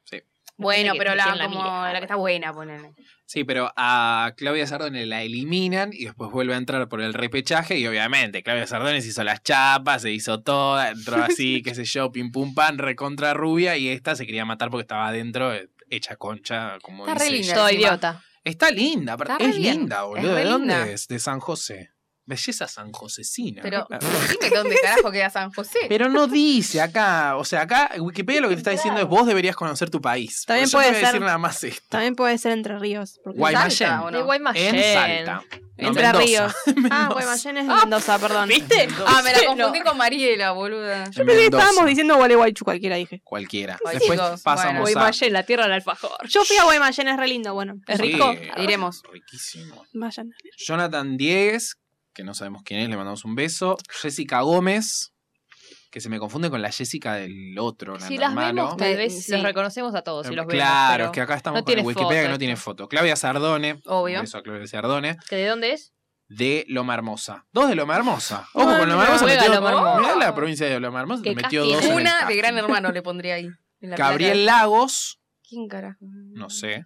Speaker 2: Bueno,
Speaker 4: que-
Speaker 2: pero
Speaker 4: que
Speaker 2: la,
Speaker 4: quien la
Speaker 2: como
Speaker 4: mira.
Speaker 2: la que está buena, ponele.
Speaker 1: Sí, pero a Claudia Sardone la eliminan y después vuelve a entrar por el repechaje y obviamente Claudia Sardone se hizo las chapas, se hizo toda, entró así, qué sé yo, pim pum pan, recontra rubia y esta se quería matar porque estaba adentro eh, hecha concha, como
Speaker 2: Está re
Speaker 1: dice
Speaker 2: linda.
Speaker 1: ella.
Speaker 4: Todo
Speaker 2: encima.
Speaker 4: idiota.
Speaker 1: Está linda, aparte-
Speaker 2: Está re
Speaker 1: es
Speaker 2: bien,
Speaker 1: linda,
Speaker 2: es
Speaker 1: boludo.
Speaker 2: re
Speaker 1: ¿De
Speaker 2: linda.
Speaker 1: dónde es? De San José. Belleza San Josecina.
Speaker 2: Pero dime dónde carajo queda San José.
Speaker 1: Pero no dice acá, o sea, acá Wikipedia lo que te está diciendo es vos deberías conocer tu país.
Speaker 3: También
Speaker 1: Porque yo no
Speaker 3: puede
Speaker 1: voy a
Speaker 3: ser.
Speaker 1: decir nada más esto.
Speaker 3: También puede ser Entre Ríos. Porque
Speaker 2: Guay-
Speaker 1: Guaymallén.
Speaker 2: Salta, ¿o no?
Speaker 4: De Guaymallén.
Speaker 1: En Salta. No,
Speaker 3: Entre
Speaker 1: Mendoza.
Speaker 3: Ríos. Ah,
Speaker 1: Mendoza.
Speaker 3: Guaymallén es de Mendoza, perdón.
Speaker 1: ¿Viste?
Speaker 2: Ah, me la
Speaker 3: Sí,
Speaker 2: confundí
Speaker 3: no.
Speaker 2: con Mariela, boluda.
Speaker 1: En
Speaker 3: Pensé que
Speaker 1: Mendoza.
Speaker 3: estábamos diciendo Gualeguaychú, cualquiera dije.
Speaker 1: Cualquiera.
Speaker 2: Ay,
Speaker 1: Después
Speaker 2: chicos,
Speaker 1: pasamos
Speaker 2: bueno.
Speaker 1: a...
Speaker 4: Guaymallén, la tierra del alfajor.
Speaker 3: Yo fui a Guaymallén, es re lindo, bueno.
Speaker 4: Es
Speaker 1: Sí,
Speaker 4: rico.
Speaker 2: Iremos.
Speaker 1: Riquísimo.
Speaker 3: Vayan.
Speaker 1: Jonathan Diegues, que no sabemos quién es, le mandamos un beso. Jessica Gómez, que se me confunde con la Jessica del otro, la
Speaker 4: Si
Speaker 1: del
Speaker 4: las
Speaker 1: hermano.
Speaker 4: vemos, tal vez
Speaker 2: Sí.
Speaker 4: los reconocemos a todos. Si los vemos,
Speaker 1: claro,
Speaker 4: pero-
Speaker 1: es que acá estamos
Speaker 4: no
Speaker 1: con el
Speaker 4: tiene
Speaker 1: Wikipedia
Speaker 4: foto
Speaker 1: que no
Speaker 4: esto.
Speaker 1: tiene foto. Claudia Sardone,
Speaker 2: Obvio.
Speaker 1: un beso a Claudia Sardone,
Speaker 4: ¿Que ¿De dónde es?
Speaker 1: de Loma Hermosa. Dos de Loma Hermosa. Ojo con
Speaker 3: Bueno,
Speaker 1: Loma Hermosa.
Speaker 4: juega
Speaker 1: Metió,
Speaker 4: Loma Hermosa.
Speaker 1: Mirá la provincia de Loma Hermosa,
Speaker 4: Qué
Speaker 1: que metió
Speaker 4: castigo.
Speaker 1: dos. en el
Speaker 2: Una de
Speaker 1: casting.
Speaker 2: gran hermano le pondría ahí. en la placa.
Speaker 1: Gabriel Lagos,
Speaker 2: ¿Quién carajo?
Speaker 1: no sé.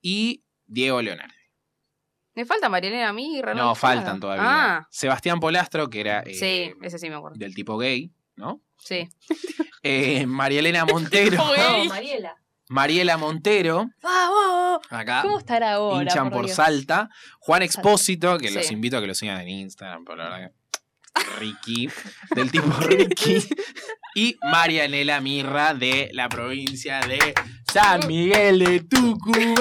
Speaker 1: Y Diego Leonardo.
Speaker 2: ¿Me falta Marielena a mí? Renata?
Speaker 1: No, faltan todavía.
Speaker 2: Ah,
Speaker 1: Sebastián Polastro, que era eh,
Speaker 2: sí, ese sí me acuerdo.
Speaker 1: del tipo gay, ¿no?
Speaker 2: Sí.
Speaker 1: Eh, María Elena Montero.
Speaker 4: No, Mariela.
Speaker 1: Mariela Montero,
Speaker 4: Ah, ¡Vamos!
Speaker 1: acá
Speaker 4: ¿Cómo estará ahora?
Speaker 1: Ah, hinchan por
Speaker 4: Dios?
Speaker 1: Salta. Juan Expósito, que los
Speaker 2: Sí.
Speaker 1: invito a que lo sigan en Instagram, pero la verdad que- Ricky, del tipo Ricky. Y Marianela Mirra, de la provincia de San Miguel de Tucumán.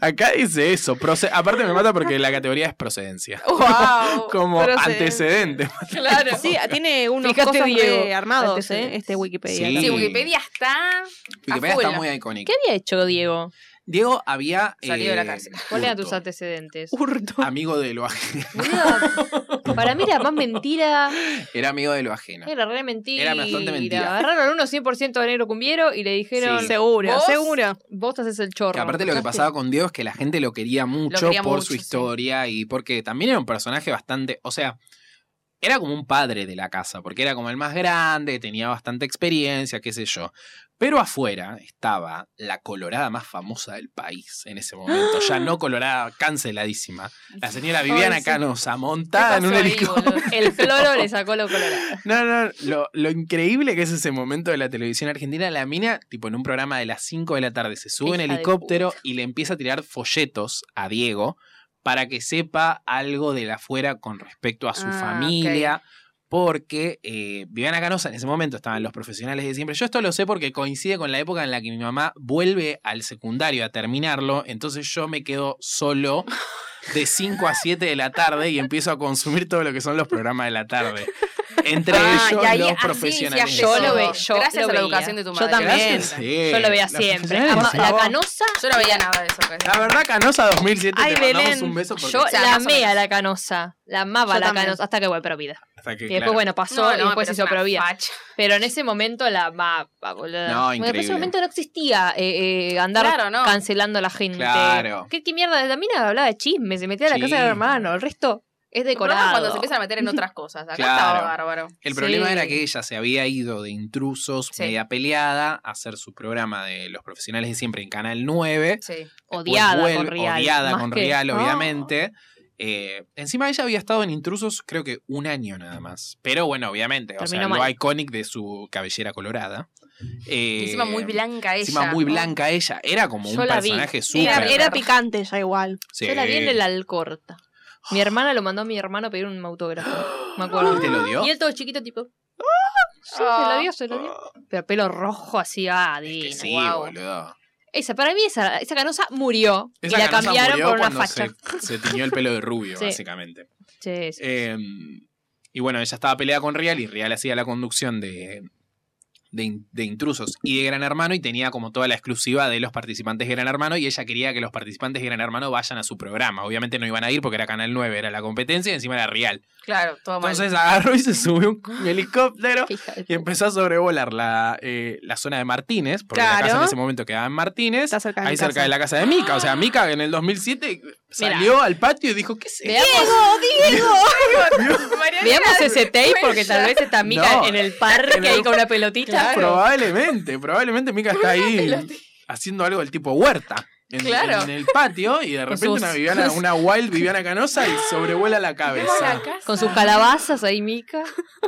Speaker 1: Acá dice eso. proce- Aparte me mata porque la categoría es procedencia.
Speaker 2: ¡Wow!
Speaker 1: Como
Speaker 3: procedencia.
Speaker 1: antecedente.
Speaker 2: claro.
Speaker 3: Sí, tiene unos
Speaker 4: Fíjate,
Speaker 3: cosas
Speaker 4: Diego.
Speaker 3: re armados,
Speaker 4: Antecedentes.
Speaker 3: eh, este Wikipedia.
Speaker 1: Sí.
Speaker 2: Sí, Wikipedia está.
Speaker 1: Wikipedia
Speaker 2: full.
Speaker 1: está muy icónica.
Speaker 4: ¿Qué había hecho Diego?
Speaker 1: Diego había.
Speaker 2: Salido de la cárcel.
Speaker 4: ¿Cuáles eran
Speaker 1: hurto.
Speaker 4: tus antecedentes?
Speaker 3: Hurto.
Speaker 1: Amigo de lo ajeno.
Speaker 4: Mira, para mí era más mentira.
Speaker 1: Era amigo de lo ajeno.
Speaker 4: Era re mentira.
Speaker 1: Era bastante mentira.
Speaker 4: Agarraron a uno 100% de negro cumbiero y le dijeron,
Speaker 1: Sí.
Speaker 3: Seguro,
Speaker 2: ¿Vos?
Speaker 3: seguro.
Speaker 4: vos te haces el chorro.
Speaker 1: Que aparte lo que pasaba con Diego es que la gente lo quería mucho
Speaker 2: quería
Speaker 1: por
Speaker 2: mucho,
Speaker 1: su
Speaker 2: sí.
Speaker 1: historia y porque también era un personaje bastante, o sea, era como un padre de la casa, porque era como el más grande, tenía bastante experiencia, qué sé yo. Pero afuera estaba la colorada más famosa del país en ese momento, ya no colorada, canceladísima. La señora Viviana
Speaker 2: Ay, sí.
Speaker 1: Canosa
Speaker 2: ¿Qué
Speaker 1: montada en
Speaker 2: pasó
Speaker 1: un
Speaker 2: ahí,
Speaker 1: helicóptero.
Speaker 2: boludo?
Speaker 4: El cloro le sacó lo colorado.
Speaker 1: No, no, lo, lo increíble que es ese momento de la televisión argentina, la mina, tipo en un programa de las 5 de la tarde, se sube en
Speaker 4: Hija de
Speaker 1: helicóptero y le empieza a tirar folletos a Diego para que sepa algo de la afuera con respecto a su
Speaker 2: Ah,
Speaker 1: familia. Porque eh, Viviana Canosa en ese momento estaban los profesionales de siempre. Yo esto lo sé porque coincide con la época en la que mi mamá vuelve al secundario a terminarlo. Entonces yo me quedo solo de 5 a 7 de la tarde y empiezo a consumir todo lo que son los programas de la tarde. Entre
Speaker 2: Ah,
Speaker 1: ellos
Speaker 2: y ahí
Speaker 1: los
Speaker 2: así
Speaker 1: profesionales.
Speaker 2: se hace
Speaker 4: Yo lo
Speaker 2: todo.
Speaker 4: ve- yo
Speaker 2: Gracias
Speaker 4: lo
Speaker 2: a la
Speaker 4: veía.
Speaker 2: educación de tu
Speaker 3: Yo
Speaker 2: madre.
Speaker 3: también.
Speaker 1: Gracias, sí.
Speaker 4: Yo lo veía
Speaker 1: Los
Speaker 4: siempre.
Speaker 1: profesionales,
Speaker 4: Ama-
Speaker 1: por
Speaker 4: la
Speaker 1: favor.
Speaker 4: canosa,
Speaker 2: Yo no veía nada de eso. pues. que decía.
Speaker 1: La verdad, Canosa 2007,
Speaker 3: Ay,
Speaker 1: te mandamos
Speaker 3: Belén.
Speaker 1: un beso porque
Speaker 4: yo
Speaker 2: O sea,
Speaker 4: la
Speaker 2: más o
Speaker 4: amé a
Speaker 2: menos.
Speaker 4: la canosa. La amaba
Speaker 3: Yo
Speaker 4: la
Speaker 3: también.
Speaker 4: canosa. Hasta que, bueno, pero vida.
Speaker 1: hasta que,
Speaker 4: Y después,
Speaker 1: claro.
Speaker 4: bueno, pasó
Speaker 2: No, no,
Speaker 4: y después
Speaker 2: pero
Speaker 4: se
Speaker 2: es
Speaker 4: hizo
Speaker 2: una
Speaker 4: provida.
Speaker 2: facha.
Speaker 4: Pero en ese momento la amaba, boludo.
Speaker 1: No,
Speaker 4: En
Speaker 1: increíble.
Speaker 4: ese momento no existía eh, eh, andar
Speaker 2: Claro, no.
Speaker 4: cancelando a la gente.
Speaker 1: Claro.
Speaker 4: ¿Qué, qué mierda? La mina hablaba de chisme, se metía a la casa del
Speaker 1: Sí.
Speaker 4: hermano. El resto es
Speaker 2: El problema es
Speaker 4: decorado.
Speaker 2: cuando se empiezan a meter en otras cosas. Acá estaba
Speaker 1: Claro.
Speaker 2: bárbaro.
Speaker 1: El problema
Speaker 4: Sí.
Speaker 1: era que ella se había ido de intrusos,
Speaker 2: Sí.
Speaker 1: media peleada, a hacer su programa de los profesionales de siempre en Canal 9.
Speaker 2: Sí.
Speaker 1: Después
Speaker 4: Odiada con
Speaker 1: vuelve-
Speaker 4: Real.
Speaker 1: Odiada
Speaker 4: más
Speaker 1: con
Speaker 4: que-
Speaker 1: Real, obviamente. Eh, encima ella había estado en intrusos creo que un año nada más. Pero bueno, obviamente, o sea,
Speaker 4: Terminó mal.
Speaker 1: lo iconic de su cabellera colorada. Eh,
Speaker 2: Y encima muy blanca ella.
Speaker 1: Encima muy
Speaker 2: ¿no?
Speaker 1: blanca ella. Era como
Speaker 4: Yo
Speaker 1: un
Speaker 4: la vi.
Speaker 1: personaje
Speaker 3: Era,
Speaker 1: súper.
Speaker 3: era picante ya igual.
Speaker 1: Sí.
Speaker 4: Yo la vi en el Alcorta. Mi hermana lo mandó a mi hermano a pedir un autógrafo. Me
Speaker 1: ¿Y
Speaker 4: acuerdo.
Speaker 1: te lo dio?
Speaker 4: Y él todo chiquito, tipo. Sí, se
Speaker 2: Oh.
Speaker 4: lo dio, se lo dio. Pero pelo rojo así, ah,
Speaker 1: Es que
Speaker 4: divino.
Speaker 1: sí,
Speaker 4: guau.
Speaker 1: boludo.
Speaker 4: Esa, para mí, esa, esa canosa murió.
Speaker 1: Esa
Speaker 4: y la
Speaker 1: canosa
Speaker 4: cambiaron
Speaker 1: murió
Speaker 4: por una
Speaker 1: cuando
Speaker 4: facha.
Speaker 1: Se, se tiñó el pelo de rubio,
Speaker 4: Sí.
Speaker 1: básicamente.
Speaker 4: Sí, sí.
Speaker 1: Eh, y bueno, ella estaba peleada con Real y Real hacía la conducción de, de, in- de intrusos y de Gran Hermano y tenía como toda la exclusiva de los participantes de Gran Hermano y ella quería que los participantes de Gran Hermano vayan a su programa. Obviamente no iban a ir porque era Canal 9, era la competencia y encima era Real.
Speaker 2: Claro,
Speaker 3: Oh,
Speaker 2: todo mal.
Speaker 1: Entonces agarró y se subió un helicóptero
Speaker 4: Qué hija de
Speaker 1: y
Speaker 4: puta.
Speaker 1: empezó a sobrevolar la, eh, la zona de Martínez, porque la
Speaker 3: Claro.
Speaker 1: casa en ese momento quedaba en Martínez.
Speaker 3: Está cerca de mi
Speaker 1: Ahí cerca
Speaker 3: casa.
Speaker 1: de la casa de Mica. O sea, Mica en el 2007 salió al patio y dijo, ¿qué es esto?
Speaker 4: Veamos,
Speaker 2: Mariana,
Speaker 4: veamos ese tape porque tal vez está Mica
Speaker 1: No.
Speaker 4: en el parque
Speaker 1: En el-
Speaker 4: ahí con una pelotita.
Speaker 1: Probablemente, probablemente Mica está ahí haciendo algo del tipo huerta. En,
Speaker 2: Claro.
Speaker 1: en el patio y de repente
Speaker 4: sus-
Speaker 1: una, Viviana- una wild Viviana Canosa y sobrevuela la cabeza.
Speaker 4: Con sus calabazas ahí, Mica.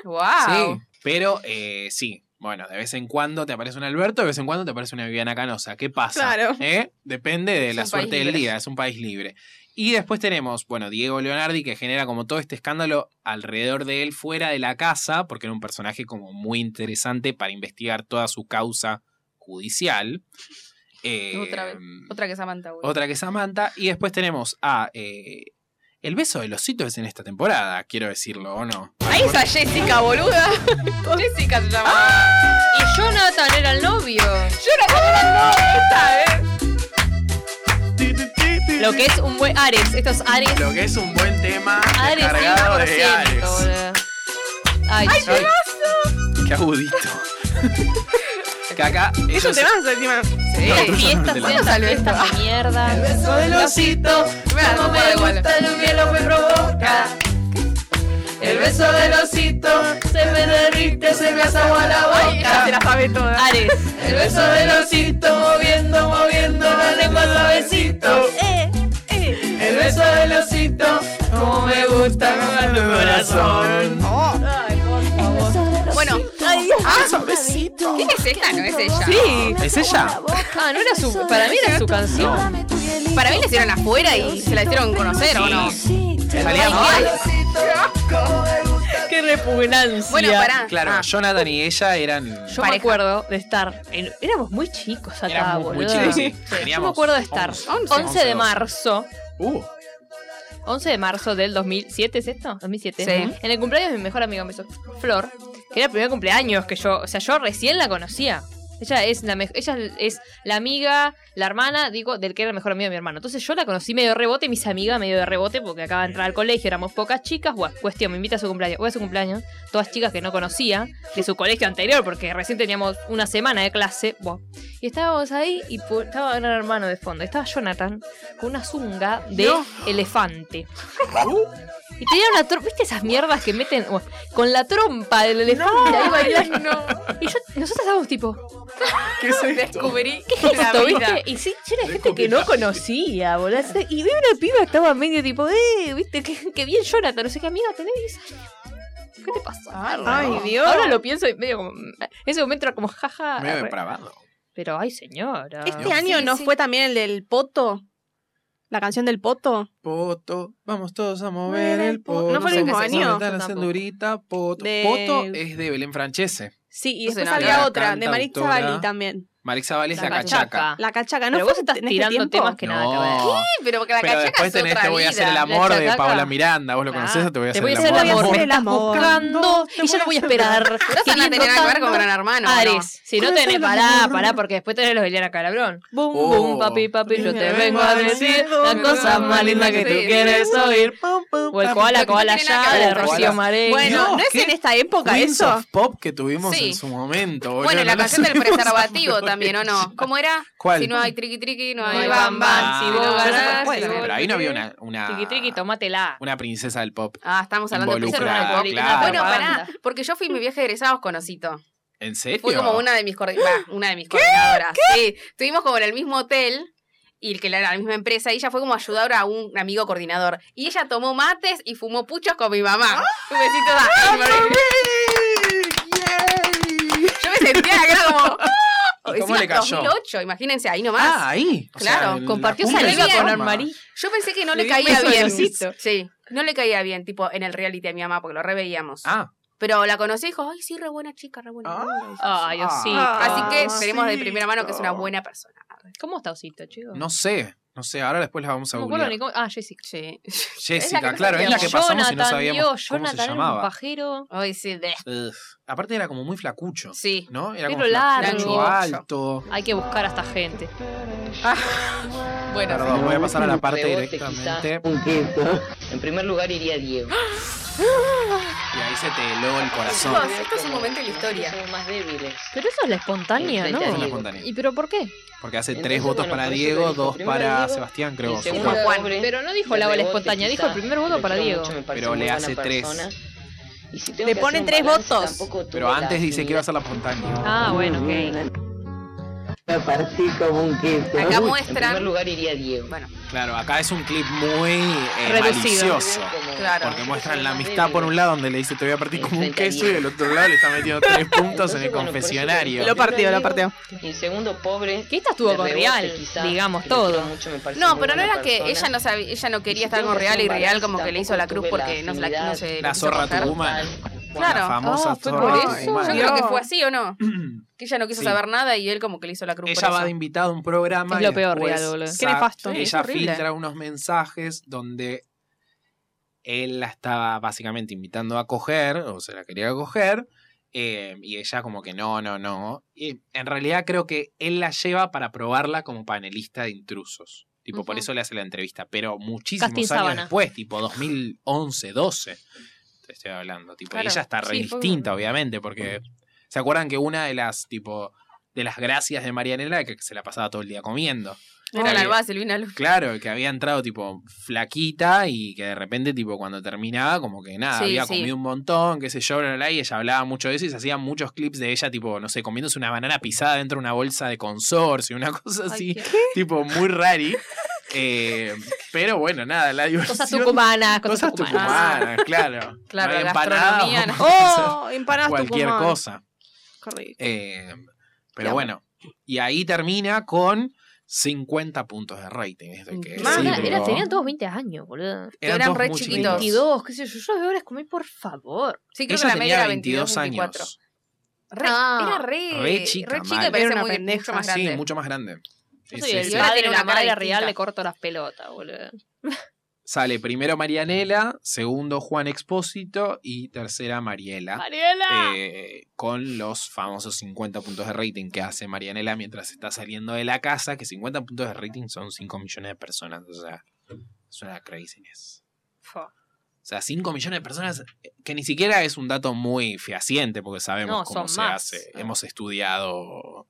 Speaker 2: Wow.
Speaker 1: Sí, pero eh, sí, Bueno, de vez en cuando te aparece un Alberto, de vez en cuando te aparece una Viviana Canosa. ¿Qué pasa?
Speaker 3: Claro.
Speaker 1: ¿Eh? Depende de
Speaker 2: Es
Speaker 1: la
Speaker 2: un
Speaker 1: suerte
Speaker 2: país
Speaker 1: del
Speaker 2: libre.
Speaker 1: día, es un país libre. Y después tenemos, bueno, Diego Leonardi, que genera como todo este escándalo alrededor de él fuera de la casa, porque era un personaje como muy interesante para investigar toda su causa judicial. Eh,
Speaker 2: Otra vez. Otra que Samantha. güey.
Speaker 1: otra que Samantha. Y después tenemos a eh, El beso del osito es en esta temporada, quiero decirlo, ¿o no?
Speaker 2: Ahí está Jessica, boluda. Jessica se llama.
Speaker 4: Ah, Y Jonathan era el novio. Lo que es un buen Ares. Esto es Ares.
Speaker 1: Lo que es un buen tema
Speaker 4: Ares
Speaker 1: cargado de
Speaker 4: 100%,
Speaker 1: Ares.
Speaker 4: boludo. Ay, yo-
Speaker 1: Qué agudito. que acá
Speaker 3: Es un
Speaker 1: ellos-
Speaker 3: temazo encima.
Speaker 4: Sí,
Speaker 1: No, tú ya no te la-
Speaker 4: fiestas, fiestas,
Speaker 2: ¿Cuándo salió
Speaker 4: fiestas de mierda.
Speaker 1: del osito,
Speaker 2: como me gusta
Speaker 4: el hielo me provoca.
Speaker 1: el beso del osito, se me derrite, se me hace agua la
Speaker 3: Ya se la sabe toda.
Speaker 4: Ares.
Speaker 1: El beso del osito, moviendo, moviendo la lengua suavecito.
Speaker 3: Eh,
Speaker 1: El beso del osito, como me gusta, con el corazón.
Speaker 2: Bueno,
Speaker 1: ¡Ah, suavecito!
Speaker 2: ¿quién es esta? No es ella.
Speaker 3: Sí.
Speaker 1: ¿Es ella?
Speaker 4: Ah, no era su. Para mí era su canción.
Speaker 2: Para mí la hicieron afuera y se la hicieron conocer, ¿o no?
Speaker 1: Salía
Speaker 2: Ay,
Speaker 1: mal.
Speaker 4: Qué repugnancia.
Speaker 2: Bueno, pará.
Speaker 1: Claro,
Speaker 2: Ah,
Speaker 1: Jonathan y ella eran.
Speaker 4: Yo me
Speaker 2: Pareja.
Speaker 4: acuerdo de estar. en- éramos muy chicos acá,
Speaker 1: Éramos muy
Speaker 4: boludo.
Speaker 1: chicos, sí.
Speaker 4: Yo
Speaker 1: Teníamos
Speaker 4: me acuerdo de estar.
Speaker 1: 11,
Speaker 4: 11,
Speaker 1: 11,
Speaker 4: de
Speaker 1: 12.
Speaker 4: marzo.
Speaker 1: Uh,
Speaker 4: 11 de marzo del 2007, ¿es esto? 2007.
Speaker 2: Sí.
Speaker 4: En el cumpleaños de mi mejor amiga, me hizo Flor, que era el primer cumpleaños que yo, o sea, yo recién la conocía. Ella es la mej- ella es la amiga, la hermana, digo, del que era el mejor amigo de mi hermano. Entonces yo la conocí medio de rebote, mis amigas medio de rebote, porque acaba de entrar al colegio, éramos pocas chicas. Bueno, cuestión, me invita a su cumpleaños. Voy a su cumpleaños, todas chicas que no conocía, de su colegio anterior, porque recién teníamos una semana de clase. Bueno, y estábamos ahí y pu- estaba un hermano de fondo. Estaba Jonathan con una zunga de elefante. Y tenía una trompa, ¿viste esas mierdas que meten? Bueno, con la trompa del elefante ahí bailando. Y yo, nosotros estábamos tipo,
Speaker 1: ¿Qué es esto?
Speaker 2: Descubrí
Speaker 4: ¿qué es
Speaker 2: la
Speaker 4: esto,
Speaker 2: vida.
Speaker 4: viste? Y sí, yo era gente que no conocía, boludo. Y vi una piba que estaba medio tipo, eh, viste, que, que bien Jonathan, no sé qué amiga tenés 10 años. ¿Qué te pasa?
Speaker 3: Ay, Dios.
Speaker 4: Ahora lo pienso y medio como. En ese momento era como jaja.
Speaker 1: Medio
Speaker 4: re-
Speaker 1: depravado.
Speaker 4: pero ay, señora.
Speaker 3: Este
Speaker 1: Sí,
Speaker 3: año no
Speaker 2: sí.
Speaker 3: fue también el del Poto. La canción del Poto.
Speaker 1: Poto, vamos todos a mover el poto.
Speaker 3: ¿No fue el mismo
Speaker 1: Vamos a
Speaker 3: año?
Speaker 1: meter la
Speaker 4: Tampoco.
Speaker 1: cinturita, poto.
Speaker 3: De-
Speaker 1: Poto es de Belén Francese.
Speaker 3: Sí, y
Speaker 2: No sé,
Speaker 3: después
Speaker 2: no,
Speaker 3: había
Speaker 1: la
Speaker 3: otra, de Maritza
Speaker 1: cantautora.
Speaker 3: Bali también.
Speaker 1: Marisa Vale es
Speaker 4: La
Speaker 1: la cachaca.
Speaker 4: cachaca.
Speaker 3: La cachaca, ¿no?
Speaker 4: pero
Speaker 3: fue
Speaker 4: vos estás
Speaker 3: en este
Speaker 4: tirando
Speaker 3: tiempo?
Speaker 4: temas que nada que ver.
Speaker 1: No.
Speaker 2: Pero porque la
Speaker 1: Pero
Speaker 2: cachaca
Speaker 1: después
Speaker 2: es otra
Speaker 1: tenés Te voy a hacer el
Speaker 2: vida.
Speaker 1: amor de
Speaker 4: cachaca. Ah.
Speaker 1: Paula Miranda. ¿Vos lo conocés o te voy a
Speaker 4: Te
Speaker 1: hacer
Speaker 4: voy a
Speaker 1: el amor?
Speaker 4: hacer el amor,
Speaker 1: Vos-
Speaker 4: me estás
Speaker 3: amor.
Speaker 4: buscando
Speaker 3: Te
Speaker 4: y yo no voy a esperar.
Speaker 2: Pero no
Speaker 4: Queriendo
Speaker 2: tenía nada que ver con
Speaker 4: tanto.
Speaker 2: Gran Hermano. ¿o
Speaker 4: Ares,
Speaker 2: no?
Speaker 4: si no tenés, pará, pará, porque después tenés los Eliana Calabrón. Bum,
Speaker 1: Oh.
Speaker 4: bum, papi, papi, yo te
Speaker 3: Venga,
Speaker 4: vengo a
Speaker 3: venga,
Speaker 4: decir
Speaker 3: venga,
Speaker 4: la
Speaker 3: venga,
Speaker 4: cosa más linda que tú
Speaker 2: venga,
Speaker 4: quieres oír. O el koala, koala
Speaker 2: tiene nada que
Speaker 4: ya,
Speaker 2: ver
Speaker 4: de
Speaker 2: con
Speaker 4: Rocío
Speaker 1: koalas.
Speaker 4: Maré.
Speaker 3: Bueno,
Speaker 1: No,
Speaker 3: ¿no, es
Speaker 1: ¿qué?
Speaker 3: en esta época
Speaker 1: Queens
Speaker 3: eso?
Speaker 1: of Pop que tuvimos
Speaker 2: Sí.
Speaker 1: en su momento. boludo,
Speaker 2: Bueno, y la
Speaker 1: no la
Speaker 2: canción del
Speaker 1: subimos
Speaker 2: preservativo
Speaker 1: ahora.
Speaker 2: también, ¿o no? ¿Cómo era?
Speaker 1: ¿Cuál?
Speaker 2: Si no
Speaker 4: Ah.
Speaker 2: hay triqui triqui, no
Speaker 4: No
Speaker 2: hay
Speaker 4: hay
Speaker 2: bam bam.
Speaker 1: bam,
Speaker 2: Si
Speaker 1: bam.
Speaker 2: vos
Speaker 3: Ah,
Speaker 2: ganás.
Speaker 3: bueno,
Speaker 2: si vos
Speaker 1: Pero ahí no había
Speaker 2: querés.
Speaker 1: una, una,
Speaker 4: Triqui, triqui, tómatela.
Speaker 1: una princesa del pop.
Speaker 2: Ah, estamos hablando de
Speaker 1: Involucrada,
Speaker 2: preservativo.
Speaker 1: claro.
Speaker 2: Bueno, pará,
Speaker 4: Propaganda.
Speaker 2: porque yo fui mi viaje de egresados con Osito.
Speaker 1: ¿En serio?
Speaker 2: Fue como una de mis, coordi- bah, una de mis coordinadoras. Sí, estuvimos como en el mismo hotel y el que era la misma empresa y ella fue como ayudadora a un amigo coordinador. Y ella tomó mates y fumó puchos con mi mamá. Un besito a- Yo me sentía que era como... "Oh,
Speaker 1: ¿Y cómo
Speaker 2: Encima,
Speaker 1: le cayó?
Speaker 2: 2008, imagínense, ahí nomás.
Speaker 1: Ah, ahí. O sea,
Speaker 2: Claro,
Speaker 1: en la
Speaker 4: Compartió
Speaker 1: cumbre
Speaker 4: saliva
Speaker 1: de
Speaker 2: Roma.
Speaker 4: con
Speaker 1: forma.
Speaker 4: Armarí.
Speaker 2: Yo pensé que no le
Speaker 4: Le di un
Speaker 2: caía
Speaker 4: beso de
Speaker 2: bien.
Speaker 4: osito.
Speaker 2: Sí, no le caía bien, tipo, en el reality a mi mamá, porque lo reveíamos.
Speaker 1: Ah,
Speaker 2: Pero la conocí y dijo, ay, sí, re buena chica, re buena. onda".
Speaker 4: Ay, Osito.
Speaker 2: Así que
Speaker 1: Osito.
Speaker 2: tenemos de primera mano que es una buena persona.
Speaker 4: ¿Cómo está Osito, chicos?
Speaker 1: no sé. No sé, ahora después la vamos a
Speaker 4: me acuerdo
Speaker 1: googlear.
Speaker 4: ni cómo. Ah, Jessica.
Speaker 2: Sí. Es la
Speaker 1: Jessica,
Speaker 2: que
Speaker 1: claro, es la que
Speaker 4: Digamos,
Speaker 1: pasamos y no
Speaker 4: Jonathan,
Speaker 1: sabíamos
Speaker 4: Dios,
Speaker 1: cómo se
Speaker 4: Jonathan era un
Speaker 1: llamaba.
Speaker 4: pajero.
Speaker 2: Hoy sí, de-
Speaker 1: Ugh. Aparte era como muy flacucho,
Speaker 2: Sí.
Speaker 1: ¿no? Era como
Speaker 4: Pelo largo.
Speaker 1: flacucho, alto.
Speaker 4: Hay que buscar a esta gente.
Speaker 2: Bueno,
Speaker 1: Perdón, voy a pasar a la parte
Speaker 5: Rebote,
Speaker 1: directamente.
Speaker 5: Un queso. En primer lugar iría Diego.
Speaker 1: Y ahí se te heló el
Speaker 2: Chicos,
Speaker 1: corazón.
Speaker 2: esto es un momento de la historia.
Speaker 5: Somos más débiles.
Speaker 4: Pero eso es la espontánea, ¿no?
Speaker 1: Es una
Speaker 5: Diego.
Speaker 1: espontánea.
Speaker 4: ¿Y pero por qué?
Speaker 1: Porque hace
Speaker 5: Entonces,
Speaker 1: tres votos
Speaker 5: bueno,
Speaker 1: para
Speaker 5: por eso te
Speaker 1: Diego,
Speaker 5: digo,
Speaker 1: dos
Speaker 5: primero
Speaker 1: para
Speaker 5: Diego,
Speaker 1: Sebastián,
Speaker 5: El
Speaker 1: creo. o
Speaker 5: segundo
Speaker 1: Juan.
Speaker 5: pobre,
Speaker 4: Pero no dijo
Speaker 5: de
Speaker 4: la bola
Speaker 5: rebote,
Speaker 4: espontánea, dijo
Speaker 5: quizá.
Speaker 4: el primer voto
Speaker 5: Lo
Speaker 4: para
Speaker 5: quiero
Speaker 4: Diego.
Speaker 5: mucho, me parece
Speaker 1: Pero
Speaker 5: muy
Speaker 1: le
Speaker 5: buena
Speaker 1: hace tres.
Speaker 5: persona. Y si tengo
Speaker 3: Le
Speaker 5: que
Speaker 3: pone
Speaker 5: hacer un
Speaker 3: tres
Speaker 5: balance,
Speaker 3: votos.
Speaker 5: tampoco tuve
Speaker 1: Pero antes
Speaker 5: la
Speaker 1: dice,
Speaker 5: afinidad
Speaker 1: quiero hacer la espontánea.
Speaker 4: Ah, bueno, ok.
Speaker 5: Me partí como un quince.
Speaker 2: Acá
Speaker 5: Uy,
Speaker 2: muestran-
Speaker 5: En primer lugar iría Diego.
Speaker 2: Bueno,
Speaker 1: Claro, acá es un clip muy eh,
Speaker 4: Reducido.
Speaker 1: malicioso.
Speaker 2: Claro.
Speaker 1: Porque muestran la amistad por un lado donde le dice te voy a partir como un queso y del otro lado le está metiendo tres puntos en el
Speaker 5: Entonces, bueno, por eso
Speaker 1: confesionario.
Speaker 3: Lo partió, lo partió.
Speaker 5: Y en segundo, pobre.
Speaker 4: Que esta estuvo
Speaker 5: de
Speaker 4: con
Speaker 5: rebote,
Speaker 4: Real,
Speaker 5: quizá,
Speaker 4: digamos,
Speaker 5: que lo quiero
Speaker 4: todo.
Speaker 5: mucho, me parece
Speaker 2: No,
Speaker 5: muy
Speaker 2: pero no
Speaker 5: buena
Speaker 2: era que
Speaker 5: persona.
Speaker 2: ella no sabía, ella no quería
Speaker 5: si
Speaker 2: estar
Speaker 5: tengo
Speaker 2: con
Speaker 5: que
Speaker 2: Real
Speaker 5: hacer
Speaker 2: y
Speaker 5: un
Speaker 2: Real
Speaker 5: balance,
Speaker 2: como que le hizo
Speaker 5: tampoco
Speaker 2: la cruz
Speaker 5: tuve la
Speaker 2: porque no se la, no
Speaker 5: afinidad.
Speaker 2: se
Speaker 1: La
Speaker 2: quiso
Speaker 1: zorra
Speaker 2: coger.
Speaker 1: tucumana.
Speaker 2: Claro.
Speaker 1: La famosa
Speaker 4: Ah, fue
Speaker 1: zorra
Speaker 4: por eso.
Speaker 1: tucumana.
Speaker 2: Yo creo que fue así o no. Que ella no quiso
Speaker 1: Sí.
Speaker 2: saber nada y él como que le hizo la cruz por
Speaker 1: Ella
Speaker 2: eso.
Speaker 1: va de invitada a un programa.
Speaker 4: Es
Speaker 1: y
Speaker 4: lo peor,
Speaker 1: después
Speaker 4: Real, boludo. Qué
Speaker 1: sa-
Speaker 3: nefasto.
Speaker 2: Sí, es
Speaker 1: Ella
Speaker 2: horrible.
Speaker 1: filtra unos mensajes donde él la estaba básicamente invitando a coger, o se la quería coger, eh, y ella como que no, no, no. Y en realidad creo que él la lleva para probarla como panelista de intrusos. Tipo, por
Speaker 4: Ujú.
Speaker 1: eso le hace la entrevista. Pero muchísimos
Speaker 4: Casting
Speaker 1: años
Speaker 4: Sábana.
Speaker 1: después, tipo 2011, 12, te estoy hablando. Tipo, y
Speaker 2: Claro,
Speaker 1: ella está re
Speaker 2: sí, fue
Speaker 1: distinta, obviamente, porque... ¿Se acuerdan que una de las, tipo, de las gracias de Marianela que se la pasaba todo el día comiendo.
Speaker 2: Era la
Speaker 1: Claro.
Speaker 2: alba, Silvina Luz.
Speaker 1: Claro, que había entrado tipo flaquita y que de repente tipo cuando terminaba como que nada,
Speaker 2: Sí,
Speaker 1: había
Speaker 2: sí.
Speaker 1: comido un montón, qué sé yo, bla, bla, bla, y ella hablaba mucho de eso y se hacían muchos clips de ella tipo, no sé, comiéndose una banana pisada dentro de una bolsa de consorcio, una cosa así, tipo muy rari. Eh, pero bueno, nada, la diversión...
Speaker 4: Cosas tucumanas, cosas,
Speaker 1: Cosas
Speaker 4: tucumanas.
Speaker 1: tucumanas, claro.
Speaker 2: Claro,
Speaker 1: No hay empanadas,
Speaker 2: gastronomía. no-
Speaker 3: ¡Oh! Empanadas
Speaker 1: cualquier
Speaker 3: Tucumán.
Speaker 1: cosa.
Speaker 3: Qué rico.
Speaker 1: Eh,
Speaker 3: Te
Speaker 1: pero
Speaker 3: amo.
Speaker 1: bueno, y ahí termina con 50 puntos de rating. esto hay que
Speaker 4: Más,
Speaker 2: Sí,
Speaker 4: era-
Speaker 1: decirlo.
Speaker 4: era- tenían todos 20 años, boludo.
Speaker 2: eran
Speaker 1: todos
Speaker 2: re
Speaker 1: muy
Speaker 2: chiquitos.
Speaker 4: 22, qué sé yo. Yo los veo ahora es como, por favor.
Speaker 2: Sí, creo
Speaker 1: Ella
Speaker 2: que la media
Speaker 1: tenía
Speaker 2: era
Speaker 1: 22
Speaker 2: 24.
Speaker 1: años.
Speaker 2: Re-
Speaker 4: Ah,
Speaker 2: era re,
Speaker 1: re chica,
Speaker 2: re chica
Speaker 1: mal.
Speaker 2: y parece
Speaker 3: Era una
Speaker 2: muy,
Speaker 3: pendeja.
Speaker 2: mucho más grande.
Speaker 1: Ah, Sí, mucho más grande.
Speaker 4: Yo
Speaker 1: Sí,
Speaker 4: soy
Speaker 1: sí,
Speaker 4: el
Speaker 1: sí.
Speaker 2: Ahora
Speaker 4: padre,
Speaker 2: tiene
Speaker 4: la
Speaker 2: una cara
Speaker 4: madre
Speaker 2: distinta.
Speaker 4: real, le corto las pelotas, boludo.
Speaker 1: Sale primero Marianela, segundo Juan Expósito y tercera Mariela.
Speaker 4: ¡Mariela!
Speaker 1: Ah, eh, con los famosos 50 puntos de rating que hace Marianela mientras está saliendo de la casa, que 50 puntos de rating son 5 millones de personas. O sea, es una craziness.
Speaker 4: Fua.
Speaker 1: O sea, 5 millones de personas, eh, que ni siquiera es un dato muy fehaciente, porque sabemos
Speaker 4: No,
Speaker 1: cómo
Speaker 4: son
Speaker 1: se
Speaker 4: más.
Speaker 1: hace.
Speaker 4: Ah.
Speaker 1: Hemos estudiado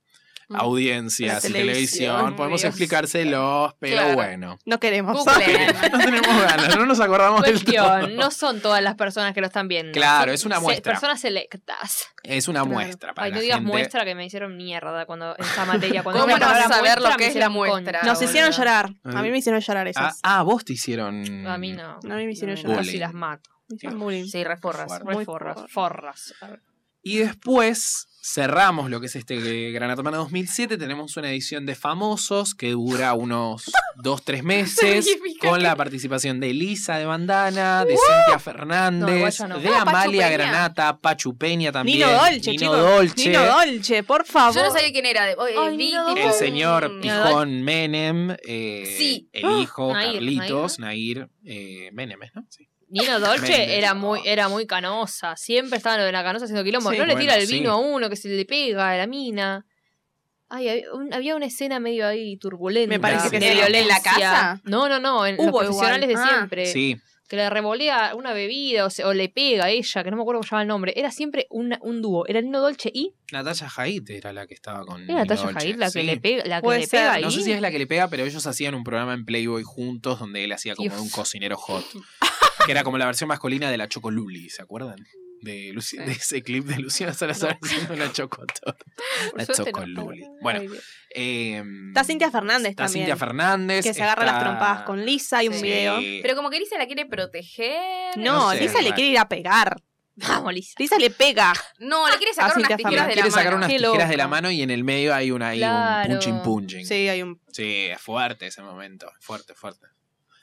Speaker 2: Mm.
Speaker 1: audiencias
Speaker 3: La
Speaker 1: y
Speaker 3: televisión,
Speaker 1: televisión, podemos
Speaker 3: Dios.
Speaker 1: explicárselos, pero
Speaker 2: Claro.
Speaker 1: bueno.
Speaker 3: No queremos.
Speaker 2: Google.
Speaker 1: No tenemos ganas, no nos acordamos del todo.
Speaker 4: Cuestión, no son todas las personas que lo están viendo.
Speaker 1: Claro,
Speaker 4: Son
Speaker 1: es una
Speaker 4: se-
Speaker 1: muestra.
Speaker 4: personas selectas.
Speaker 1: Es una
Speaker 3: Claro.
Speaker 1: muestra para
Speaker 4: Ay,
Speaker 1: la
Speaker 4: no digas
Speaker 1: gente.
Speaker 4: muestra que me hicieron mierda cuando en esa materia. Cuando
Speaker 2: ¿Cómo
Speaker 4: me
Speaker 2: no vas a
Speaker 4: palabra
Speaker 2: saber lo
Speaker 4: muestra,
Speaker 2: que
Speaker 4: me
Speaker 2: es la
Speaker 4: hicieron
Speaker 2: muestra,
Speaker 4: contra,
Speaker 2: Ah,
Speaker 3: Nos hicieron
Speaker 4: boludo.
Speaker 3: llorar. A mí me hicieron llorar
Speaker 1: Ah,
Speaker 3: esas.
Speaker 1: ah, vos te hicieron...
Speaker 4: A mí no.
Speaker 3: A mí me hicieron
Speaker 4: No,
Speaker 3: llorar.
Speaker 4: Casi las mato.
Speaker 3: Me hicieron bullying.
Speaker 2: Sí, reforras.
Speaker 1: Fuerte.
Speaker 4: Re
Speaker 3: Muy
Speaker 4: forras,
Speaker 3: forras.
Speaker 4: forras.
Speaker 1: Y después cerramos lo que es este eh, Gran Hermano 2007. Tenemos una edición de famosos que dura unos 2-3 meses con la participación de Elisa de Bandana, de Cintia
Speaker 4: No, igual
Speaker 1: Fernández,
Speaker 4: yo no.
Speaker 1: de
Speaker 2: Ah, Pachu
Speaker 1: Amalia
Speaker 2: Peña.
Speaker 1: Granata, Pachu Peña también.
Speaker 3: Nino Dolce,
Speaker 1: Nino
Speaker 3: chicos.
Speaker 1: Dolce,
Speaker 3: Nino Dolce, por favor.
Speaker 2: Yo no sabía quién era. de- oh, eh,
Speaker 4: Ay,
Speaker 2: vi
Speaker 4: mira,
Speaker 2: tipo
Speaker 1: el
Speaker 2: un-
Speaker 1: señor
Speaker 2: Mira,
Speaker 1: Pijón Menem, eh,
Speaker 2: Sí.
Speaker 1: el hijo
Speaker 4: Ah, Nair,
Speaker 1: Carlitos, Nair, eh, Menem, ¿es, ¿no? Sí.
Speaker 4: Nino
Speaker 1: Tremendo.
Speaker 4: Dolce era muy, era muy canosa. Siempre estaba lo de la canosa haciendo quilombo.
Speaker 3: Sí.
Speaker 4: no le
Speaker 1: Bueno,
Speaker 4: tira el
Speaker 1: sí.
Speaker 4: vino a uno que se le pega a la mina. Ay, había, un- había una escena medio ahí turbulenta.
Speaker 3: Me parece
Speaker 1: que
Speaker 4: de
Speaker 1: sí.
Speaker 4: violencia.
Speaker 2: ¿En la casa?
Speaker 4: No, no, no. En
Speaker 3: Hubo
Speaker 4: los profesionales
Speaker 2: igual.
Speaker 4: de
Speaker 2: Ah.
Speaker 4: siempre.
Speaker 1: Sí,
Speaker 4: Que le revolea una bebida o, se- o le pega a ella, que no me acuerdo cómo se llama el nombre. Era siempre una- un dúo. Era Nino Dolce y.
Speaker 1: Natalia Haidt era la que estaba con.
Speaker 4: Era
Speaker 1: Nino
Speaker 4: Natalia
Speaker 1: Dolce,
Speaker 4: Jair la que
Speaker 1: sí.
Speaker 4: le pega, la que
Speaker 3: Puede
Speaker 4: le
Speaker 3: ser.
Speaker 4: pega ahí.
Speaker 1: No sé si es la que le pega, pero ellos hacían un programa en Playboy juntos donde él hacía como
Speaker 4: Dios.
Speaker 1: de un cocinero hot. Que era como la versión masculina de la Chocoluli, ¿se acuerdan? De, Luci- de ese clip de Luciana Salazar haciendo la chocotorta.
Speaker 4: Por
Speaker 1: La
Speaker 4: suerte no.
Speaker 1: Chocoluli. Bueno,
Speaker 4: Ay, Dios.
Speaker 1: eh,
Speaker 3: Está Cintia Fernández
Speaker 1: está
Speaker 3: también.
Speaker 1: Cintia Fernández.
Speaker 3: que se agarra
Speaker 1: está-
Speaker 3: las trompadas con Lisa y un
Speaker 2: Sí.
Speaker 3: video.
Speaker 2: Pero como que Lisa la quiere proteger.
Speaker 3: No,
Speaker 1: No sé,
Speaker 3: Lisa le
Speaker 1: bueno.
Speaker 3: quiere ir a pegar.
Speaker 4: Vamos, Lisa.
Speaker 3: Lisa le pega.
Speaker 2: No, le quiere sacar
Speaker 3: Así te
Speaker 2: unas
Speaker 1: Y
Speaker 3: afama.
Speaker 1: las
Speaker 2: tijeras de
Speaker 1: quiere
Speaker 2: la
Speaker 1: sacar
Speaker 2: mano.
Speaker 1: unas
Speaker 4: Qué
Speaker 1: tijeras de la
Speaker 4: loca.
Speaker 1: mano y en el medio hay una ahí
Speaker 4: Claro.
Speaker 1: un punching punching.
Speaker 3: Sí, hay un.
Speaker 1: Sí, es fuerte ese momento, es fuerte, fuerte.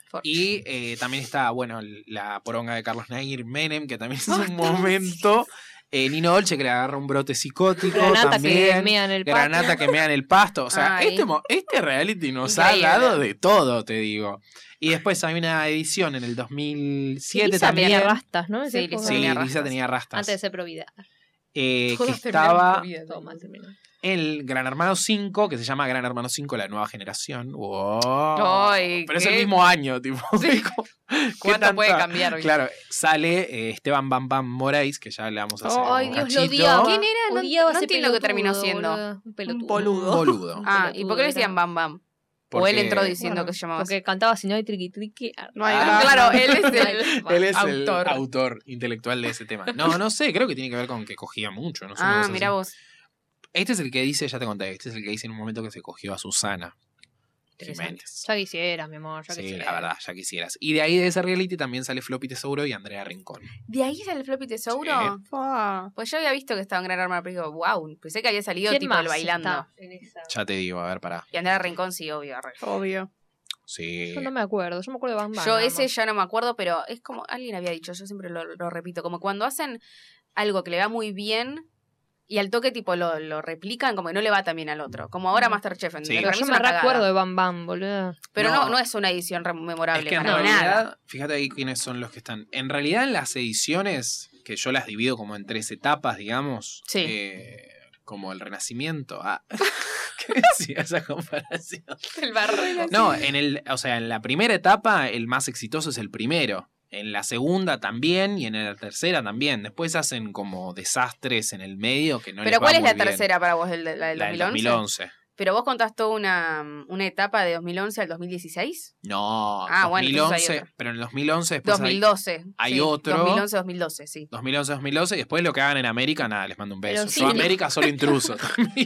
Speaker 2: Fuerte.
Speaker 1: Y eh, también está, bueno, la poronga de Carlos Nair, Menem, que también es un momento. Eh, Nino Dolce, que le agarra un brote psicótico.
Speaker 4: Granata
Speaker 1: también.
Speaker 4: que mea en el patio.
Speaker 1: Granata que mea en el pasto. O sea,
Speaker 2: Ay.
Speaker 1: este, mo- este reality nos
Speaker 2: Increíble.
Speaker 1: ha dado de todo, te digo. Y después hay una edición en el 2007
Speaker 4: Lisa
Speaker 1: también.
Speaker 4: tenía rastas, ¿no? Esa
Speaker 2: Sí,
Speaker 4: época.
Speaker 2: Lisa
Speaker 1: Sí,
Speaker 2: tenía
Speaker 1: Lisa
Speaker 2: rastas.
Speaker 1: tenía rastas.
Speaker 4: Antes de ser provida.
Speaker 1: Eh, que
Speaker 2: Todas terminaron
Speaker 1: estaba
Speaker 2: prohibidas.
Speaker 4: Todo mal terminó.
Speaker 1: el Gran Hermano 5, que se llama Gran Hermano 5, la nueva generación. ¡Wow!
Speaker 2: Ay,
Speaker 1: Pero es
Speaker 2: qué-
Speaker 1: el mismo año, tipo. ¿Cómo- qué
Speaker 2: ¿Cuánto puede
Speaker 1: tanta-
Speaker 2: cambiar? viste?
Speaker 1: Claro, sale eh, Esteban Bam Bam Morais, que ya le vamos a hacer.
Speaker 4: Ay,
Speaker 1: un
Speaker 4: Dios, lo
Speaker 1: cachito.
Speaker 4: odiaba.
Speaker 2: ¿Quién era? No-
Speaker 4: Odiaba
Speaker 2: no
Speaker 4: ese
Speaker 2: entiendo qué terminó
Speaker 4: pelotudo,
Speaker 2: siendo.
Speaker 4: boludo. Un pelotudo.
Speaker 3: Un boludo.
Speaker 1: Boludo.
Speaker 2: Ah, ¿y por qué le decían Bam Bam? O él
Speaker 1: Porque
Speaker 2: entró diciendo que se llamaba. así.
Speaker 4: Porque cantaba si no hay triqui triqui. ah,
Speaker 3: No hay
Speaker 1: Ah,
Speaker 3: nada.
Speaker 2: Claro, él es el.
Speaker 1: Él es
Speaker 2: autor.
Speaker 1: el autor intelectual de ese tema. No, no sé, creo que tiene que ver con que cogía mucho. No sé, una
Speaker 2: Ah,
Speaker 1: cosa
Speaker 2: mira
Speaker 1: así.
Speaker 2: vos.
Speaker 1: Este es el que dice, ya te conté, este es el que dice en un momento que se cogió a Susana
Speaker 4: Interesante.
Speaker 1: Jiménez.
Speaker 4: Ya quisieras, mi amor. Ya
Speaker 1: Sí,
Speaker 4: quisieras.
Speaker 1: la verdad, ya quisieras. Y de ahí de ese reality también sale Floppy Tesouro y Andrea Rincón.
Speaker 2: ¿De ahí sale el floppy tesouro?
Speaker 3: Fua.
Speaker 2: Pues yo había visto que estaba en Gran Arma, pero digo, wow, pensé que había salido
Speaker 4: ¿Quién
Speaker 2: tipo
Speaker 4: más
Speaker 2: el bailando.
Speaker 4: está en esa?
Speaker 1: Ya te digo, a ver, pará.
Speaker 2: Y Andrea Rincón sí, obvio. re.
Speaker 3: Obvio.
Speaker 1: Sí.
Speaker 4: Yo no me acuerdo. Yo me acuerdo de Bang Bang.
Speaker 2: yo
Speaker 4: nada
Speaker 2: ese
Speaker 4: más.
Speaker 2: ya no me acuerdo, pero es como alguien había dicho, yo siempre lo, lo repito, como cuando hacen algo que le va muy bien y al toque tipo lo, lo replican, como que no le va tan bien al otro. Como ahora
Speaker 4: Mm.
Speaker 2: Masterchef. ¿entendés?
Speaker 1: Sí.
Speaker 2: Para
Speaker 4: Pero
Speaker 2: mí
Speaker 4: yo
Speaker 2: es
Speaker 4: me
Speaker 2: una cagada.
Speaker 4: recuerdo de Bam Bam, boludo.
Speaker 2: Pero no.
Speaker 1: No.
Speaker 2: no es una edición re- memorable
Speaker 1: Es que en
Speaker 2: para
Speaker 1: realidad,
Speaker 2: nada.
Speaker 1: fíjate ahí quiénes son los que están. En realidad, en las ediciones, que yo las divido como en tres etapas, digamos,
Speaker 2: Sí.
Speaker 1: eh, como el renacimiento. Ah, ¿Qué decía esa comparación?
Speaker 2: El barrio.
Speaker 1: No, en el, o sea, en la primera etapa, el más exitoso es el primero. En la segunda también y en la tercera también. Después hacen como desastres en el medio que no les
Speaker 2: Pero
Speaker 1: va
Speaker 2: ¿cuál es
Speaker 1: muy
Speaker 2: la
Speaker 1: bien.
Speaker 2: tercera para vos, el de- la del
Speaker 1: La del
Speaker 2: 2011?
Speaker 1: 2011.
Speaker 2: Pero vos contás toda una, una etapa de 2011 al 2016.
Speaker 1: No,
Speaker 2: Ah, bueno, entonces
Speaker 1: 2011,
Speaker 2: hay otro.
Speaker 1: pero en el 2011 después hay-
Speaker 2: 2012.
Speaker 1: hay
Speaker 2: sí.
Speaker 1: otro.
Speaker 2: 2011-2012, sí.
Speaker 1: 2011-2012 y después lo que hagan en América, nada, les mando un beso.
Speaker 4: Pero
Speaker 1: Yo
Speaker 4: Cintia-
Speaker 1: América solo intruso.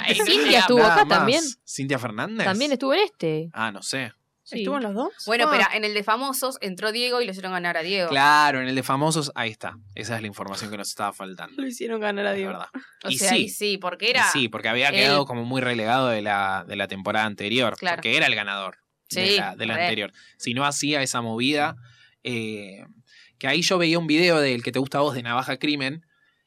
Speaker 2: Ahí sí.
Speaker 4: Cintia estuvo
Speaker 1: Nada
Speaker 4: acá
Speaker 1: más.
Speaker 4: también.
Speaker 1: ¿Cintia Fernández?
Speaker 4: También estuvo en este.
Speaker 1: Ah, no sé.
Speaker 4: Sí.
Speaker 3: ¿Estuvo en los dos?
Speaker 2: Bueno,
Speaker 3: Ah.
Speaker 2: pero en el de famosos entró Diego y lo hicieron ganar a Diego.
Speaker 1: Claro, en el de famosos, ahí está. Esa es la información que nos estaba faltando.
Speaker 3: Lo hicieron ganar a
Speaker 1: Es
Speaker 3: Dios.
Speaker 1: verdad.
Speaker 2: O
Speaker 1: y
Speaker 2: sea,
Speaker 1: sí.
Speaker 2: ahí sí, porque era.
Speaker 1: Sí, porque había
Speaker 2: el-
Speaker 1: quedado como muy relegado de la, de la temporada anterior.
Speaker 2: Claro.
Speaker 1: Porque era el ganador de
Speaker 2: Sí,
Speaker 1: la, de la
Speaker 2: a ver.
Speaker 1: anterior. Si no hacía esa movida. eh, que ahí yo veía un video del que te gusta a vos de Navaja Crimen.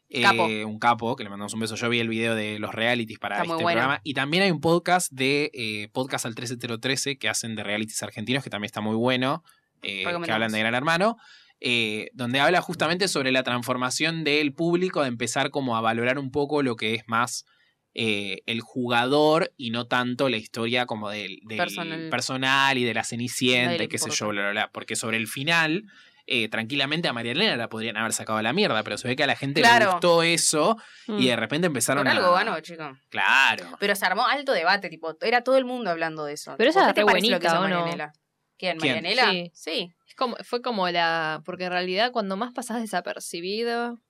Speaker 1: eh,
Speaker 2: Capo.
Speaker 1: Un capo, que le mandamos un beso. Yo vi el video de los realities para
Speaker 2: Está
Speaker 1: este
Speaker 2: muy bueno.
Speaker 1: programa. Y también hay un podcast de eh, Podcast al 13013 que hacen de realities argentinos, que también está muy bueno. eh, que
Speaker 2: Recomendamos.
Speaker 1: hablan de Gran Hermano eh, donde habla justamente sobre la transformación del público, de empezar como a valorar un poco lo que es más eh, el jugador y no tanto la historia como del, del personal.
Speaker 2: Personal.
Speaker 1: y de la
Speaker 2: Nadie
Speaker 1: cenicienta,
Speaker 2: le
Speaker 1: qué sé
Speaker 2: importa.
Speaker 1: yo, bla, bla, bla. porque sobre el final... eh, tranquilamente a María Elena la podrían haber sacado a la mierda, pero se ve que a la gente le
Speaker 2: Claro.
Speaker 1: gustó eso y de
Speaker 3: Mm.
Speaker 1: repente empezaron
Speaker 2: Por
Speaker 1: a.
Speaker 2: algo ganó, chico.
Speaker 1: Claro.
Speaker 2: Pero se armó alto debate, tipo, era todo el mundo hablando de eso.
Speaker 4: Pero
Speaker 2: Tipo,
Speaker 4: esa
Speaker 2: ¿qué te
Speaker 4: re
Speaker 2: parece lo que
Speaker 4: buenita,
Speaker 2: hizo
Speaker 4: ¿o no?
Speaker 2: Marianela? ¿Quién?
Speaker 1: ¿Quién?
Speaker 2: ¿Marianela?
Speaker 4: Sí.
Speaker 2: Sí.
Speaker 4: Es como, fue como la. Porque en realidad, cuando más pasás desapercibido,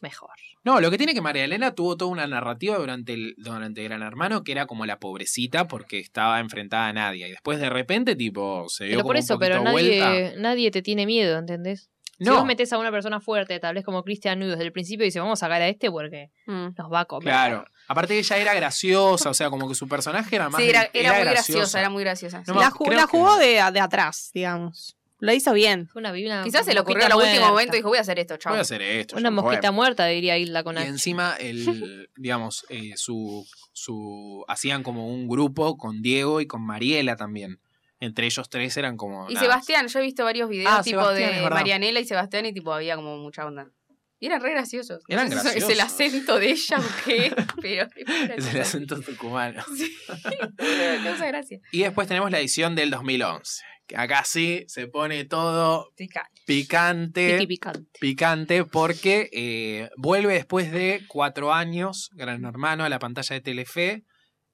Speaker 4: mejor.
Speaker 1: No, lo que tiene que María Elena tuvo toda una narrativa durante, el, durante Gran Hermano que era como la pobrecita porque estaba enfrentada a nadie. Y después de repente, tipo, se dio
Speaker 4: Pero por
Speaker 1: como
Speaker 4: eso,
Speaker 1: un poquito
Speaker 4: pero
Speaker 1: vuelta.
Speaker 4: nadie, nadie te tiene miedo, ¿entendés? Si
Speaker 1: No,
Speaker 4: vos metes a una persona fuerte, tal vez como Cristian Nudo desde el principio, dice, vamos a sacar a este porque
Speaker 2: Mm.
Speaker 4: nos va a comer.
Speaker 1: claro. Aparte que ella era graciosa, o sea, como que su personaje era más...
Speaker 2: Sí, era,
Speaker 1: era
Speaker 2: era muy graciosa.
Speaker 1: graciosa.
Speaker 2: era muy graciosa.
Speaker 1: No
Speaker 2: sí.
Speaker 1: me-
Speaker 3: la, ju-
Speaker 1: creo
Speaker 3: la
Speaker 1: que-
Speaker 3: jugó de, de atrás, digamos. Lo hizo bien.
Speaker 4: Fue una, una
Speaker 2: Quizás se le ocurrió
Speaker 4: mosquita
Speaker 2: al último
Speaker 4: muerta.
Speaker 2: momento y dijo, voy a hacer esto, chao.
Speaker 1: Voy a hacer esto.
Speaker 4: Una
Speaker 1: yo,
Speaker 4: mosquita
Speaker 1: bueno.
Speaker 4: muerta, diría Hilda con
Speaker 1: Y
Speaker 4: H.
Speaker 1: encima, el, digamos, eh, su, su hacían como un grupo con Diego y con Mariela también. Entre ellos tres eran como...
Speaker 2: Y
Speaker 1: nada,
Speaker 2: Sebastián, yo he visto varios videos
Speaker 1: Ah,
Speaker 2: tipo
Speaker 1: Sebastián, es
Speaker 2: de
Speaker 1: verdad.
Speaker 2: Marianela y Sebastián y tipo había como mucha onda. Y eran re graciosos. No
Speaker 1: Eran
Speaker 2: sé si
Speaker 1: graciosos.
Speaker 2: Es el acento de ella o qué, pero...
Speaker 1: Es el acento tucumano.
Speaker 2: Pero Causa gracia.
Speaker 1: Y después tenemos la edición del 2011. que Acá sí se pone todo
Speaker 2: Chica,
Speaker 1: picante,
Speaker 4: Piqui picante.
Speaker 1: picante, porque eh, vuelve después de cuatro años, Gran Hermano, a la pantalla de Telefe,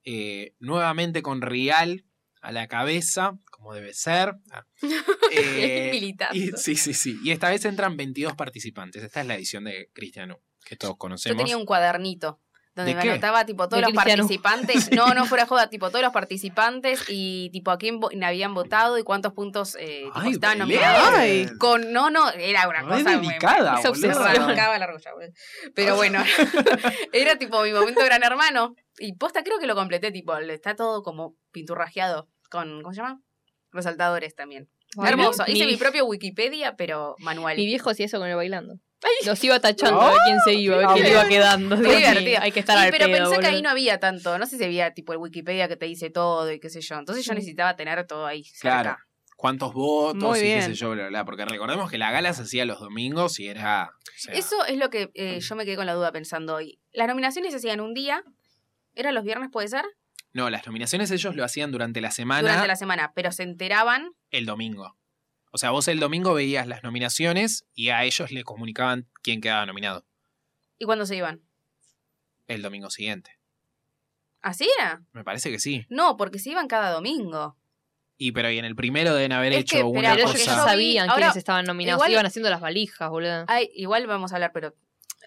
Speaker 1: eh, nuevamente con Rial a la cabeza, como debe ser. Ah. Eh,
Speaker 2: Militar.
Speaker 1: y- sí, sí, sí. Y esta vez entran 22 participantes. Esta es la edición de Cristiano, que todos
Speaker 2: Yo
Speaker 1: conocemos.
Speaker 2: tenía un cuadernito donde
Speaker 1: ¿De
Speaker 2: me
Speaker 1: qué?
Speaker 2: anotaba tipo todos
Speaker 4: De
Speaker 2: los
Speaker 4: Cristiano.
Speaker 2: participantes. No, no fuera joda, tipo todos los participantes y tipo a quién vo- habían votado y cuántos puntos eh, tipo,
Speaker 1: Ay,
Speaker 2: estaban
Speaker 1: Belén.
Speaker 2: nominados.
Speaker 3: Ay.
Speaker 2: Con no, no, era una
Speaker 1: Re
Speaker 2: cosa muy-
Speaker 1: dedicada,
Speaker 2: esa
Speaker 1: boluda.
Speaker 2: obsesión. Arrancaba la argolla, boludo. Pero bueno, era tipo mi momento gran hermano. Y posta creo que lo completé, tipo, le- está todo como pinturrajeado con, ¿cómo se llama? Resaltadores también.
Speaker 4: Ay,
Speaker 2: Hermoso.
Speaker 4: mi-
Speaker 2: Hice
Speaker 4: mi-
Speaker 2: mi propio Wikipedia, pero manual.
Speaker 4: Mi viejo hacía eso con el bailando. Los iba tachando a
Speaker 1: Ah,
Speaker 4: ver quién se iba, a ver quién
Speaker 1: bien.
Speaker 4: iba quedando. Digo,
Speaker 2: divertido.
Speaker 4: Hay que estar
Speaker 2: Y
Speaker 4: al
Speaker 2: pero
Speaker 4: pedo,
Speaker 2: pensé que
Speaker 4: boludo.
Speaker 2: ahí no había tanto. No sé si había tipo el Wikipedia que te dice todo y qué sé yo. Entonces yo necesitaba tener todo ahí cerca.
Speaker 1: Claro. cuántos votos
Speaker 3: Muy
Speaker 1: y qué
Speaker 3: bien.
Speaker 1: sé yo, bla, bla, bla. Porque recordemos que la gala se hacía los domingos y era. o sea,
Speaker 2: Eso es lo que eh, yo me quedé con la duda pensando hoy. Las nominaciones se hacían un día. ¿Era los viernes, puede ser?
Speaker 1: No, las nominaciones ellos lo hacían durante la semana,
Speaker 2: Durante la semana. Pero se enteraban.
Speaker 1: el domingo. O sea, vos el domingo veías las nominaciones y a ellos le comunicaban quién quedaba nominado
Speaker 2: ¿Y cuándo se iban?
Speaker 1: el domingo siguiente.
Speaker 2: ¿Así era?
Speaker 1: Me parece que sí.
Speaker 2: No, porque se iban cada domingo.
Speaker 1: Y pero y en el primero deben haber
Speaker 2: Es
Speaker 1: hecho
Speaker 2: que,
Speaker 1: una
Speaker 2: pero
Speaker 4: Pero
Speaker 2: la
Speaker 4: ellos ya
Speaker 1: cosa.
Speaker 2: yo-
Speaker 4: sabían
Speaker 2: Ahora,
Speaker 4: quiénes estaban nominados.
Speaker 2: igual-
Speaker 4: Iban haciendo las valijas, boludo.
Speaker 2: Ay, igual vamos a hablar, pero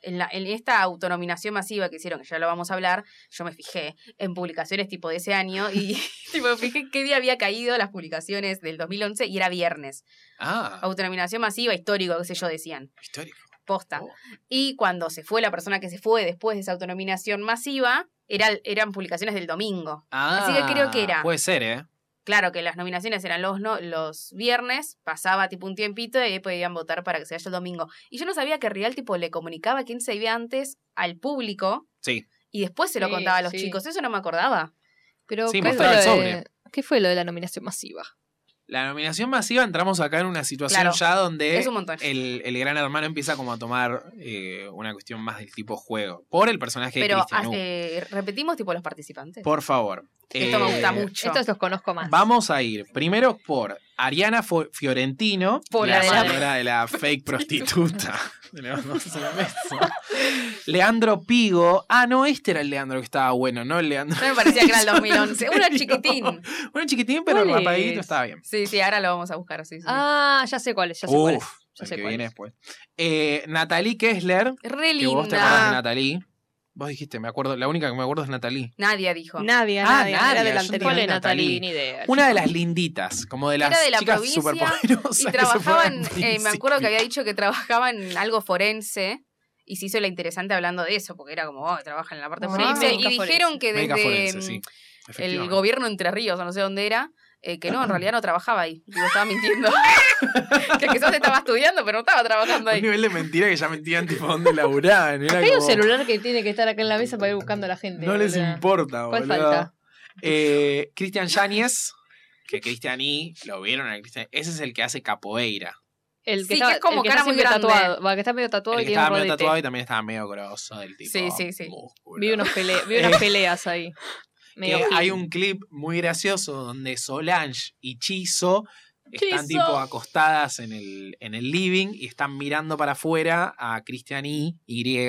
Speaker 2: en, la- en esta autonominación masiva que hicieron, que ya lo vamos a hablar, yo me fijé en publicaciones tipo de ese año y tipo, me fijé qué día había caído las publicaciones del 2011 y era viernes.
Speaker 1: Ah,
Speaker 2: Autonominación masiva, histórico, qué sé yo, decían.
Speaker 1: histórico.
Speaker 2: Posta.
Speaker 1: Oh.
Speaker 2: Y cuando se fue la persona que se fue después de esa autonominación masiva, era, eran publicaciones del domingo.
Speaker 1: Ah,
Speaker 2: Así que creo que era.
Speaker 1: Puede ser, ¿eh?
Speaker 2: Claro que las nominaciones eran los, no, los viernes, pasaba tipo un tiempito y ahí podían votar para que se vaya el domingo. Y yo no sabía que Real tipo le comunicaba quién se iba antes al público
Speaker 1: Sí.
Speaker 2: y después se lo
Speaker 4: Sí,
Speaker 2: contaba a los
Speaker 4: sí.
Speaker 2: chicos. Eso no me acordaba.
Speaker 4: Pero,
Speaker 1: Sí,
Speaker 4: ¿qué, fue
Speaker 1: mostraba el
Speaker 4: lo de, ¿qué fue lo de la nominación masiva?
Speaker 1: La nominación masiva entramos acá en una situación
Speaker 2: Claro.
Speaker 1: ya donde
Speaker 2: es un montón.
Speaker 1: el, el gran hermano empieza como a tomar eh, una cuestión más del tipo juego. Por el personaje de
Speaker 2: Pero
Speaker 1: Cristian Hugo.
Speaker 2: eh, repetimos tipo los participantes.
Speaker 1: Por favor.
Speaker 2: Esto me gusta mucho.
Speaker 4: Estos los conozco más.
Speaker 1: Eh, Vamos a ir primero por Ariana Fo- Fiorentino,
Speaker 2: Por
Speaker 1: la
Speaker 2: la de la-
Speaker 1: señora de la fake prostituta. Tenemos dos en la mesa. Leandro Pigo. Ah, no, este era el Leandro que estaba bueno, no el Leandro.
Speaker 2: No me parecía que era el 2011. Uno chiquitín.
Speaker 1: Bueno, chiquitín, pero
Speaker 4: ¿Cuál es?
Speaker 1: rapadito estaba bien.
Speaker 2: Sí, sí, ahora lo vamos a buscar. Sí, sí.
Speaker 4: Ah, ya sé cuáles, ya sé cuáles.
Speaker 1: Uf,
Speaker 4: Ya
Speaker 1: el
Speaker 4: sé
Speaker 1: que
Speaker 4: cuál
Speaker 1: viene
Speaker 4: es.
Speaker 1: después. Eh, Natalie Kessler,
Speaker 2: Re
Speaker 1: que vos te acordás de
Speaker 2: linda.
Speaker 1: Natalie. Vos dijiste, me acuerdo, la única que me acuerdo es Natalie.
Speaker 2: Nadie dijo.
Speaker 3: Nadia,
Speaker 1: Ah,
Speaker 3: Nadia,
Speaker 1: Nadia,
Speaker 3: era del
Speaker 1: yo
Speaker 3: anterior.
Speaker 4: ¿Cuál es
Speaker 1: Natalie.
Speaker 4: Natalie? Ni idea.
Speaker 1: Una de las linditas, como de las
Speaker 2: Eh, Era de la
Speaker 1: chicas
Speaker 2: provincia
Speaker 1: superpoderosas.
Speaker 2: Y
Speaker 1: que se
Speaker 2: trabajaban,
Speaker 1: fueron al
Speaker 2: eh, me acuerdo
Speaker 1: principio.
Speaker 2: que había dicho que trabajaba en algo forense y se hizo la interesante hablando de eso, porque era como, oh, trabaja en la parte
Speaker 4: Ah,
Speaker 2: forense. Y
Speaker 4: médica
Speaker 2: dijeron que
Speaker 1: Médica
Speaker 2: desde
Speaker 1: forense, sí.
Speaker 2: mm, el
Speaker 1: Efectivamente.
Speaker 2: gobierno de Entre Ríos, o no sé dónde era, eh, que no, en realidad no trabajaba ahí. Digo, estaba mintiendo. que quizás estaba estudiando, pero no estaba trabajando
Speaker 1: Un
Speaker 2: ahí.
Speaker 1: nivel de mentira que ya mentían tipo dónde laburaban. Era
Speaker 4: Acá hay un
Speaker 1: como,
Speaker 4: celular que tiene que estar acá en la mesa para ir buscando a la gente.
Speaker 1: No les
Speaker 4: boluda.
Speaker 1: importa,
Speaker 4: ¿Cuál
Speaker 1: boludo.
Speaker 4: falta?
Speaker 1: Eh, Cristian Yáñez, que Cristian I, lo vieron a Cristian, ese es el que hace capoeira.
Speaker 4: El
Speaker 2: Sí,
Speaker 4: que, está,
Speaker 2: que es como
Speaker 4: el que
Speaker 2: cara
Speaker 4: está
Speaker 2: muy
Speaker 4: siempre
Speaker 2: grande.
Speaker 4: tatuado. Va, que está medio
Speaker 1: El
Speaker 4: tatuado
Speaker 1: que
Speaker 4: y tiene
Speaker 1: estaba
Speaker 4: un
Speaker 1: medio
Speaker 4: rodete.
Speaker 1: tatuado y también estaba medio grosso del tipo.
Speaker 2: Sí, sí, sí.
Speaker 1: músculo.
Speaker 4: Vi, unos pele- vi unas peleas ahí. Medio
Speaker 1: Eh. Que
Speaker 4: hippie.
Speaker 1: hay un clip muy gracioso donde Solange y Chizo están
Speaker 4: Chizo.
Speaker 1: tipo acostadas en el, en el living y están mirando para afuera a Cristian I, Y,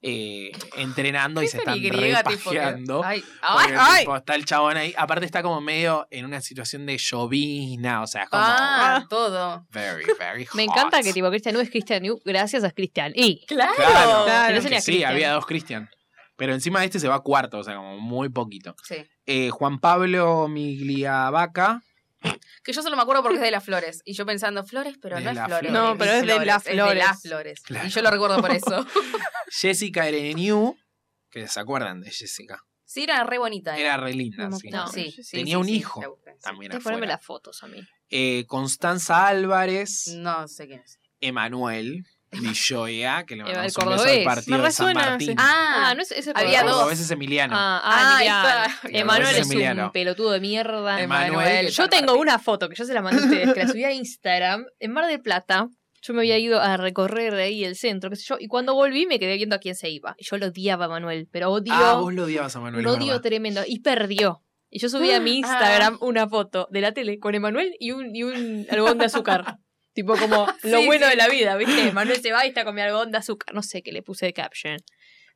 Speaker 1: eh, entrenando y se están
Speaker 2: Y griega, tipo, que-
Speaker 1: repajeando.
Speaker 2: ay,
Speaker 1: Porque,
Speaker 2: ay, ay.
Speaker 1: tipo, está el chabón ahí. Aparte está como medio en una situación de llovizna. O sea, es como
Speaker 2: Ah, todo.
Speaker 1: very, very
Speaker 4: Me
Speaker 1: hot.
Speaker 4: encanta que tipo Cristian U es Cristian U gracias a Cristian Y.
Speaker 2: Claro.
Speaker 1: Claro,
Speaker 3: Claro.
Speaker 1: porque
Speaker 4: Pero sería
Speaker 1: sí,
Speaker 4: Cristian.
Speaker 1: había dos Cristian. Pero encima este se va a cuarto, o sea, como muy poquito.
Speaker 2: Sí.
Speaker 1: Eh, Juan Pablo Migliavaca.
Speaker 2: Que yo solo me acuerdo porque es de las flores. Y yo pensando, flores, pero
Speaker 1: De
Speaker 2: no es
Speaker 1: las
Speaker 2: flores.
Speaker 1: flores. No,
Speaker 3: pero es de las
Speaker 2: Es
Speaker 3: flores.
Speaker 2: de las flores.
Speaker 1: Claro.
Speaker 2: Y yo lo recuerdo por eso.
Speaker 1: Jessica Ereniu. Que se acuerdan de Jessica.
Speaker 2: Sí, era re bonita. ¿eh?
Speaker 1: Era re linda, sí.
Speaker 4: No,
Speaker 2: Sí, sí,
Speaker 1: Tenía
Speaker 2: sí,
Speaker 1: un
Speaker 2: sí,
Speaker 1: hijo
Speaker 2: la busqué, sí.
Speaker 1: También
Speaker 4: Tenés que ponerme
Speaker 1: afuera.
Speaker 4: las fotos a mí.
Speaker 1: Eh, Constanza Álvarez,
Speaker 2: No sé quién es.
Speaker 1: Emanuel, Villoya, que le
Speaker 4: Emanuel
Speaker 1: mandamos un beso
Speaker 4: Cordobés.
Speaker 1: al partido
Speaker 3: Me
Speaker 1: de San
Speaker 3: resuena,
Speaker 1: Martín.
Speaker 3: sí.
Speaker 2: Ah,
Speaker 4: Ah, no es ese
Speaker 2: Había
Speaker 4: Cordobés?
Speaker 2: dos.
Speaker 1: A veces Emiliano.
Speaker 2: Ah,
Speaker 4: Ah, ah, Emiliano.
Speaker 2: ahí está.
Speaker 4: Emanuel
Speaker 1: Ese
Speaker 4: es
Speaker 1: Emiliano.
Speaker 4: un pelotudo de mierda.
Speaker 1: Emanuel.
Speaker 4: Yo tengo una foto que yo se la mandé a ustedes, que la subí a Instagram, en Mar del Plata. Yo me había ido a recorrer ahí el centro, qué sé yo, y cuando volví me quedé viendo a quién se iba. Y yo lo odiaba a Manuel, pero odio,
Speaker 1: Ah, vos lo odiabas a Manuel.
Speaker 4: un
Speaker 1: es
Speaker 4: odio
Speaker 1: verdad.
Speaker 4: tremendo. Y perdió. Y yo subí a mi Instagram una foto de la tele con Emanuel y un, y un algodón de azúcar. tipo como lo
Speaker 2: Sí,
Speaker 4: bueno de la vida, ¿viste? Emanuel se va y está con mi algodón de azúcar. No sé qué le puse de caption,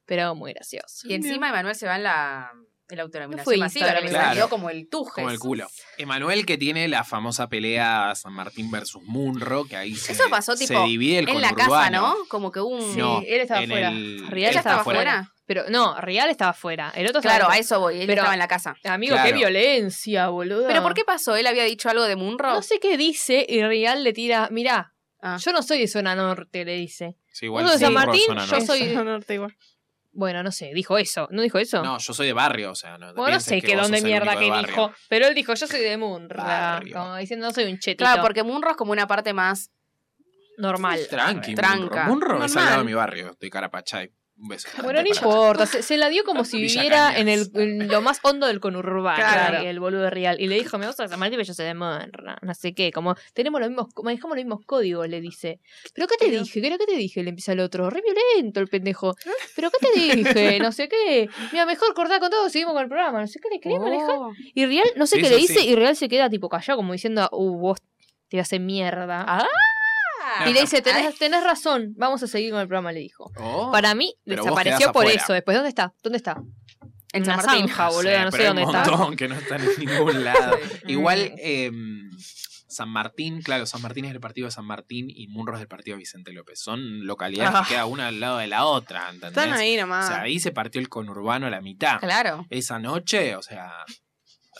Speaker 4: pero muy gracioso.
Speaker 2: Y encima Emanuel se va en la, en la
Speaker 4: No fue
Speaker 2: autodeterminación masiva.
Speaker 4: Instagram,
Speaker 2: que me
Speaker 1: claro.
Speaker 2: salió como el tujes.
Speaker 1: Como el culo. Emanuel que tiene la famosa pelea San Martín versus Munro, que ahí se,
Speaker 2: Eso pasó,
Speaker 1: se
Speaker 2: tipo,
Speaker 1: divide el
Speaker 2: En la casa,
Speaker 1: conurbano.
Speaker 2: ¿no? Como que un...
Speaker 4: Sí,
Speaker 1: No,
Speaker 4: él estaba
Speaker 1: en
Speaker 4: afuera.
Speaker 1: el-
Speaker 4: Real
Speaker 1: él
Speaker 2: ¿Ella
Speaker 1: estaba
Speaker 2: estaba
Speaker 1: afuera.
Speaker 2: afuera?
Speaker 4: Pero no, Real estaba afuera. El otro estaba
Speaker 2: Claro, a
Speaker 4: adentro.
Speaker 2: eso voy. Él
Speaker 4: Pero-
Speaker 2: estaba en la casa.
Speaker 4: Amigo,
Speaker 1: Claro.
Speaker 4: qué violencia, boludo.
Speaker 2: ¿Pero por qué pasó? ¿Él había dicho algo de Munro?
Speaker 4: No sé qué dice y Real le tira, mirá,
Speaker 2: Ah.
Speaker 4: yo no soy de zona norte, le dice.
Speaker 1: Sí, igual
Speaker 4: Vos sos de
Speaker 1: sí,
Speaker 4: San Martín,
Speaker 1: por zona
Speaker 4: yo
Speaker 1: norte.
Speaker 4: soy-
Speaker 3: No, no, te igual.
Speaker 4: Bueno, no sé, dijo eso. ¿No dijo eso?
Speaker 1: No, yo soy de barrio, o sea, no,
Speaker 4: Bueno, no
Speaker 1: pienses
Speaker 4: sé
Speaker 1: que
Speaker 4: qué
Speaker 1: vos
Speaker 4: dónde
Speaker 1: sos el
Speaker 4: mierda
Speaker 1: único
Speaker 4: que
Speaker 1: de barrio.
Speaker 4: dijo. Pero él dijo, yo soy de Munra.
Speaker 1: Barrio.
Speaker 4: Como diciendo, no soy un chetito
Speaker 2: Claro, porque Munro es como una parte más...
Speaker 4: normal.
Speaker 1: Tranqui,
Speaker 2: Tranca.
Speaker 1: Munro. Munro es al lado de
Speaker 3: Normal.
Speaker 1: mi barrio, de Carapachay. Un beso.
Speaker 4: Bueno,
Speaker 1: Para-
Speaker 4: no importa, se, se la dio como si
Speaker 1: Villa
Speaker 4: viviera
Speaker 1: Cañas.
Speaker 4: en, el, en lo más hondo del conurbano,
Speaker 2: Claro.
Speaker 4: el boludo de Real. Y le dijo, me gusta San Martín, pero yo soy de Monra, no sé qué, como tenemos los mismos, manejamos los mismos códigos, le dice. ¿Pero qué te dije? ¿Pero qué te dije? Le empieza el otro, re violento el pendejo. ¿Pero qué te dije? No sé qué. Mira, mejor cortar con todo, seguimos con el programa, no sé qué, le querés manejar.
Speaker 2: Oh.
Speaker 4: Y Real, no sé
Speaker 1: Sí,
Speaker 4: qué
Speaker 1: sí,
Speaker 4: le dice,
Speaker 1: sí.
Speaker 4: y Real se queda tipo callado, como diciendo, uh, vos te hace mierda.
Speaker 2: Ah.
Speaker 4: Y le dice, tenés, tenés razón, vamos a seguir con el programa, le dijo.
Speaker 1: Oh.
Speaker 4: Para mí
Speaker 1: Pero vos
Speaker 4: desapareció
Speaker 1: quedás
Speaker 4: por
Speaker 1: afuera.
Speaker 4: eso. Después, ¿dónde está? ¿Dónde está?
Speaker 2: En
Speaker 4: una
Speaker 2: San Martín.
Speaker 4: zanja, Ah, boludo, no sé
Speaker 1: pero hay
Speaker 4: dónde
Speaker 1: un
Speaker 4: está.
Speaker 1: montón que no están en ningún lado. Igual, eh, San Martín, claro, San Martín es del partido de San Martín y Munros del partido de Vicente López. Son localidades
Speaker 3: Ah.
Speaker 1: que queda una al lado de la otra, ¿entendés?
Speaker 3: Están ahí Ah.
Speaker 1: O
Speaker 3: nomás.
Speaker 1: sea, ahí se partió el conurbano a la mitad.
Speaker 2: Claro.
Speaker 1: Esa noche, o sea,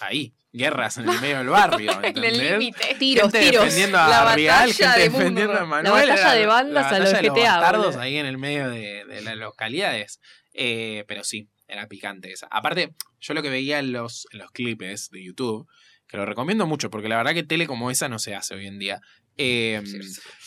Speaker 1: ahí, guerras en el medio del barrio,
Speaker 2: En
Speaker 1: ¿entendés?
Speaker 2: el límite.
Speaker 1: Gente
Speaker 2: Tiros, tiros.
Speaker 1: defendiendo a
Speaker 2: La
Speaker 1: Real,
Speaker 2: batalla
Speaker 1: gente
Speaker 2: de
Speaker 1: defendiendo
Speaker 2: Munro.
Speaker 1: a Manuel.
Speaker 4: La batalla
Speaker 1: era
Speaker 4: de bandas
Speaker 1: la
Speaker 4: a los
Speaker 1: batalla de los
Speaker 4: GTA,
Speaker 1: bastardos
Speaker 4: boludo.
Speaker 1: ahí en el medio de, de las localidades. Eh, pero sí, era picante esa. Aparte, yo lo que veía en los, en los clipes de YouTube, que lo recomiendo mucho, porque la verdad que tele como esa no se hace hoy en día. Eh,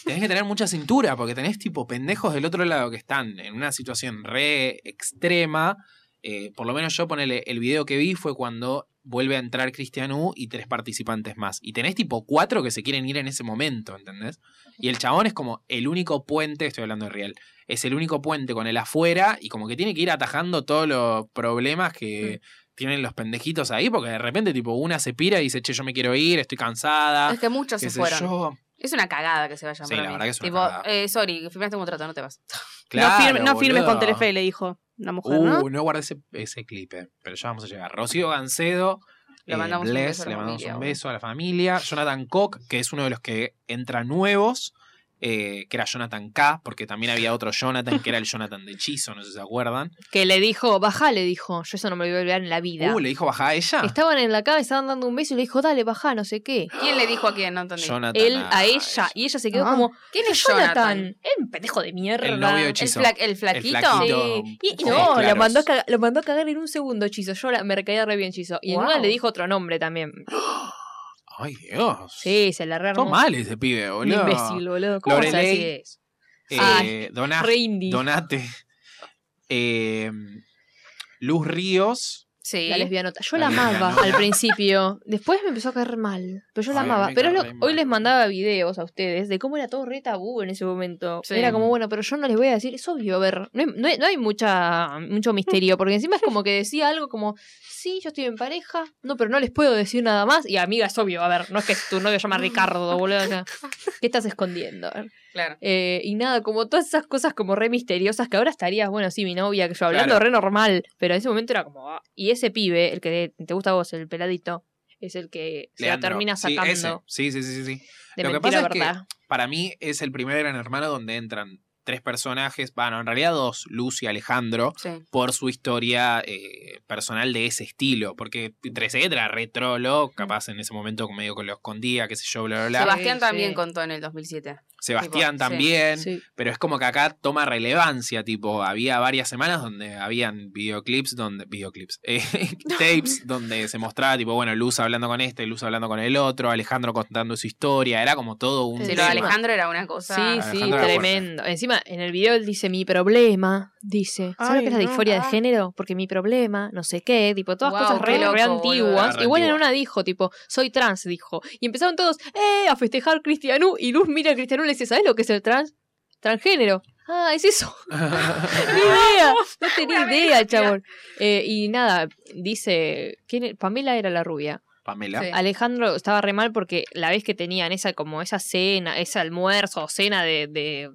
Speaker 1: tenés que tener mucha cintura, porque tenés tipo pendejos del otro lado que están en una situación re extrema. Eh, por lo menos yo ponele, el video que vi fue cuando vuelve a entrar Cristian U y tres participantes más. Y tenés tipo cuatro que se quieren ir en ese momento, ¿entendés? Y el chabón es como el único puente, estoy hablando de Riel, es el único puente con el afuera y como que tiene que ir atajando todos los problemas que tienen los pendejitos ahí, porque de repente tipo una se pira y dice, che, yo me quiero ir, estoy cansada.
Speaker 2: Es que muchos
Speaker 1: qué
Speaker 2: se
Speaker 1: sé
Speaker 2: fueron.
Speaker 1: yo.
Speaker 2: Es una cagada que se vayan
Speaker 1: Sí,
Speaker 2: para
Speaker 1: la
Speaker 2: mí.
Speaker 1: verdad que es una
Speaker 2: tipo,
Speaker 1: cagada.
Speaker 2: eh, sorry, firmaste un contrato, no te vas.
Speaker 3: no,
Speaker 1: Claro,
Speaker 3: firme- no firmes con
Speaker 1: boludo.
Speaker 3: Telefe, le dijo la mujer, ¿no?
Speaker 1: Uh, no guardé ese, ese clip, eh, pero ya vamos a llegar. Rocío Gancedo,
Speaker 2: Le
Speaker 1: eh,
Speaker 2: mandamos un
Speaker 1: Bless,
Speaker 2: beso a la
Speaker 1: le mandamos
Speaker 2: familia,
Speaker 1: un
Speaker 2: obvio.
Speaker 1: beso a la familia. Jonathan Koch, que es uno de los que entra nuevos, eh, que era Jonathan K, porque también había otro Jonathan, que era el Jonathan de hechizo, no sé si se acuerdan.
Speaker 4: Que le dijo, bajá, le dijo. Yo eso no me lo voy a olvidar en la vida.
Speaker 1: Uh, le dijo baja a ella.
Speaker 4: Estaban en la cama y estaban dando un beso y le dijo, dale, bajá, no sé qué.
Speaker 2: ¿Quién le dijo a quién? No entendí.
Speaker 1: Jonathan
Speaker 4: Él a ella. Y ella se quedó
Speaker 3: Ah.
Speaker 4: como,
Speaker 2: ¿Quién
Speaker 4: ¿quién
Speaker 2: es
Speaker 4: es
Speaker 2: Jonathan?
Speaker 4: Jonathan? Es un pendejo de mierda.
Speaker 1: El novio de
Speaker 2: ¿El,
Speaker 1: hechizo.
Speaker 2: fla- el flaquito?
Speaker 1: flaquito.
Speaker 4: Sí. Y,
Speaker 1: Ojos
Speaker 4: no, la
Speaker 1: claros.
Speaker 4: mandó a cagar, lo mandó a cagar en un segundo, Chizo. Yo la- me recaía re bien, Chizo. Y en
Speaker 2: Wow.
Speaker 4: una le dijo otro nombre también.
Speaker 1: Ay, Dios.
Speaker 4: Sí, se la re
Speaker 1: Todo
Speaker 4: armó.
Speaker 1: mal ese pibe,
Speaker 4: Un
Speaker 1: boludo.
Speaker 4: imbécil, boludo. ¿Cómo vas a
Speaker 1: Lorelei.
Speaker 4: decir eso?
Speaker 1: Eh,
Speaker 4: Ay,
Speaker 1: Donás-
Speaker 4: Re indie.
Speaker 1: Donate. Eh, Luz Ríos.
Speaker 2: Sí.
Speaker 4: La lesbianota. Yo
Speaker 1: La
Speaker 4: la amaba
Speaker 1: lesbianota.
Speaker 4: al principio. Después me empezó a caer mal. Pero yo la
Speaker 1: Ay,
Speaker 4: amaba.
Speaker 1: me
Speaker 4: Pero es
Speaker 1: cae
Speaker 4: lo-
Speaker 1: re mal.
Speaker 4: hoy les mandaba videos a ustedes de cómo era todo re tabú en ese momento.
Speaker 2: Sí.
Speaker 4: Era como, bueno, pero yo no les voy a decir. Es obvio, a ver. No hay, no hay- no hay mucha, mucho misterio. Porque encima es como que decía algo como, sí, yo estoy en pareja. No, pero no les puedo decir nada más. Y amiga, es obvio. A ver, no es que tu novio se llama Ricardo, boludo. o sea, ¿Qué estás escondiendo?
Speaker 2: Claro.
Speaker 4: Eh, y nada, como todas esas cosas como re misteriosas que ahora estarías, bueno, sí, mi novia, que yo hablando
Speaker 1: Claro.
Speaker 4: re normal, pero en ese momento era como, ah. y ese pibe, el que te gusta a vos, el peladito, es el que se la
Speaker 1: Leandro.
Speaker 4: termina
Speaker 1: Sí,
Speaker 4: sacando
Speaker 1: ese. Sí, sí, sí, sí, sí.
Speaker 4: de
Speaker 1: Lo que
Speaker 4: mentira
Speaker 1: pasa es que-
Speaker 4: verdad.
Speaker 1: para mí es el primer Gran Hermano donde entran tres personajes, bueno, en realidad dos, Luz y Alejandro,
Speaker 2: Sí.
Speaker 1: por su historia eh, personal de ese estilo, porque 13 era retrolo, capaz en ese momento medio que lo escondía, qué sé yo, bla, bla, bla.
Speaker 2: Sebastián
Speaker 4: Sí,
Speaker 2: también
Speaker 4: sí.
Speaker 2: contó en el 2007.
Speaker 1: Sebastián
Speaker 2: tipo, sí,
Speaker 1: también,
Speaker 4: sí.
Speaker 1: pero es como que acá toma relevancia, tipo, había varias semanas donde habían videoclips, donde, videoclips, eh, tapes, donde se mostraba, tipo, bueno, Luz hablando con este, Luz hablando con el otro, Alejandro contando su historia, era como todo un...
Speaker 4: Sí,
Speaker 2: Sí, lo de
Speaker 1: tema.
Speaker 2: Alejandro era una cosa.
Speaker 4: Sí, sí,
Speaker 1: Alejandro era
Speaker 4: tremendo. Encima, en el video él dice, mi problema, dice. ¿Sabes
Speaker 3: Ay,
Speaker 4: lo que es la
Speaker 3: no.
Speaker 4: disforia de género? Porque mi problema, no sé qué, tipo, todas
Speaker 2: Guau,
Speaker 4: cosas re,
Speaker 2: qué loco,
Speaker 4: re
Speaker 2: boludo.
Speaker 4: antiguas.
Speaker 1: Re
Speaker 4: Igual en
Speaker 1: antiguo.
Speaker 4: una dijo, tipo, soy trans, dijo. Y empezaron todos, eh, a festejar Cristianú. Y Luz mira a Cristianú y le dice, ¿sabes lo que es el trans? Transgénero. Ah, es eso. Ni idea. No tenía idea, chabón. Eh, y nada, dice, ¿quién es? Pamela era la rubia.
Speaker 1: Pamela.
Speaker 2: Sí.
Speaker 4: Alejandro estaba re mal porque la vez que tenían esa como esa cena, ese almuerzo o cena de, de-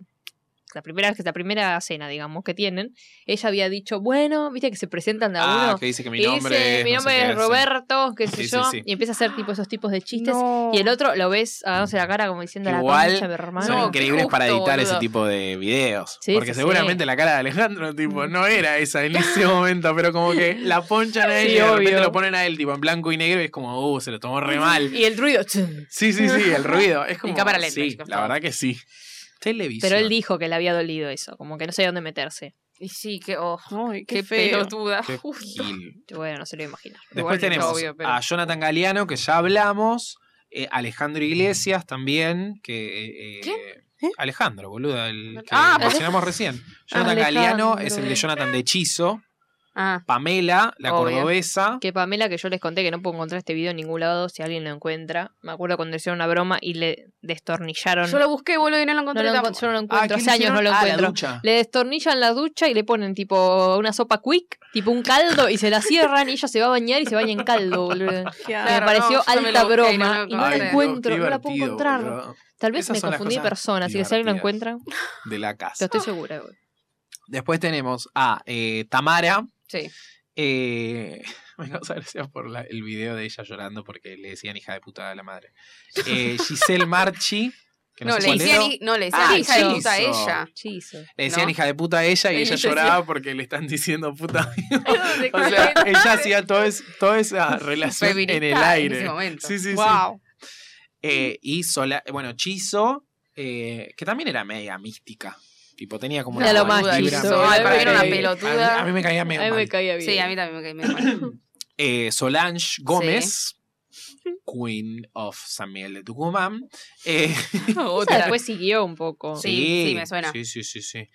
Speaker 4: la primera vez que la primera cena, digamos, que tienen, ella había dicho, bueno, viste que se presentan de a
Speaker 1: Ah,
Speaker 4: uno.
Speaker 1: que dice que mi
Speaker 4: y
Speaker 1: nombre
Speaker 4: dice,
Speaker 1: es,
Speaker 4: mi
Speaker 1: no sé
Speaker 4: nombre
Speaker 1: qué,
Speaker 4: es
Speaker 1: sí.
Speaker 4: Roberto, qué sé
Speaker 1: Sí, sí,
Speaker 4: yo,
Speaker 1: sí.
Speaker 4: y empieza a hacer tipo esos tipos de chistes. Y el otro lo ves agándose la cara como diciendo
Speaker 1: Igual,
Speaker 4: la concha de mi hermano.
Speaker 1: Son
Speaker 2: No,
Speaker 1: increíbles
Speaker 2: qué
Speaker 1: para
Speaker 2: justo,
Speaker 1: editar
Speaker 2: boludo.
Speaker 1: ese tipo de videos.
Speaker 4: Sí,
Speaker 1: porque
Speaker 4: sí,
Speaker 1: seguramente la cara de Alejandro tipo, no era esa en ese momento, pero como que la ponchan a él
Speaker 4: Sí,
Speaker 1: y de repente
Speaker 4: obvio.
Speaker 1: lo ponen a él tipo en blanco y negro y es como, uh, se lo tomó re mal.
Speaker 4: Y el ruido.
Speaker 1: Sí, sí, sí, el ruido. Es como,
Speaker 2: cámara lenta,
Speaker 1: sí,
Speaker 2: chicos,
Speaker 1: la
Speaker 2: todo.
Speaker 1: verdad que sí. Televisión.
Speaker 4: Pero él dijo que le había dolido eso, como que no sabía dónde meterse.
Speaker 2: Y sí, qué, oh,
Speaker 3: Ay,
Speaker 2: qué,
Speaker 3: qué, feo.
Speaker 2: pelotuda.
Speaker 1: Qué
Speaker 2: Justo.
Speaker 1: gil.
Speaker 4: Bueno, no se lo imagina.
Speaker 1: Después
Speaker 2: Igual,
Speaker 1: tenemos
Speaker 2: obvio, pero-
Speaker 1: a Jonathan Galeano, que ya hablamos. eh, Alejandro Iglesias también, que... eh,
Speaker 2: ¿Quién?
Speaker 1: eh, Alejandro, boluda, el que
Speaker 2: Ah,
Speaker 1: mencionamos recién. Jonathan Galeano es
Speaker 4: eh.
Speaker 1: el de Jonathan de Hechizo.
Speaker 2: Ah,
Speaker 1: Pamela, la
Speaker 2: Obvio.
Speaker 1: cordobesa.
Speaker 4: Que Pamela, que yo les conté que no puedo encontrar este video en ningún lado, si alguien lo encuentra. Me acuerdo cuando hicieron una broma y le destornillaron.
Speaker 2: yo lo busqué, boludo, y no lo
Speaker 4: no
Speaker 2: encontré.
Speaker 4: lo
Speaker 2: tampoco.
Speaker 4: encuentro, yo no lo
Speaker 1: Ah,
Speaker 4: encuentro,
Speaker 1: ¿qué
Speaker 4: hace
Speaker 1: le
Speaker 4: años no
Speaker 1: hicieron?
Speaker 4: lo
Speaker 1: Ah, la
Speaker 4: encuentro.
Speaker 1: ducha.
Speaker 4: Le destornillan la ducha y le ponen tipo una sopa quick, tipo un caldo, y se la cierran y ella se va a bañar y se baña en caldo, boludo. Que
Speaker 3: Qué
Speaker 2: Claro,
Speaker 4: me
Speaker 2: no,
Speaker 4: pareció
Speaker 2: yo también
Speaker 4: alta
Speaker 2: lo busqué y no
Speaker 4: broma
Speaker 2: lo
Speaker 4: y no la
Speaker 2: encontré.
Speaker 4: encuentro,
Speaker 1: Ay, Dios,
Speaker 4: no la puedo
Speaker 1: qué divertido,
Speaker 4: encontrar.
Speaker 1: boludo.
Speaker 4: Tal vez
Speaker 1: Esas
Speaker 4: me
Speaker 1: son las
Speaker 4: confundí de
Speaker 1: cosas
Speaker 4: persona, así que si alguien lo
Speaker 1: divertidas.
Speaker 4: encuentra, lo
Speaker 1: De la casa.
Speaker 4: estoy segura. boludo.
Speaker 1: Después tenemos a eh, Tamara,
Speaker 2: Sí.
Speaker 1: eh, Me causa gracia por la- el video de ella llorando porque le decían hija de puta a la madre. Eh, Giselle Marchi, que no,
Speaker 2: No,
Speaker 1: sé
Speaker 2: le
Speaker 1: cuál
Speaker 2: decían,
Speaker 1: era,
Speaker 2: hi- no, le decían
Speaker 1: Ah,
Speaker 2: hija de
Speaker 1: Chizo.
Speaker 2: puta a ella.
Speaker 4: Chizo.
Speaker 1: le decían
Speaker 2: ¿no?
Speaker 1: hija de puta a ella y
Speaker 4: Sí,
Speaker 1: ella
Speaker 4: sí, sí.
Speaker 1: lloraba porque le están diciendo puta. O sea, ella hacía todo es- toda esa relación
Speaker 2: Feminista
Speaker 1: en el
Speaker 2: En
Speaker 1: aire.
Speaker 2: ese momento.
Speaker 1: sí, sí, sí.
Speaker 3: wow.
Speaker 1: Eh, y sola, bueno, Chizo, eh, que también era media mística. Tipo, tenía como
Speaker 4: Era lo más
Speaker 1: vibra
Speaker 4: Chizo.
Speaker 1: media
Speaker 4: Ay, pero era una
Speaker 1: rara. Eh,
Speaker 2: pelotuda.
Speaker 1: A mí, a mí me caía
Speaker 4: A mí
Speaker 1: medio
Speaker 4: me
Speaker 1: mal.
Speaker 4: caía bien.
Speaker 2: Sí, a mí también me caí medio mal.
Speaker 1: Eh, Solange Gómez, Queen of San Miguel de Tucumán. Eh,
Speaker 4: Esa después siguió un poco.
Speaker 2: Sí. me suena.
Speaker 1: Sí, sí, sí, sí.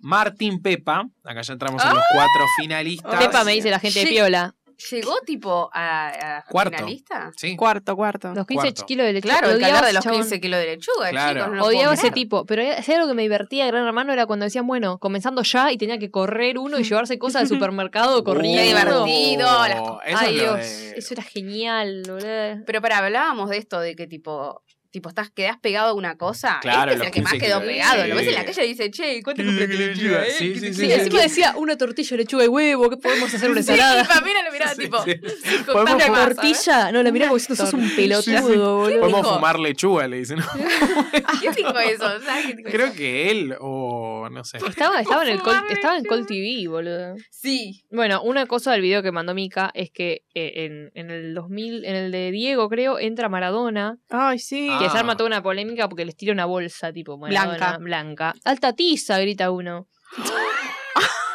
Speaker 1: Martín Pepa, acá ya entramos en los cuatro finalistas.
Speaker 4: Pepa me dice la gente de
Speaker 2: Sí.
Speaker 4: Piola.
Speaker 2: Llegó tipo a, a
Speaker 1: Cuarto.
Speaker 2: finalista.
Speaker 1: Sí.
Speaker 3: Cuarto, cuarto.
Speaker 4: Los 15
Speaker 1: Cuarto.
Speaker 4: kilos de lechuga.
Speaker 2: Claro, el que hablar
Speaker 4: odiaba
Speaker 2: de los
Speaker 4: ese chabón.
Speaker 2: 15 kilos de lechuga,
Speaker 1: Claro.
Speaker 2: chicos. No lo
Speaker 4: Odiaba
Speaker 2: puedo
Speaker 4: ese
Speaker 2: creer.
Speaker 4: tipo, pero es algo que me divertía de Gran Hermano era cuando decían, bueno, comenzando ya y tenía que correr uno y llevarse cosas del supermercado corriendo.
Speaker 2: Uh, Qué divertido, las-
Speaker 1: Uh, Eso es
Speaker 4: Ay,
Speaker 1: lo
Speaker 4: Dios,
Speaker 1: de-
Speaker 4: eso era genial, boludo.
Speaker 2: Pero para hablábamos de esto, de que tipo, tipo estás, quedás pegado a una cosa.
Speaker 1: Claro,
Speaker 2: este es
Speaker 1: los
Speaker 2: el que más
Speaker 1: 15
Speaker 2: quedó
Speaker 1: kilos.
Speaker 2: pegado. Lo ves en la
Speaker 1: Sí.
Speaker 2: calle y dice, che, ¿cuánto
Speaker 1: Sí,
Speaker 2: compraste
Speaker 1: sí,
Speaker 2: de lechuga?
Speaker 1: sí,
Speaker 2: eh?
Speaker 1: sí,
Speaker 2: ¿Qué
Speaker 1: sí,
Speaker 2: te-
Speaker 1: sí,
Speaker 2: qué
Speaker 1: sí.
Speaker 2: te-
Speaker 4: decía, una tortilla, lechuga y huevo, ¿qué podemos hacer una
Speaker 2: Sí, y Pamela lo miraba tipo,
Speaker 1: Sí, sí.
Speaker 2: con
Speaker 1: Podemos
Speaker 2: tanta
Speaker 1: jugar
Speaker 2: masa, ¿eh?
Speaker 4: Tortilla, no, la mirá como si sos un pelotudo, boludo.
Speaker 1: Podemos
Speaker 2: dijo?
Speaker 1: fumar lechuga, le dicen.
Speaker 2: ¿Quién dijo eso? ¿Sabes quién dijo
Speaker 1: Creo
Speaker 2: eso?
Speaker 1: que él o no sé.
Speaker 4: Estaba, estaba en el Col,
Speaker 2: Fumar
Speaker 4: estaba en Col TV, boludo.
Speaker 2: Sí.
Speaker 4: Bueno, una cosa del video que mandó Mika es que eh, en, en el 2000, en el de Diego, creo, entra Maradona,
Speaker 3: Ay, sí.
Speaker 1: Ah.
Speaker 4: que se arma toda una polémica porque les tira una bolsa tipo Maradona,
Speaker 3: Blanca.
Speaker 4: blanca. Alta tiza, grita uno.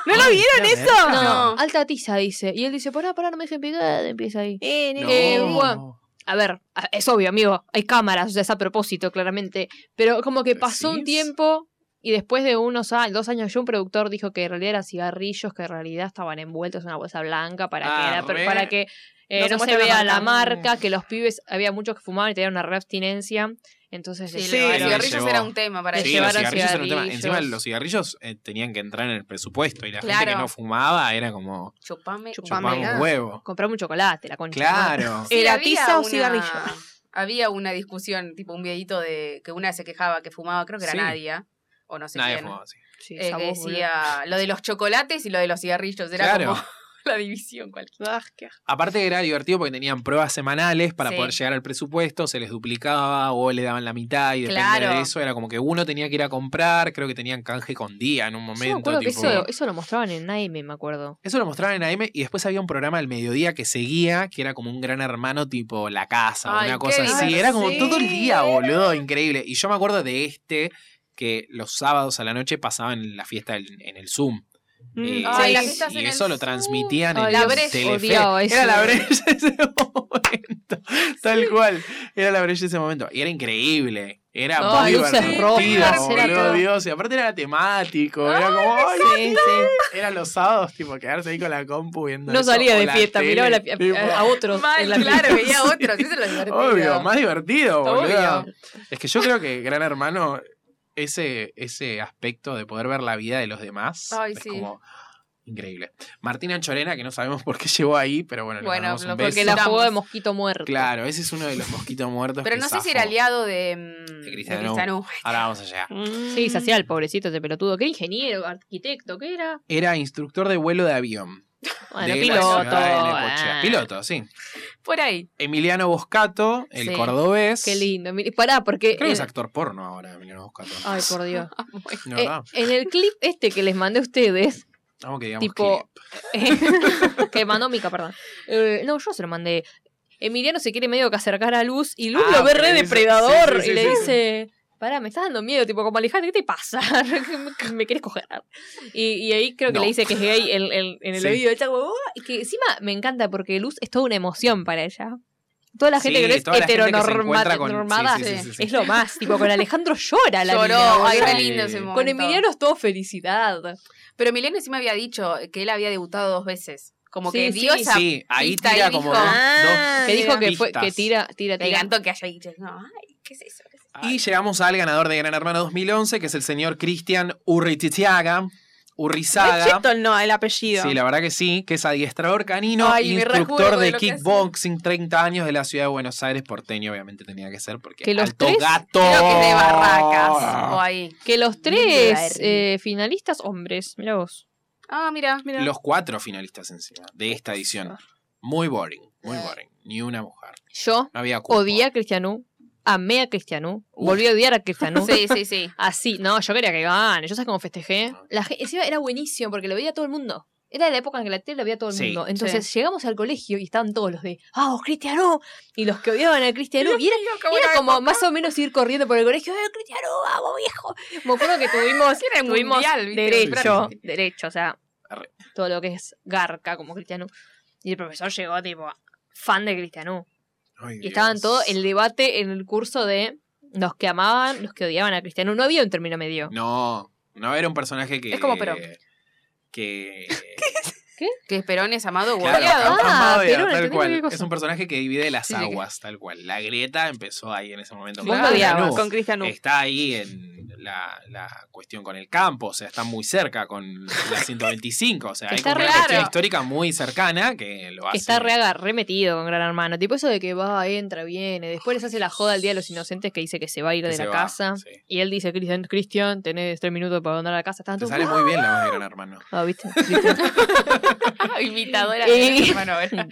Speaker 3: ¿No lo vieron
Speaker 1: Mira,
Speaker 3: eso?
Speaker 4: No, alta tiza dice. Y él dice, pará, pará, no me dejen pegada. Empieza ahí.
Speaker 3: Eh,
Speaker 1: No.
Speaker 4: Eh,
Speaker 3: nene.
Speaker 4: bueno. A ver, a- es obvio, amigo. Hay cámaras, o sea, es a propósito, claramente. Pero como que pasó un
Speaker 1: ¿Decís?
Speaker 4: tiempo y después de unos a- dos años yo, un productor dijo que en realidad eran cigarrillos, que en realidad estaban envueltos en una bolsa blanca para
Speaker 1: Ah,
Speaker 4: que, era- pero
Speaker 1: re.
Speaker 4: para que eh,
Speaker 3: No se
Speaker 4: no, se,
Speaker 3: muestra la
Speaker 4: vea la
Speaker 3: marca.
Speaker 4: marca, que los pibes, había muchos que fumaban y tenían una reabstinencia. Entonces,
Speaker 2: Sí,
Speaker 4: les
Speaker 2: los
Speaker 4: llevaron-
Speaker 1: cigarrillo
Speaker 2: cigarrillos
Speaker 1: llegó.
Speaker 2: era un tema para
Speaker 4: Le
Speaker 1: Sí,
Speaker 2: ellos.
Speaker 1: los
Speaker 4: llevaron
Speaker 1: cigarrillos eran un tema.
Speaker 4: cigarrillos.
Speaker 1: Encima los cigarrillos eh, tenían que entrar en el presupuesto y la gente
Speaker 2: Claro.
Speaker 1: que no fumaba era como
Speaker 2: Chupame,
Speaker 3: Chupame.
Speaker 1: chupar un huevo.
Speaker 4: comprame un chocolate, la concha.
Speaker 1: Claro.
Speaker 2: Sí,
Speaker 3: ¿Era
Speaker 2: había
Speaker 3: pizza o
Speaker 2: una-
Speaker 3: cigarrillo?
Speaker 2: Había una discusión, tipo un videito de que una se quejaba que fumaba, creo que era
Speaker 1: Sí.
Speaker 2: Nadia, o no sé
Speaker 1: Nadie
Speaker 2: quién.
Speaker 1: fumaba así.
Speaker 4: Sí,
Speaker 2: eh,
Speaker 4: esa
Speaker 2: que
Speaker 4: voz, boludo.
Speaker 2: decía lo de los chocolates y lo de los cigarrillos. Era
Speaker 1: Claro.
Speaker 2: como la división cualquiera.
Speaker 3: Ah, qué asco.
Speaker 1: Aparte era divertido porque tenían pruebas semanales para
Speaker 2: Sí.
Speaker 1: poder llegar al presupuesto, se les duplicaba o le daban la mitad y depende
Speaker 2: Claro.
Speaker 1: de eso era como que uno tenía que ir a comprar, creo que tenían canje con día en un
Speaker 4: Yo me
Speaker 1: momento.
Speaker 4: acuerdo que
Speaker 1: tipo-
Speaker 4: eso, eso lo mostraban en Naime, me acuerdo.
Speaker 1: Eso lo mostraban en AM y después había un programa al mediodía que seguía, que era como un gran hermano tipo La Casa o
Speaker 2: Ay,
Speaker 1: una
Speaker 2: qué
Speaker 1: cosa así.
Speaker 2: divertido.
Speaker 1: Era como
Speaker 3: Sí.
Speaker 1: todo el día, boludo, increíble. Y yo me acuerdo de este que los sábados a la noche pasaban la fiesta en, en el Zoom. Eh,
Speaker 3: Mm,
Speaker 2: Ay,
Speaker 3: sí.
Speaker 2: las fiestas
Speaker 1: y
Speaker 2: en el
Speaker 1: eso lo
Speaker 2: Zoom.
Speaker 1: transmitían
Speaker 4: Ay,
Speaker 1: en
Speaker 2: la
Speaker 1: el
Speaker 2: Breche.
Speaker 1: Telefe.
Speaker 4: Odiaba eso.
Speaker 1: Era la brecha ese momento. Tal cual. Era la brecha ese momento. Y era increíble. Era
Speaker 4: No,
Speaker 1: muy
Speaker 4: luces
Speaker 1: divertido,
Speaker 4: rojas, era
Speaker 1: boludo,
Speaker 4: todo.
Speaker 1: Dios. Y aparte era temático. Era como, ay,
Speaker 4: Sí, sí.
Speaker 1: era los sábados, tipo, quedarse ahí con la compu viendo.
Speaker 4: No
Speaker 1: eso,
Speaker 4: salía
Speaker 1: o
Speaker 4: de fiesta,
Speaker 1: tele,
Speaker 4: miraba la- eh,
Speaker 1: tipo,
Speaker 4: a, a otros.
Speaker 2: Mal,
Speaker 4: en
Speaker 2: claro,
Speaker 4: la fiesta.
Speaker 2: veía a otros. Eso es lo divertido.
Speaker 1: Obvio, más divertido, boludo.
Speaker 2: Obvio.
Speaker 1: Es que yo creo que Gran Hermano, ese, ese aspecto de poder ver la vida de los demás
Speaker 2: Ay,
Speaker 1: es
Speaker 2: sí.
Speaker 1: como increíble. Martina Chorena, que no sabemos por qué llegó ahí, pero bueno, le
Speaker 2: Bueno,
Speaker 1: mandamos un
Speaker 2: lo-
Speaker 1: beso.
Speaker 4: Porque la jugó de
Speaker 2: Estamos.
Speaker 4: mosquito muerto.
Speaker 1: Claro, ese es uno de los mosquitos muertos.
Speaker 2: Pero
Speaker 1: que
Speaker 2: no sé si
Speaker 1: zafó.
Speaker 2: era aliado de, mm,
Speaker 1: De Cristiano.
Speaker 2: de Cristiano.
Speaker 1: Ahora vamos allá.
Speaker 3: Mm.
Speaker 4: Sí, se hacía el pobrecito ese pelotudo. ¿Qué ingeniero, arquitecto? ¿Qué era?
Speaker 1: Era instructor de vuelo de avión.
Speaker 4: Bueno,
Speaker 1: de la
Speaker 4: piloto.
Speaker 1: ciudad de Necochea.
Speaker 4: ah.
Speaker 1: Piloto, sí.
Speaker 2: Por ahí.
Speaker 1: Emiliano Boscato, el
Speaker 2: Sí.
Speaker 1: cordobés.
Speaker 4: Qué lindo. Mire, Pará, porque.
Speaker 1: Creo que
Speaker 4: eh,
Speaker 1: es actor porno ahora, Emiliano Boscato.
Speaker 4: Ay, por Dios.
Speaker 1: No,
Speaker 4: Eh,
Speaker 1: no.
Speaker 4: en el clip este que les mandé a ustedes,
Speaker 1: Vamos que digamos
Speaker 4: tipo. que mandó Mica, perdón. Eh, no, yo se lo mandé. Emiliano se quiere medio que acercar a Luz y Luz
Speaker 1: Ah,
Speaker 4: lo ve
Speaker 1: pero
Speaker 4: re
Speaker 1: dice-
Speaker 4: depredador
Speaker 1: sí, sí, sí,
Speaker 4: y le
Speaker 1: sí.
Speaker 4: dice. Pará, me estás dando miedo, tipo, como Alejandra, ¿qué te pasa? ¿Me- ¿Me quieres coger? Y, y ahí creo que
Speaker 1: No.
Speaker 4: le dice que es gay en, en- en el
Speaker 1: Sí.
Speaker 4: oído del chavo. "Oh", Y que encima me encanta porque Luz es toda una emoción para ella. Toda la gente
Speaker 1: Sí,
Speaker 4: que no es
Speaker 1: toda la gente que se encuentra
Speaker 4: heteronormada
Speaker 1: con- sí,
Speaker 4: normada,
Speaker 1: sí, sí, sí, sí.
Speaker 4: es lo más. Tipo, con Alejandro llora la mina,
Speaker 2: Lloró.
Speaker 4: boludo.
Speaker 2: Ay, re
Speaker 1: Sí.
Speaker 2: lindo ese
Speaker 1: Con
Speaker 2: momento.
Speaker 4: Con Emiliano es todo felicidad.
Speaker 2: Pero Emiliano sí me había dicho que él había debutado dos veces. Como
Speaker 4: Sí,
Speaker 2: que
Speaker 4: sí.
Speaker 2: dio esa.
Speaker 1: Sí, ahí
Speaker 2: pista,
Speaker 1: tira
Speaker 2: ahí
Speaker 1: como
Speaker 2: dijo, "Ah,
Speaker 1: dos-
Speaker 4: que dijo que fue
Speaker 1: pistas.
Speaker 4: que tira, tira,
Speaker 2: Me
Speaker 4: tira.
Speaker 2: encantó que haya dicho. No, ay, ¿qué es eso? ¿Qué es eso?
Speaker 1: dos. Y llegamos al ganador de Gran Hermano 2011, que es el señor Cristian Urritiaga.
Speaker 3: Es
Speaker 1: Urrizaga.
Speaker 3: cheto el, no, el apellido.
Speaker 1: Sí, la verdad que sí, que es adiestrador canino,
Speaker 2: Ay, me
Speaker 1: instructor
Speaker 2: recuerdo de
Speaker 1: de
Speaker 2: lo que hace.
Speaker 1: kickboxing, 30 años de la ciudad de Buenos Aires, porteño obviamente tenía que ser, porque
Speaker 4: Que los
Speaker 1: alto
Speaker 4: tres-
Speaker 1: gato. Ah.
Speaker 2: Creo que es de Barracas. O ahí.
Speaker 4: Que los
Speaker 2: Mira,
Speaker 4: tres
Speaker 2: Ernie.
Speaker 4: eh, finalistas hombres, mira vos.
Speaker 2: Ah, mira.
Speaker 3: Mira.
Speaker 1: Los cuatro finalistas encima de esta edición. Muy boring, muy boring. Ni una mujer.
Speaker 4: Yo
Speaker 1: No había cupo.
Speaker 4: odié a Cristianú, amé a Cristianú,
Speaker 1: Uf.
Speaker 4: volví a odiar a Cristianú.
Speaker 2: Sí, sí, sí.
Speaker 4: Así, Ah, no, yo quería que gane. Yo sabes cómo
Speaker 1: Ah,
Speaker 4: festejé. La ge- encima era buenísimo porque lo veía todo el mundo. Era la época en que la tele lo veía todo el
Speaker 1: Sí.
Speaker 4: mundo. Entonces llegamos al colegio y estaban todos los de ¡Vamos, Cristianú! Y los que odiaban a Cristianú. Y era, era como más o menos ir corriendo por el colegio. ¡Eh, Cristianú, vamos, viejo! Me acuerdo que tuvimos,
Speaker 2: Era el
Speaker 4: tuvimos
Speaker 2: mundial, ¿viste?
Speaker 4: derecho,
Speaker 1: Sí.
Speaker 4: derecho, o sea,
Speaker 1: Arre.
Speaker 4: todo lo que es garca como Cristianú. Y el profesor llegó tipo fan de Cristianú.
Speaker 1: Ay,
Speaker 4: Y estaban
Speaker 1: Dios.
Speaker 4: todo el debate en el curso de los que amaban, los que odiaban a Cristiano. No había un término medio.
Speaker 1: No, no era un personaje que.
Speaker 4: Es como Perón.
Speaker 1: Que.
Speaker 2: Que Perón es amado o
Speaker 1: Claro,
Speaker 2: odiado.
Speaker 1: Perón,
Speaker 4: Ah,
Speaker 1: Perón,
Speaker 4: Perón,
Speaker 1: tal
Speaker 4: entendí
Speaker 1: cual.
Speaker 4: cualquier cosa.
Speaker 1: Es un personaje que divide las
Speaker 4: Sí, sí, que-
Speaker 1: aguas, tal cual. La grieta empezó ahí en ese momento.
Speaker 4: Vos
Speaker 1: con
Speaker 4: lo
Speaker 1: Cristian
Speaker 4: odiabas.
Speaker 1: Hugo.
Speaker 3: Con Cristian U.
Speaker 1: Está ahí en la, la cuestión con el campo, o sea, está muy cerca con la 125, o sea,
Speaker 4: Que
Speaker 1: hay
Speaker 4: está
Speaker 1: como una
Speaker 2: re-
Speaker 1: cuestión
Speaker 2: claro.
Speaker 1: histórica muy cercana que lo hace.
Speaker 4: Que está re, agar- re metido con Gran Hermano. Tipo eso de que va, entra, viene. Después les hace la joda al Día de los Inocentes que dice que se va a ir
Speaker 1: que
Speaker 4: de
Speaker 1: se
Speaker 4: la
Speaker 1: va,
Speaker 4: casa.
Speaker 1: sí.
Speaker 4: Y él dice, Cristian, Cristian, tenés tres minutos para andar a la casa. Estaban
Speaker 1: Te
Speaker 4: todos,
Speaker 1: sale muy bien la voz de Gran Hermano.
Speaker 4: Ah, ¿viste? ¿Viste?
Speaker 2: Imitadora
Speaker 4: Eh.
Speaker 2: de hermano. era.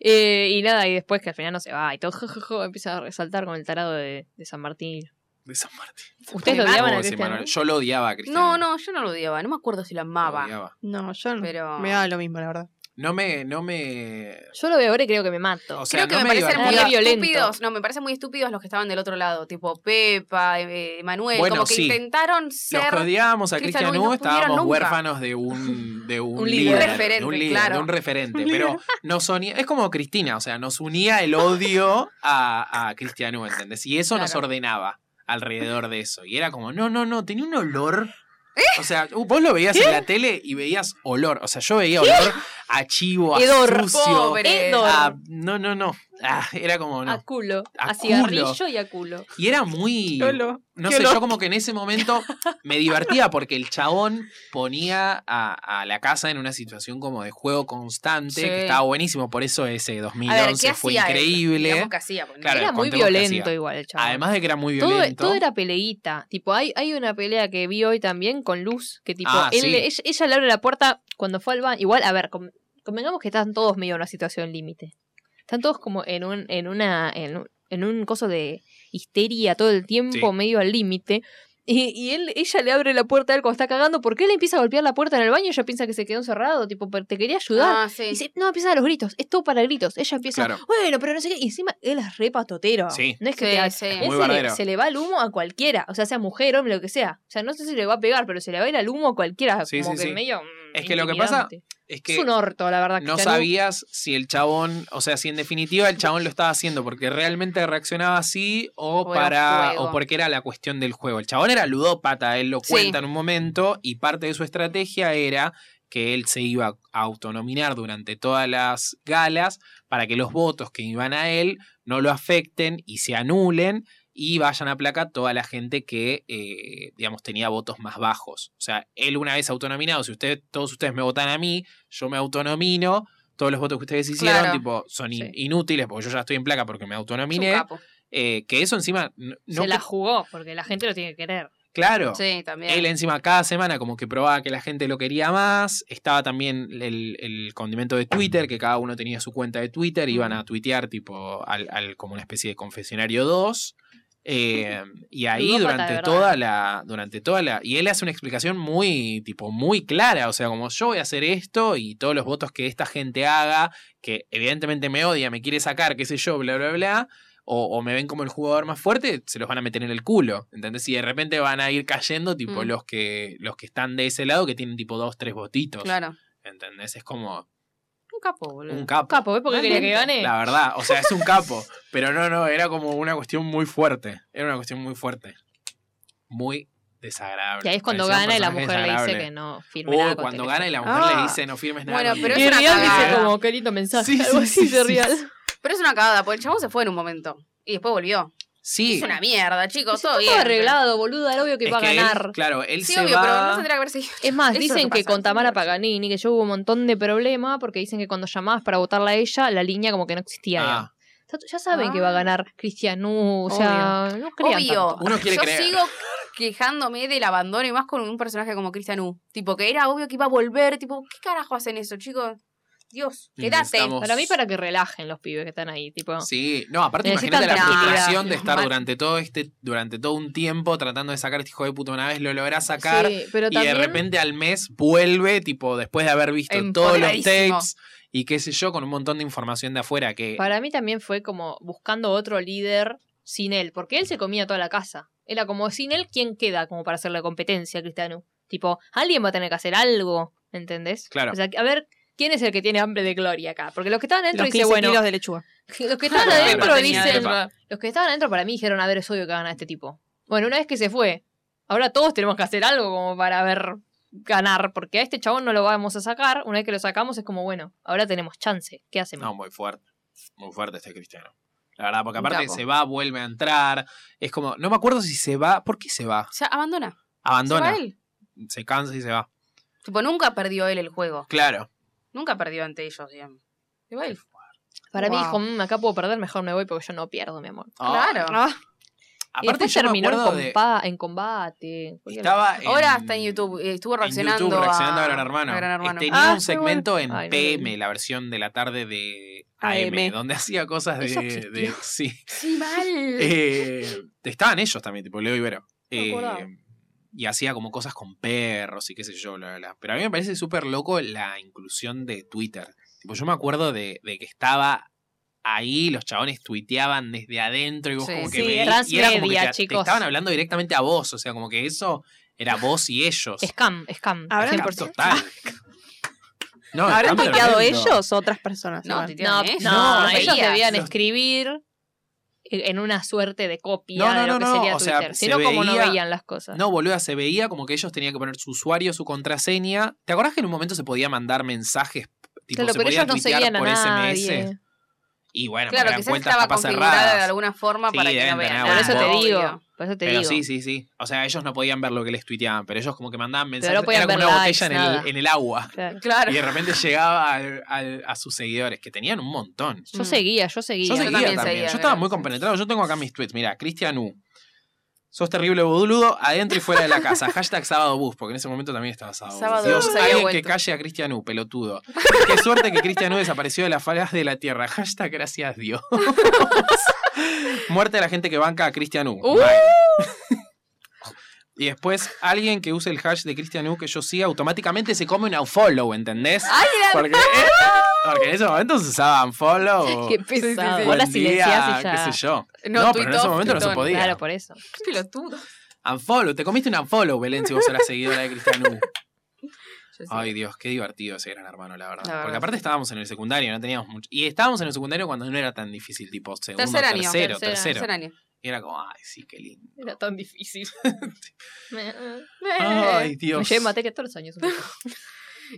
Speaker 4: Eh, y nada, y después que al final no se va. Y todo jojojo, empieza a resaltar con el tarado de, de San Martín.
Speaker 1: De San Martín.
Speaker 4: ¿Ustedes lo odiaban a
Speaker 1: Como dice
Speaker 4: Cristiano?
Speaker 1: Manuel, Yo lo odiaba a Cristian.
Speaker 2: No, no, yo no lo odiaba. No me acuerdo si lo
Speaker 1: lo
Speaker 2: amaba.
Speaker 1: odiaba.
Speaker 3: No, yo no.
Speaker 2: Pero-
Speaker 3: Me daba lo mismo, la verdad.
Speaker 1: No me, no me.
Speaker 4: Yo lo veo ahora y creo que me mato.
Speaker 1: O sea,
Speaker 2: Creo que
Speaker 1: no
Speaker 2: me,
Speaker 1: me
Speaker 2: parecen
Speaker 1: divertía.
Speaker 2: muy
Speaker 4: Era violento.
Speaker 2: estúpidos. No, me parecen muy estúpidos los que estaban del otro lado, tipo Pepa, eh, Manuel,
Speaker 1: Bueno,
Speaker 2: como que
Speaker 1: sí.
Speaker 2: intentaron
Speaker 1: Los
Speaker 2: ser.
Speaker 1: que odiábamos a
Speaker 2: Cristian
Speaker 1: Cristian
Speaker 2: Uy, no
Speaker 1: Hugo estábamos
Speaker 2: pudieron nunca.
Speaker 1: huérfanos de un, de un,
Speaker 4: Un
Speaker 1: líder,
Speaker 4: líder.
Speaker 1: de
Speaker 2: Referente,
Speaker 1: un líder,
Speaker 2: claro.
Speaker 1: de un referente. Pero nos unía, es como Cristina, o sea, nos unía el odio a, a Cristian Hugo, ¿entendés? Y eso nos
Speaker 2: Claro.
Speaker 1: ordenaba alrededor de eso. Y era como, no, no, no, tenía un olor. O sea, uh, vos lo veías en la tele y veías olor. O sea, yo veía olor a chivo, a
Speaker 4: Hedor.
Speaker 1: sucio.
Speaker 2: Pobre.
Speaker 4: Edor.
Speaker 1: a- no, no, no. Ah, era como,
Speaker 4: A
Speaker 1: no.
Speaker 4: culo.
Speaker 1: A
Speaker 4: A,
Speaker 1: culo.
Speaker 4: cigarrillo y a culo.
Speaker 1: Y era muy. No
Speaker 3: Qué
Speaker 1: sé,
Speaker 3: olor.
Speaker 1: yo como que en ese momento me divertía porque el chabón ponía a, a la casa en una situación como de juego constante,
Speaker 2: Sí.
Speaker 1: que estaba buenísimo, por eso ese
Speaker 2: A ver,
Speaker 1: 2011
Speaker 2: ¿qué
Speaker 1: fue
Speaker 2: hacía él?
Speaker 1: increíble.
Speaker 2: Digamos que hacía, Ah, porque
Speaker 1: Claro,
Speaker 4: era muy
Speaker 1: contemos qué
Speaker 4: violento
Speaker 1: hacía.
Speaker 4: igual el chaval.
Speaker 1: Además de que era muy
Speaker 2: e-
Speaker 4: todo,
Speaker 1: violento.
Speaker 4: todo era peleíta. Tipo, hay, hay una pelea que vi hoy también con Luz, que tipo,
Speaker 1: Ah,
Speaker 4: él
Speaker 1: sí.
Speaker 4: le- ella, ella le abre la puerta cuando fue al baño. Igual, a ver, com- convengamos que están todos medio en una situación límite. Están todos como en un, en una, en un, en un coso de histeria todo el tiempo,
Speaker 1: Sí.
Speaker 4: medio al límite. Y, y él, ella le abre la puerta a él cuando está cagando, porque él le empieza a golpear la puerta en el baño y ella piensa que se quedó encerrado, tipo, pero te quería ayudar.
Speaker 2: Ah, sí.
Speaker 4: Y dice, no, empiezan los gritos, es todo para gritos. Ella empieza,
Speaker 1: Claro.
Speaker 4: bueno, pero no sé qué. Y encima él es re patotero.
Speaker 1: Sí.
Speaker 4: No es que
Speaker 2: Sí,
Speaker 4: te-
Speaker 2: sí.
Speaker 4: él
Speaker 1: Muy
Speaker 4: se, le,
Speaker 1: bardero.
Speaker 4: se le va el humo a cualquiera. O sea, sea mujer, hombre, lo que sea. O sea, no sé si le va a pegar, pero se le va a ir al humo a cualquiera.
Speaker 1: Sí,
Speaker 4: como
Speaker 1: sí,
Speaker 4: que
Speaker 1: sí.
Speaker 4: medio. mm,
Speaker 1: Es que lo que pasa-
Speaker 4: intimidante.
Speaker 1: Es
Speaker 4: es
Speaker 1: que
Speaker 4: un orto, la verdad.
Speaker 1: no
Speaker 4: Cristiano.
Speaker 1: sabías si el chabón, o sea, si en definitiva el chabón lo estaba haciendo porque realmente reaccionaba así o
Speaker 2: O era
Speaker 1: para
Speaker 2: juego.
Speaker 1: o porque era la cuestión del juego. El chabón era ludópata, él lo
Speaker 2: Sí.
Speaker 1: cuenta en un momento y parte de su estrategia era que él se iba a autonominar durante todas las galas para que los votos que iban a él no lo afecten y se anulen y vayan a placa toda la gente que, eh, digamos, tenía votos más bajos. O sea, él una vez autonominado, si usted, todos ustedes me votan a mí, yo me autonomino, todos los votos que ustedes hicieron
Speaker 2: Claro.
Speaker 1: tipo, son in-
Speaker 4: Sí.
Speaker 1: inútiles porque yo ya estoy en placa porque me
Speaker 2: Es un
Speaker 1: autonominé.
Speaker 2: capo.
Speaker 1: Eh, que eso encima, n- no,
Speaker 4: se la
Speaker 1: que-
Speaker 4: jugó, porque la gente lo tiene que querer.
Speaker 1: claro,
Speaker 2: Sí, también.
Speaker 1: él encima cada semana como que probaba que la gente lo quería más. Estaba también el, el condimento de Twitter, que cada uno tenía su cuenta de Twitter. Iban a tuitear tipo al, al- como una especie de confesionario 2. Eh, y ahí
Speaker 4: Ludópata, de
Speaker 1: durante
Speaker 4: verdad.
Speaker 1: toda la durante toda la y él hace una explicación muy tipo muy clara o sea como yo voy a hacer esto y todos los votos que esta gente haga que evidentemente me odia me quiere sacar qué sé yo bla bla bla o, o me ven como el jugador más fuerte, se los van a meter en el culo. ¿Entendés? Y de repente van a ir cayendo, tipo,
Speaker 2: Mm.
Speaker 1: los que los que están de ese lado, que tienen tipo dos, tres botitos.
Speaker 2: Claro.
Speaker 1: ¿Entendés? Es como
Speaker 2: Un capo, boludo.
Speaker 1: un capo.
Speaker 4: Mm. Capo, ¿ves por qué quería que gane?
Speaker 1: La verdad, o sea, es un capo. Pero no, no, era como una cuestión muy fuerte. Era una cuestión muy fuerte. Muy desagradable.
Speaker 4: Y ahí es cuando
Speaker 1: Parecía un
Speaker 4: gana y la
Speaker 1: personaje
Speaker 4: mujer le dice
Speaker 1: desagradable.
Speaker 4: que no firme
Speaker 1: Uy,
Speaker 4: nada. con
Speaker 1: cuando
Speaker 4: este
Speaker 1: gana y la
Speaker 4: carajo.
Speaker 1: mujer le
Speaker 2: Ah.
Speaker 1: dice no firmes nada.
Speaker 2: Bueno,
Speaker 1: con
Speaker 2: pero
Speaker 1: él".
Speaker 4: Y
Speaker 2: es una
Speaker 4: Rial dice
Speaker 2: cagada.
Speaker 4: como, qué lindo mensaje.
Speaker 1: Sí, sí,
Speaker 4: algo así
Speaker 1: sí,
Speaker 4: de
Speaker 1: sí,
Speaker 4: Rial.
Speaker 2: Pero es una cagada, porque el chabón se fue en un momento. Y después volvió.
Speaker 1: Sí.
Speaker 2: Es una mierda, chicos.
Speaker 4: Está
Speaker 2: Todo
Speaker 4: todo
Speaker 2: bien.
Speaker 4: arreglado, boludo. Era obvio que
Speaker 1: Es
Speaker 4: iba a
Speaker 1: que él-
Speaker 4: ganar.
Speaker 1: claro, él
Speaker 2: Sí,
Speaker 1: se
Speaker 2: obvio,
Speaker 1: va-
Speaker 2: pero no tendría que haber seguido.
Speaker 4: Es más,
Speaker 2: Eso es lo
Speaker 4: dicen
Speaker 2: que
Speaker 4: que
Speaker 2: pasa,
Speaker 4: con Tamara
Speaker 2: sí, sí.
Speaker 4: Paganini, que yo hubo un montón de problemas porque dicen que cuando llamabas para votarla a ella, la línea como que no existía. digamos.
Speaker 1: Ah,
Speaker 4: O sea, Ya saben que va a
Speaker 2: Ah.
Speaker 4: ganar Cristianú, o sea, no crean
Speaker 2: Obvio.
Speaker 4: tanto.
Speaker 1: Uno quiere
Speaker 2: Yo
Speaker 1: creer.
Speaker 2: sigo quejándome del abandono y más con un personaje como Cristian U. Tipo, que era obvio que iba a volver. Tipo, ¿qué carajo hacen eso, chicos? Dios,
Speaker 1: Y
Speaker 2: quédate.
Speaker 1: necesitamos-
Speaker 4: Para mí, para que relajen los pibes que están ahí, tipo.
Speaker 1: Sí, no, aparte
Speaker 4: Necesitan
Speaker 1: imagínate la
Speaker 4: tranquilidad.
Speaker 1: frustración de estar
Speaker 4: Mal.
Speaker 1: durante todo este, durante todo un tiempo tratando de sacar a este hijo de puta una vez, lo lográs sacar
Speaker 4: Sí, pero
Speaker 1: y de repente al mes vuelve, tipo, después de haber visto todos los
Speaker 2: Empoderadísimo.
Speaker 1: tapes y qué sé yo, con un montón de información de afuera que
Speaker 4: Para mí también fue como buscando otro líder sin él, porque él se comía toda la casa. Era como, sin él, ¿quién queda como para hacer la competencia, Cristiano? Tipo, alguien va a tener que hacer algo, ¿entendés?
Speaker 1: Claro.
Speaker 4: O sea, a ver, ¿quién es el que tiene hambre de gloria acá? Porque los que estaban adentro
Speaker 3: Los 15
Speaker 4: dicen, bueno,
Speaker 3: kilos de lechuga.
Speaker 4: los que estaban
Speaker 1: Claro,
Speaker 4: adentro
Speaker 1: no tenía
Speaker 4: dicen,
Speaker 1: idea.
Speaker 4: los que estaban adentro para mí dijeron, a ver, es obvio que gana este tipo. Bueno, una vez que se fue, ahora todos tenemos que hacer algo como para ver ganar, porque a este chabón no lo vamos a sacar, una vez que lo sacamos es como, bueno, ahora tenemos chance, ¿qué hacemos?
Speaker 1: No, muy fuerte. Muy fuerte este cristiano. La verdad, porque aparte
Speaker 2: Capo.
Speaker 1: se va, vuelve a entrar. Es como, no me acuerdo si se va. ¿Por qué se va?
Speaker 2: O sea, abandona.
Speaker 1: Abandona.
Speaker 2: Se va él.
Speaker 1: Se cansa y se va.
Speaker 2: Tipo, nunca perdió él el juego.
Speaker 1: Claro.
Speaker 2: Nunca perdió ante ellos, digamos. Se va él.
Speaker 4: Para mí
Speaker 3: Wow.
Speaker 4: dijo, "Mm, acá puedo perder, mejor me voy porque yo no pierdo, mi amor.
Speaker 2: Claro.
Speaker 3: Ah,
Speaker 4: Y
Speaker 1: Aparte
Speaker 4: después
Speaker 1: yo me
Speaker 4: terminó en,
Speaker 1: acuerdo de-
Speaker 4: compa- en combate.
Speaker 1: Estaba
Speaker 2: Ahora está en YouTube. eh, Estuvo
Speaker 1: en
Speaker 2: reaccionando.
Speaker 1: YouTube reaccionando a,
Speaker 2: a,
Speaker 1: Gran Hermano. Este Eh,
Speaker 2: a Gran Hermano.
Speaker 1: Tenía
Speaker 3: Ah,
Speaker 1: un
Speaker 3: qué
Speaker 1: segmento en
Speaker 4: Ay, no lo
Speaker 1: PM,
Speaker 4: vi.
Speaker 1: la versión de la tarde de AM,
Speaker 3: AM.
Speaker 1: donde hacía cosas de.
Speaker 4: Eso
Speaker 1: de-
Speaker 4: existió.
Speaker 1: sí.
Speaker 2: Sí, mal.
Speaker 1: Eh, estaban ellos también, tipo Leo Ibero.
Speaker 4: me
Speaker 1: Eh,
Speaker 4: acordaba.
Speaker 1: y hacía como cosas con perros y qué sé yo. bla, bla, bla. Pero a mí me parece súper loco la inclusión de Twitter. Tipo, yo me acuerdo de, de que estaba ahí, los chabones tuiteaban desde adentro y vos
Speaker 2: Sí,
Speaker 1: como que
Speaker 4: sí,
Speaker 1: veías- y era como que
Speaker 4: transmedia,
Speaker 1: te- te
Speaker 4: chicos.
Speaker 1: estaban hablando directamente a vos. O sea, como que eso era vos y ellos.
Speaker 4: Scam, scam.
Speaker 3: Habrán-
Speaker 1: Era
Speaker 4: 100%.
Speaker 1: total. No,
Speaker 3: ¿Habrán
Speaker 1: está
Speaker 3: tuiteado
Speaker 1: tremendo.
Speaker 3: ellos o otras personas?
Speaker 2: No,
Speaker 3: Igual.
Speaker 2: tuitearon
Speaker 4: No,
Speaker 2: ellos.
Speaker 4: no,
Speaker 1: No,
Speaker 4: ellos
Speaker 2: veías.
Speaker 4: debían
Speaker 1: Los-
Speaker 4: escribir e-, en una suerte de copia
Speaker 1: No, no,
Speaker 4: de lo
Speaker 1: no,
Speaker 4: que
Speaker 1: no,
Speaker 4: sería
Speaker 1: o sea,
Speaker 4: Twitter.
Speaker 1: se
Speaker 4: sino como no
Speaker 1: veía-
Speaker 4: veían las cosas.
Speaker 1: No, boluda, se veía como que ellos tenían que poner su usuario, su contraseña. ¿Te acordás que en un momento se podía mandar mensajes? Tipo,
Speaker 4: Claro,
Speaker 1: se
Speaker 4: pero
Speaker 1: podía
Speaker 4: ellos no
Speaker 1: tuitear
Speaker 4: seguían a
Speaker 1: por
Speaker 4: nadie.
Speaker 1: SMS. Y bueno,
Speaker 2: Claro,
Speaker 1: eran
Speaker 2: quizás
Speaker 1: cuentas
Speaker 2: estaba
Speaker 1: capaz
Speaker 2: configurada
Speaker 1: cerradas.
Speaker 2: de alguna forma
Speaker 1: Sí,
Speaker 2: para que
Speaker 1: deben
Speaker 2: no vean
Speaker 1: tener
Speaker 4: Por
Speaker 1: Ah,
Speaker 2: nada.
Speaker 4: eso te
Speaker 2: obvio.
Speaker 4: digo. Por eso te
Speaker 1: pero
Speaker 4: digo.
Speaker 1: sí, sí, sí. O sea, ellos no podían ver lo que les tuiteaban, pero ellos como que mandaban mensajes.
Speaker 4: no podían
Speaker 1: era como
Speaker 4: ver
Speaker 1: una
Speaker 4: likes,
Speaker 1: botella en
Speaker 4: nada.
Speaker 1: el, en el agua.
Speaker 4: Claro.
Speaker 2: Claro.
Speaker 1: Y de repente llegaba al- al- a sus seguidores, que tenían un montón.
Speaker 4: Yo
Speaker 2: Mm.
Speaker 4: seguía, yo seguía.
Speaker 1: Yo
Speaker 2: Yo
Speaker 1: seguía también.
Speaker 2: también seguía,
Speaker 1: Yo estaba
Speaker 2: claro,
Speaker 1: muy
Speaker 2: sí.
Speaker 1: compenetrado. Yo tengo acá mis tweets. Mira, Cristian U. Sos terrible boludo adentro y fuera de la casa. Hashtag sábado bus, porque en ese momento también estaba sábado. bus.
Speaker 2: Sábado
Speaker 1: Dios,
Speaker 2: bus había
Speaker 1: alguien que
Speaker 2: vuelto.
Speaker 1: calle a Cristian U, pelotudo. Qué suerte que Cristian U desapareció de las faldas de la tierra. Hashtag gracias Dios. Muerte a la gente que banca a Cristian U.
Speaker 4: Uh.
Speaker 1: Bye. Y después, alguien que use el hash de Cristian U que yo siga, automáticamente se come un unfollow, ¿entendés?
Speaker 2: Ay, era-
Speaker 1: Porque, porque en ese momento se usaba unfollow.
Speaker 4: Qué
Speaker 2: sí.
Speaker 4: pesado.
Speaker 1: Buen
Speaker 4: Hola, silenciás
Speaker 1: día,
Speaker 4: y ya.
Speaker 1: qué sé yo. No,
Speaker 2: No,
Speaker 1: pero en
Speaker 2: tuitó,
Speaker 1: ese momento no se
Speaker 2: tuitó.
Speaker 1: podía.
Speaker 4: Claro, por eso.
Speaker 2: Qué pelotudo.
Speaker 1: Unfollow, te comiste un unfollow, Belén, si vos eras seguidora de Cristian U.
Speaker 2: Yo sí.
Speaker 1: Ay, Dios, qué divertido ese gran hermano, la verdad.
Speaker 2: La verdad,
Speaker 1: Porque aparte
Speaker 2: sí.
Speaker 1: estábamos en el secundario, no teníamos mucho. Y estábamos en el secundario cuando no era tan difícil, tipo segundo,
Speaker 2: Tercer año,
Speaker 1: tercero,
Speaker 4: tercer-
Speaker 1: tercero.
Speaker 2: Tercer año.
Speaker 1: Y era como, ay, sí, qué lindo.
Speaker 4: Era tan difícil. me,
Speaker 1: Ay,
Speaker 4: me
Speaker 1: Dios.
Speaker 4: llevé materia todos los años.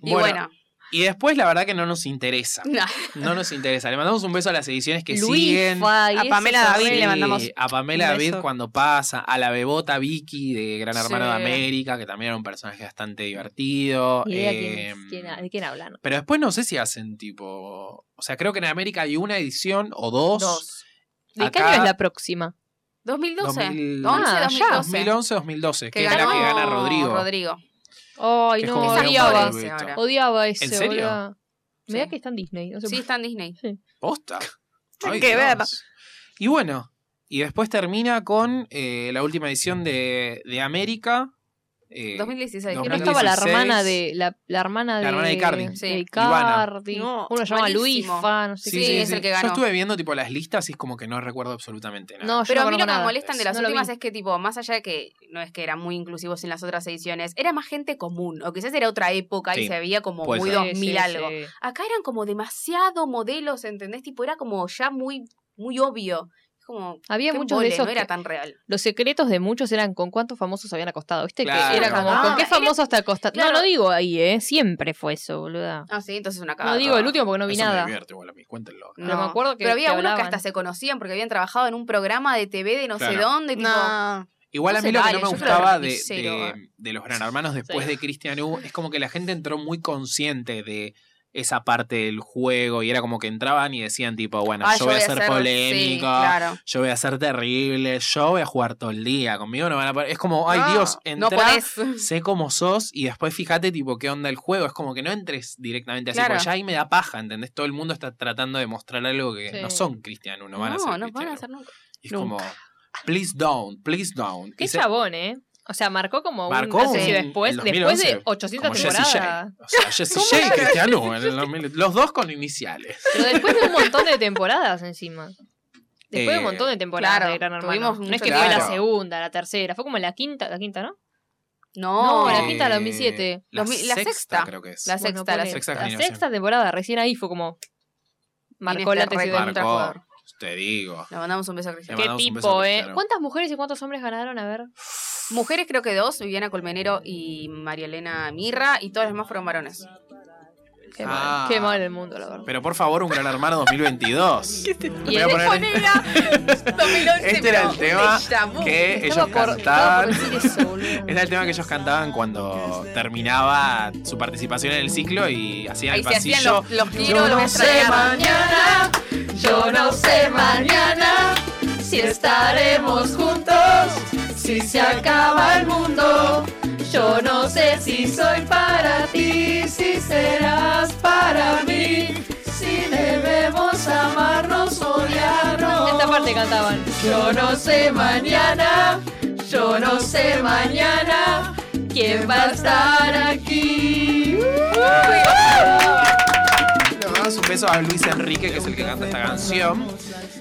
Speaker 2: Y bueno,
Speaker 1: y después la verdad que no nos interesa.
Speaker 2: no.
Speaker 1: No nos interesa. Le mandamos un beso a las ediciones que
Speaker 4: Luis,
Speaker 1: siguen. Eh,
Speaker 4: Fay,
Speaker 3: A
Speaker 4: eso
Speaker 3: Pamela David
Speaker 4: también.
Speaker 3: le mandamos
Speaker 1: a Pamela
Speaker 3: un
Speaker 1: David
Speaker 3: beso.
Speaker 1: cuando pasa, a la bebota Vicky de Gran Hermano
Speaker 4: Sí.
Speaker 1: de América, que también era un personaje bastante divertido.
Speaker 4: Ni idea quién
Speaker 1: eh,
Speaker 4: es, quién ha- de quién hablan.
Speaker 1: Pero después no sé si hacen tipo. O sea, creo que en América hay una edición o dos.
Speaker 2: Dos.
Speaker 4: ¿De qué
Speaker 1: Acá-
Speaker 4: año es la próxima?
Speaker 2: 2012.
Speaker 1: 2000,
Speaker 2: 11,
Speaker 4: Ah, ya,
Speaker 2: 2012.
Speaker 1: 2011, 2012, que, era que gana Rodrigo.
Speaker 2: Rodrigo.
Speaker 4: Ay,
Speaker 1: que es
Speaker 4: no,
Speaker 1: como
Speaker 2: Esa
Speaker 1: de un
Speaker 4: odiaba.
Speaker 1: padre.
Speaker 2: ahora.
Speaker 1: beta.
Speaker 4: Odiaba ese.
Speaker 1: ¿En serio?
Speaker 4: boluda. Me da
Speaker 2: Sí.
Speaker 4: que está en Disney. No sé
Speaker 2: Sí,
Speaker 4: por-
Speaker 2: está en Disney.
Speaker 1: Posta. Ay,
Speaker 3: que
Speaker 1: Dios.
Speaker 3: ver.
Speaker 1: Y bueno, y después termina con eh, la última edición de, de América. eh,
Speaker 2: 2016.
Speaker 4: Que
Speaker 1: Dos
Speaker 4: no
Speaker 1: mil
Speaker 4: estaba la
Speaker 1: 2016.
Speaker 4: hermana de. La, la hermana de.
Speaker 1: La hermana de Icardi.
Speaker 4: Sí.
Speaker 2: Sí.
Speaker 1: Ivana.
Speaker 3: No,
Speaker 4: Uno llama
Speaker 2: malísimo.
Speaker 4: Luifa, no sé
Speaker 1: sí,
Speaker 4: qué.
Speaker 1: sí,
Speaker 2: es
Speaker 1: sí.
Speaker 2: el que ganó.
Speaker 1: Yo estuve viendo tipo las listas y es como que no recuerdo absolutamente nada.
Speaker 4: No, yo
Speaker 2: Pero
Speaker 4: no
Speaker 2: a mí lo
Speaker 4: conozco
Speaker 2: que me
Speaker 4: nada.
Speaker 2: molestan de las
Speaker 4: No lo vi.
Speaker 2: últimas es que, tipo, más allá de que no es que eran muy inclusivos en las otras ediciones, era más gente común. O quizás era otra época
Speaker 1: Pues Sí,
Speaker 2: y se veía como
Speaker 1: puede
Speaker 2: muy
Speaker 1: ser.
Speaker 2: 2000
Speaker 4: Sí, sí,
Speaker 2: algo.
Speaker 4: sí.
Speaker 2: Acá eran como demasiado modelos, ¿entendés? Tipo, era como ya muy, muy obvio. Es Como,
Speaker 4: Había
Speaker 2: qué
Speaker 4: muchos
Speaker 2: embole,
Speaker 4: de esos.
Speaker 2: no era
Speaker 4: que-
Speaker 2: tan real.
Speaker 4: los secretos de muchos eran con cuántos famosos habían acostado. ¿Viste?
Speaker 1: Claro.
Speaker 4: Que era como.
Speaker 2: Ah,
Speaker 4: ¿Con qué
Speaker 2: era-
Speaker 4: famosos te acostaste? No
Speaker 2: claro.
Speaker 4: lo digo ahí, ¿eh? Siempre fue eso, boluda.
Speaker 2: Ah, sí, entonces es una cagada.
Speaker 4: No digo el último porque no vi
Speaker 1: Eso
Speaker 4: nada.
Speaker 1: me divierte igual a mí, cuéntenlo.
Speaker 2: No.
Speaker 4: pero me acuerdo que-
Speaker 2: Pero había
Speaker 4: que
Speaker 2: unos que
Speaker 4: hablaban.
Speaker 2: hasta se conocían porque habían trabajado en un programa de TV de no sé
Speaker 1: Claro.
Speaker 2: dónde. Tipo,
Speaker 3: No.
Speaker 1: Igual
Speaker 2: No
Speaker 1: a mí
Speaker 2: se
Speaker 1: lo que
Speaker 2: vale,
Speaker 1: no me
Speaker 2: yo creo
Speaker 1: gustaba
Speaker 2: que
Speaker 1: de,
Speaker 2: cero.
Speaker 1: de- de los Gran Hermanos después
Speaker 4: Sí.
Speaker 1: de Cristian U es como que la gente entró muy consciente de esa parte del juego y era como que entraban y decían tipo, bueno,
Speaker 2: Ah,
Speaker 1: yo voy a ser
Speaker 2: Sí,
Speaker 1: polémico,
Speaker 2: claro.
Speaker 1: yo voy a ser terrible, yo voy a jugar todo el día, conmigo no van a poder... Es como, ay
Speaker 2: No,
Speaker 1: Dios,
Speaker 2: No
Speaker 1: entra,
Speaker 2: podés.
Speaker 1: sé cómo sos y después fíjate tipo qué onda el juego, es como que no entres directamente así,
Speaker 2: Claro.
Speaker 1: porque ya ahí me da paja, ¿entendés? Todo el mundo está tratando de mostrar algo que
Speaker 4: Sí.
Speaker 1: no son cristianos, no van a ser
Speaker 2: no van a
Speaker 1: cristianos.
Speaker 2: ser nunca.
Speaker 1: Y es como, please don't, please don't.
Speaker 4: Qué
Speaker 1: Y se-
Speaker 4: chabón, ¿eh? O sea, marcó como
Speaker 1: Marcó
Speaker 4: un... No sé si
Speaker 1: un-
Speaker 4: después,
Speaker 1: el
Speaker 4: después
Speaker 1: 2011,
Speaker 4: de 800
Speaker 1: como Jesse
Speaker 4: temporadas.
Speaker 1: J. O sea, Jesse J y Cristiano, en el 2000, los dos con iniciales.
Speaker 4: Pero después de un montón de temporadas encima. Después de un
Speaker 1: Eh,
Speaker 4: montón de temporadas
Speaker 2: claro,
Speaker 4: de Gran Hermano.
Speaker 2: tuvimos
Speaker 4: No es
Speaker 2: mucho
Speaker 4: que fue la
Speaker 1: tiempo.
Speaker 4: segunda, la tercera, fue como la quinta, la quinta, ¿no?
Speaker 2: No,
Speaker 4: No, la
Speaker 1: Eh,
Speaker 4: quinta, la 2007.
Speaker 1: La,
Speaker 2: Dos mil- la
Speaker 1: sexta,
Speaker 2: sexta.
Speaker 1: creo que es.
Speaker 2: La
Speaker 4: Bueno,
Speaker 2: sexta, la
Speaker 4: ponele.
Speaker 1: sexta
Speaker 4: La
Speaker 1: generación.
Speaker 4: sexta temporada, recién ahí fue como marcó
Speaker 2: Inés
Speaker 4: la
Speaker 2: Terré
Speaker 4: atención
Speaker 2: contra
Speaker 4: de
Speaker 2: jugador.
Speaker 1: Marcó, te digo.
Speaker 2: Le mandamos un beso a Cristian.
Speaker 1: Le
Speaker 4: Qué
Speaker 1: mandamos un beso a
Speaker 4: tipo, eh.
Speaker 1: Cristiano.
Speaker 4: ¿Cuántas mujeres y cuántos hombres ganaron? A ver.
Speaker 2: Mujeres creo que dos, Viviana Colmenero y María Elena Mirra, y todos los demás fueron varones.
Speaker 4: Qué
Speaker 1: Ah.
Speaker 4: mal. Qué mal el mundo, la verdad.
Speaker 1: Pero por favor, un gran hermano 2022.
Speaker 4: Y
Speaker 1: Voy a
Speaker 4: él
Speaker 1: poner-
Speaker 2: era 2011,
Speaker 1: Este era
Speaker 2: pero
Speaker 1: el tema
Speaker 2: déjà vu.
Speaker 1: que ellos
Speaker 4: Estaba por- estaba
Speaker 1: cantaban.
Speaker 4: por decir eso, boludo.
Speaker 1: Era el tema que ellos cantaban cuando terminaba su participación en el ciclo y hacían
Speaker 2: Ahí
Speaker 1: el
Speaker 2: se
Speaker 1: pasillo.
Speaker 2: hacían los, los quiero,
Speaker 1: no
Speaker 2: me
Speaker 1: sé
Speaker 2: extrañaban.
Speaker 4: mañana, yo no sé mañana si estaremos juntos, si se acaba el mundo. Yo no sé si soy para ti, si serás para mí, si debemos amarnos o odiarnos. Esta parte cantaban. Yo no sé mañana, yo no sé mañana quién va a estar aquí. Uh.
Speaker 1: Le mandamos un beso a Luis Enrique, que es el que canta esta canción.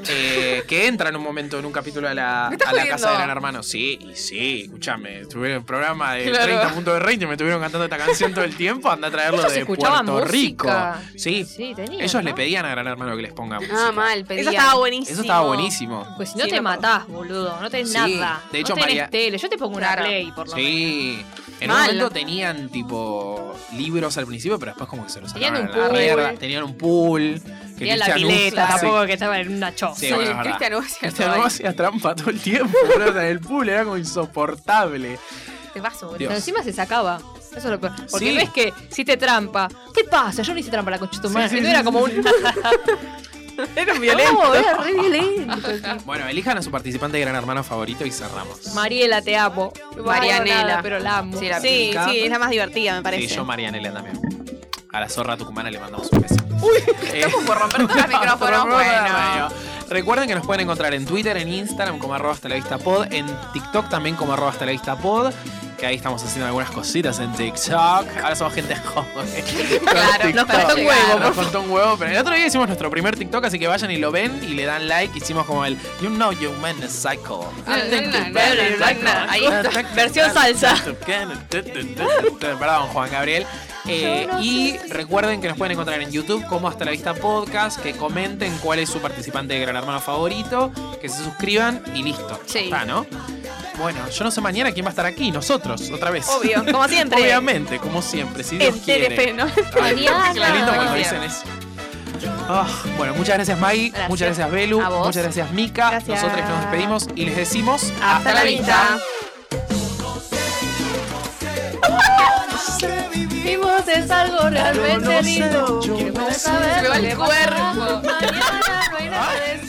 Speaker 1: eh, que entra en un momento en un capítulo a la,
Speaker 2: estás
Speaker 1: a la
Speaker 2: jodiendo?
Speaker 1: casa de Gran Hermano. Sí, y sí, escúchame. Estuvieron en el programa de
Speaker 4: Claro.
Speaker 1: 30 puntos de rating, me estuvieron cantando esta canción todo el tiempo. Anda a traerlo
Speaker 4: Ellos
Speaker 1: de
Speaker 4: escuchaban
Speaker 1: Puerto Rico.
Speaker 4: música.
Speaker 1: Sí,
Speaker 4: Sí, tenían,
Speaker 1: ellos le
Speaker 4: ¿no?
Speaker 1: pedían a Gran Hermano que les ponga música.
Speaker 2: Ah, mal, pedían.
Speaker 3: Eso estaba buenísimo.
Speaker 1: Eso estaba buenísimo.
Speaker 4: Pues si no
Speaker 3: Sí,
Speaker 4: te
Speaker 3: me acuerdo.
Speaker 4: matás, boludo. No tenés
Speaker 1: Sí,
Speaker 4: nada.
Speaker 1: de hecho,
Speaker 4: no tenés
Speaker 1: María-
Speaker 4: tele. Yo te pongo una
Speaker 2: Claro.
Speaker 4: play, por lo menos.
Speaker 1: Sí. En
Speaker 2: Mal.
Speaker 1: un momento tenían tipo libros al principio, pero después como que se los
Speaker 4: Tenían
Speaker 1: sacaban a
Speaker 4: un
Speaker 1: la
Speaker 4: pool.
Speaker 1: mierda. Tenían un pool. Que
Speaker 4: Tenía la
Speaker 1: Cristian
Speaker 4: pileta,
Speaker 1: usa, sí.
Speaker 4: tampoco que estaba en una choza.
Speaker 1: Sí,
Speaker 2: Sí,
Speaker 1: bueno, es verdad.
Speaker 2: Cristian Ocia,
Speaker 1: Cristian
Speaker 2: no,
Speaker 1: no hacía trampa todo el tiempo, boludo. O sea, el pool era como insoportable.
Speaker 2: Te vas, boludo.
Speaker 1: Dios.
Speaker 4: Pero encima se sacaba. Eso es lo peor. Porque
Speaker 1: Sí.
Speaker 4: ves que si te trampa. ¿Qué pasa? Yo no hice trampa la concha de tu madre.
Speaker 1: Sí, sí, sí,
Speaker 4: Entonces era
Speaker 1: sí,
Speaker 4: como un.
Speaker 1: sí.
Speaker 3: Era violento.
Speaker 4: era re violento.
Speaker 1: Bueno, elijan a su participante de Gran Hermano favorito y cerramos.
Speaker 4: Mariela, te amo. No
Speaker 2: Marianela.
Speaker 4: hago nada, pero la amo.
Speaker 2: Sí, la-
Speaker 3: Sí,
Speaker 1: Pica.
Speaker 3: sí, es la más divertida, me
Speaker 1: Sí,
Speaker 3: parece.
Speaker 1: yo Marianela también. A la zorra tucumana le mandamos un beso.
Speaker 2: Estamos por romper todos los micrófonos. Bueno.
Speaker 1: Recuerden que nos pueden encontrar en Twitter, en Instagram como arroba hasta la vista pod, en TikTok también como arroba hasta la vista pod, que ahí estamos haciendo algunas cositas en TikTok. Ahora somos gente joven.
Speaker 2: Claro,
Speaker 1: Con
Speaker 2: nos
Speaker 1: TikTok.
Speaker 2: faltó un huevo,
Speaker 1: Nos faltó un huevo, pero el otro día hicimos nuestro primer TikTok, así que vayan y lo ven y le dan like. Hicimos como el You know you man is psycho.
Speaker 2: No, no, no, no, no, no. Ahí está. Versión salsa.
Speaker 1: Perdón, Juan Gabriel. Eh, y recuerden que nos pueden encontrar en YouTube como Hasta la Vista Podcast, que comenten cuál es su participante de Gran Hermano favorito, que se suscriban y listo. Ya
Speaker 2: Sí.
Speaker 1: Está, ¿no? Bueno, yo no sé mañana quién va a estar aquí, nosotros, otra vez.
Speaker 3: Obvio, como siempre.
Speaker 1: Obviamente, como siempre, si Dios
Speaker 3: En
Speaker 1: quiere.
Speaker 3: TDP, ¿no?
Speaker 1: Ay,
Speaker 4: Mariana.
Speaker 1: qué lindo cuando
Speaker 2: Claro.
Speaker 1: dicen eso. Ah, bueno, muchas gracias Maggie,
Speaker 4: Gracias.
Speaker 1: muchas gracias Belu,
Speaker 2: A vos.
Speaker 1: muchas gracias Mika.
Speaker 3: Gracias.
Speaker 1: Nosotros nos despedimos y les decimos
Speaker 2: Hasta la vista.
Speaker 4: Vimos es algo realmente lindo. Quiero saber
Speaker 2: Se me va
Speaker 4: lo
Speaker 2: el
Speaker 4: que pasa.
Speaker 2: cuerpo.
Speaker 4: Mañana no hay nada de eso.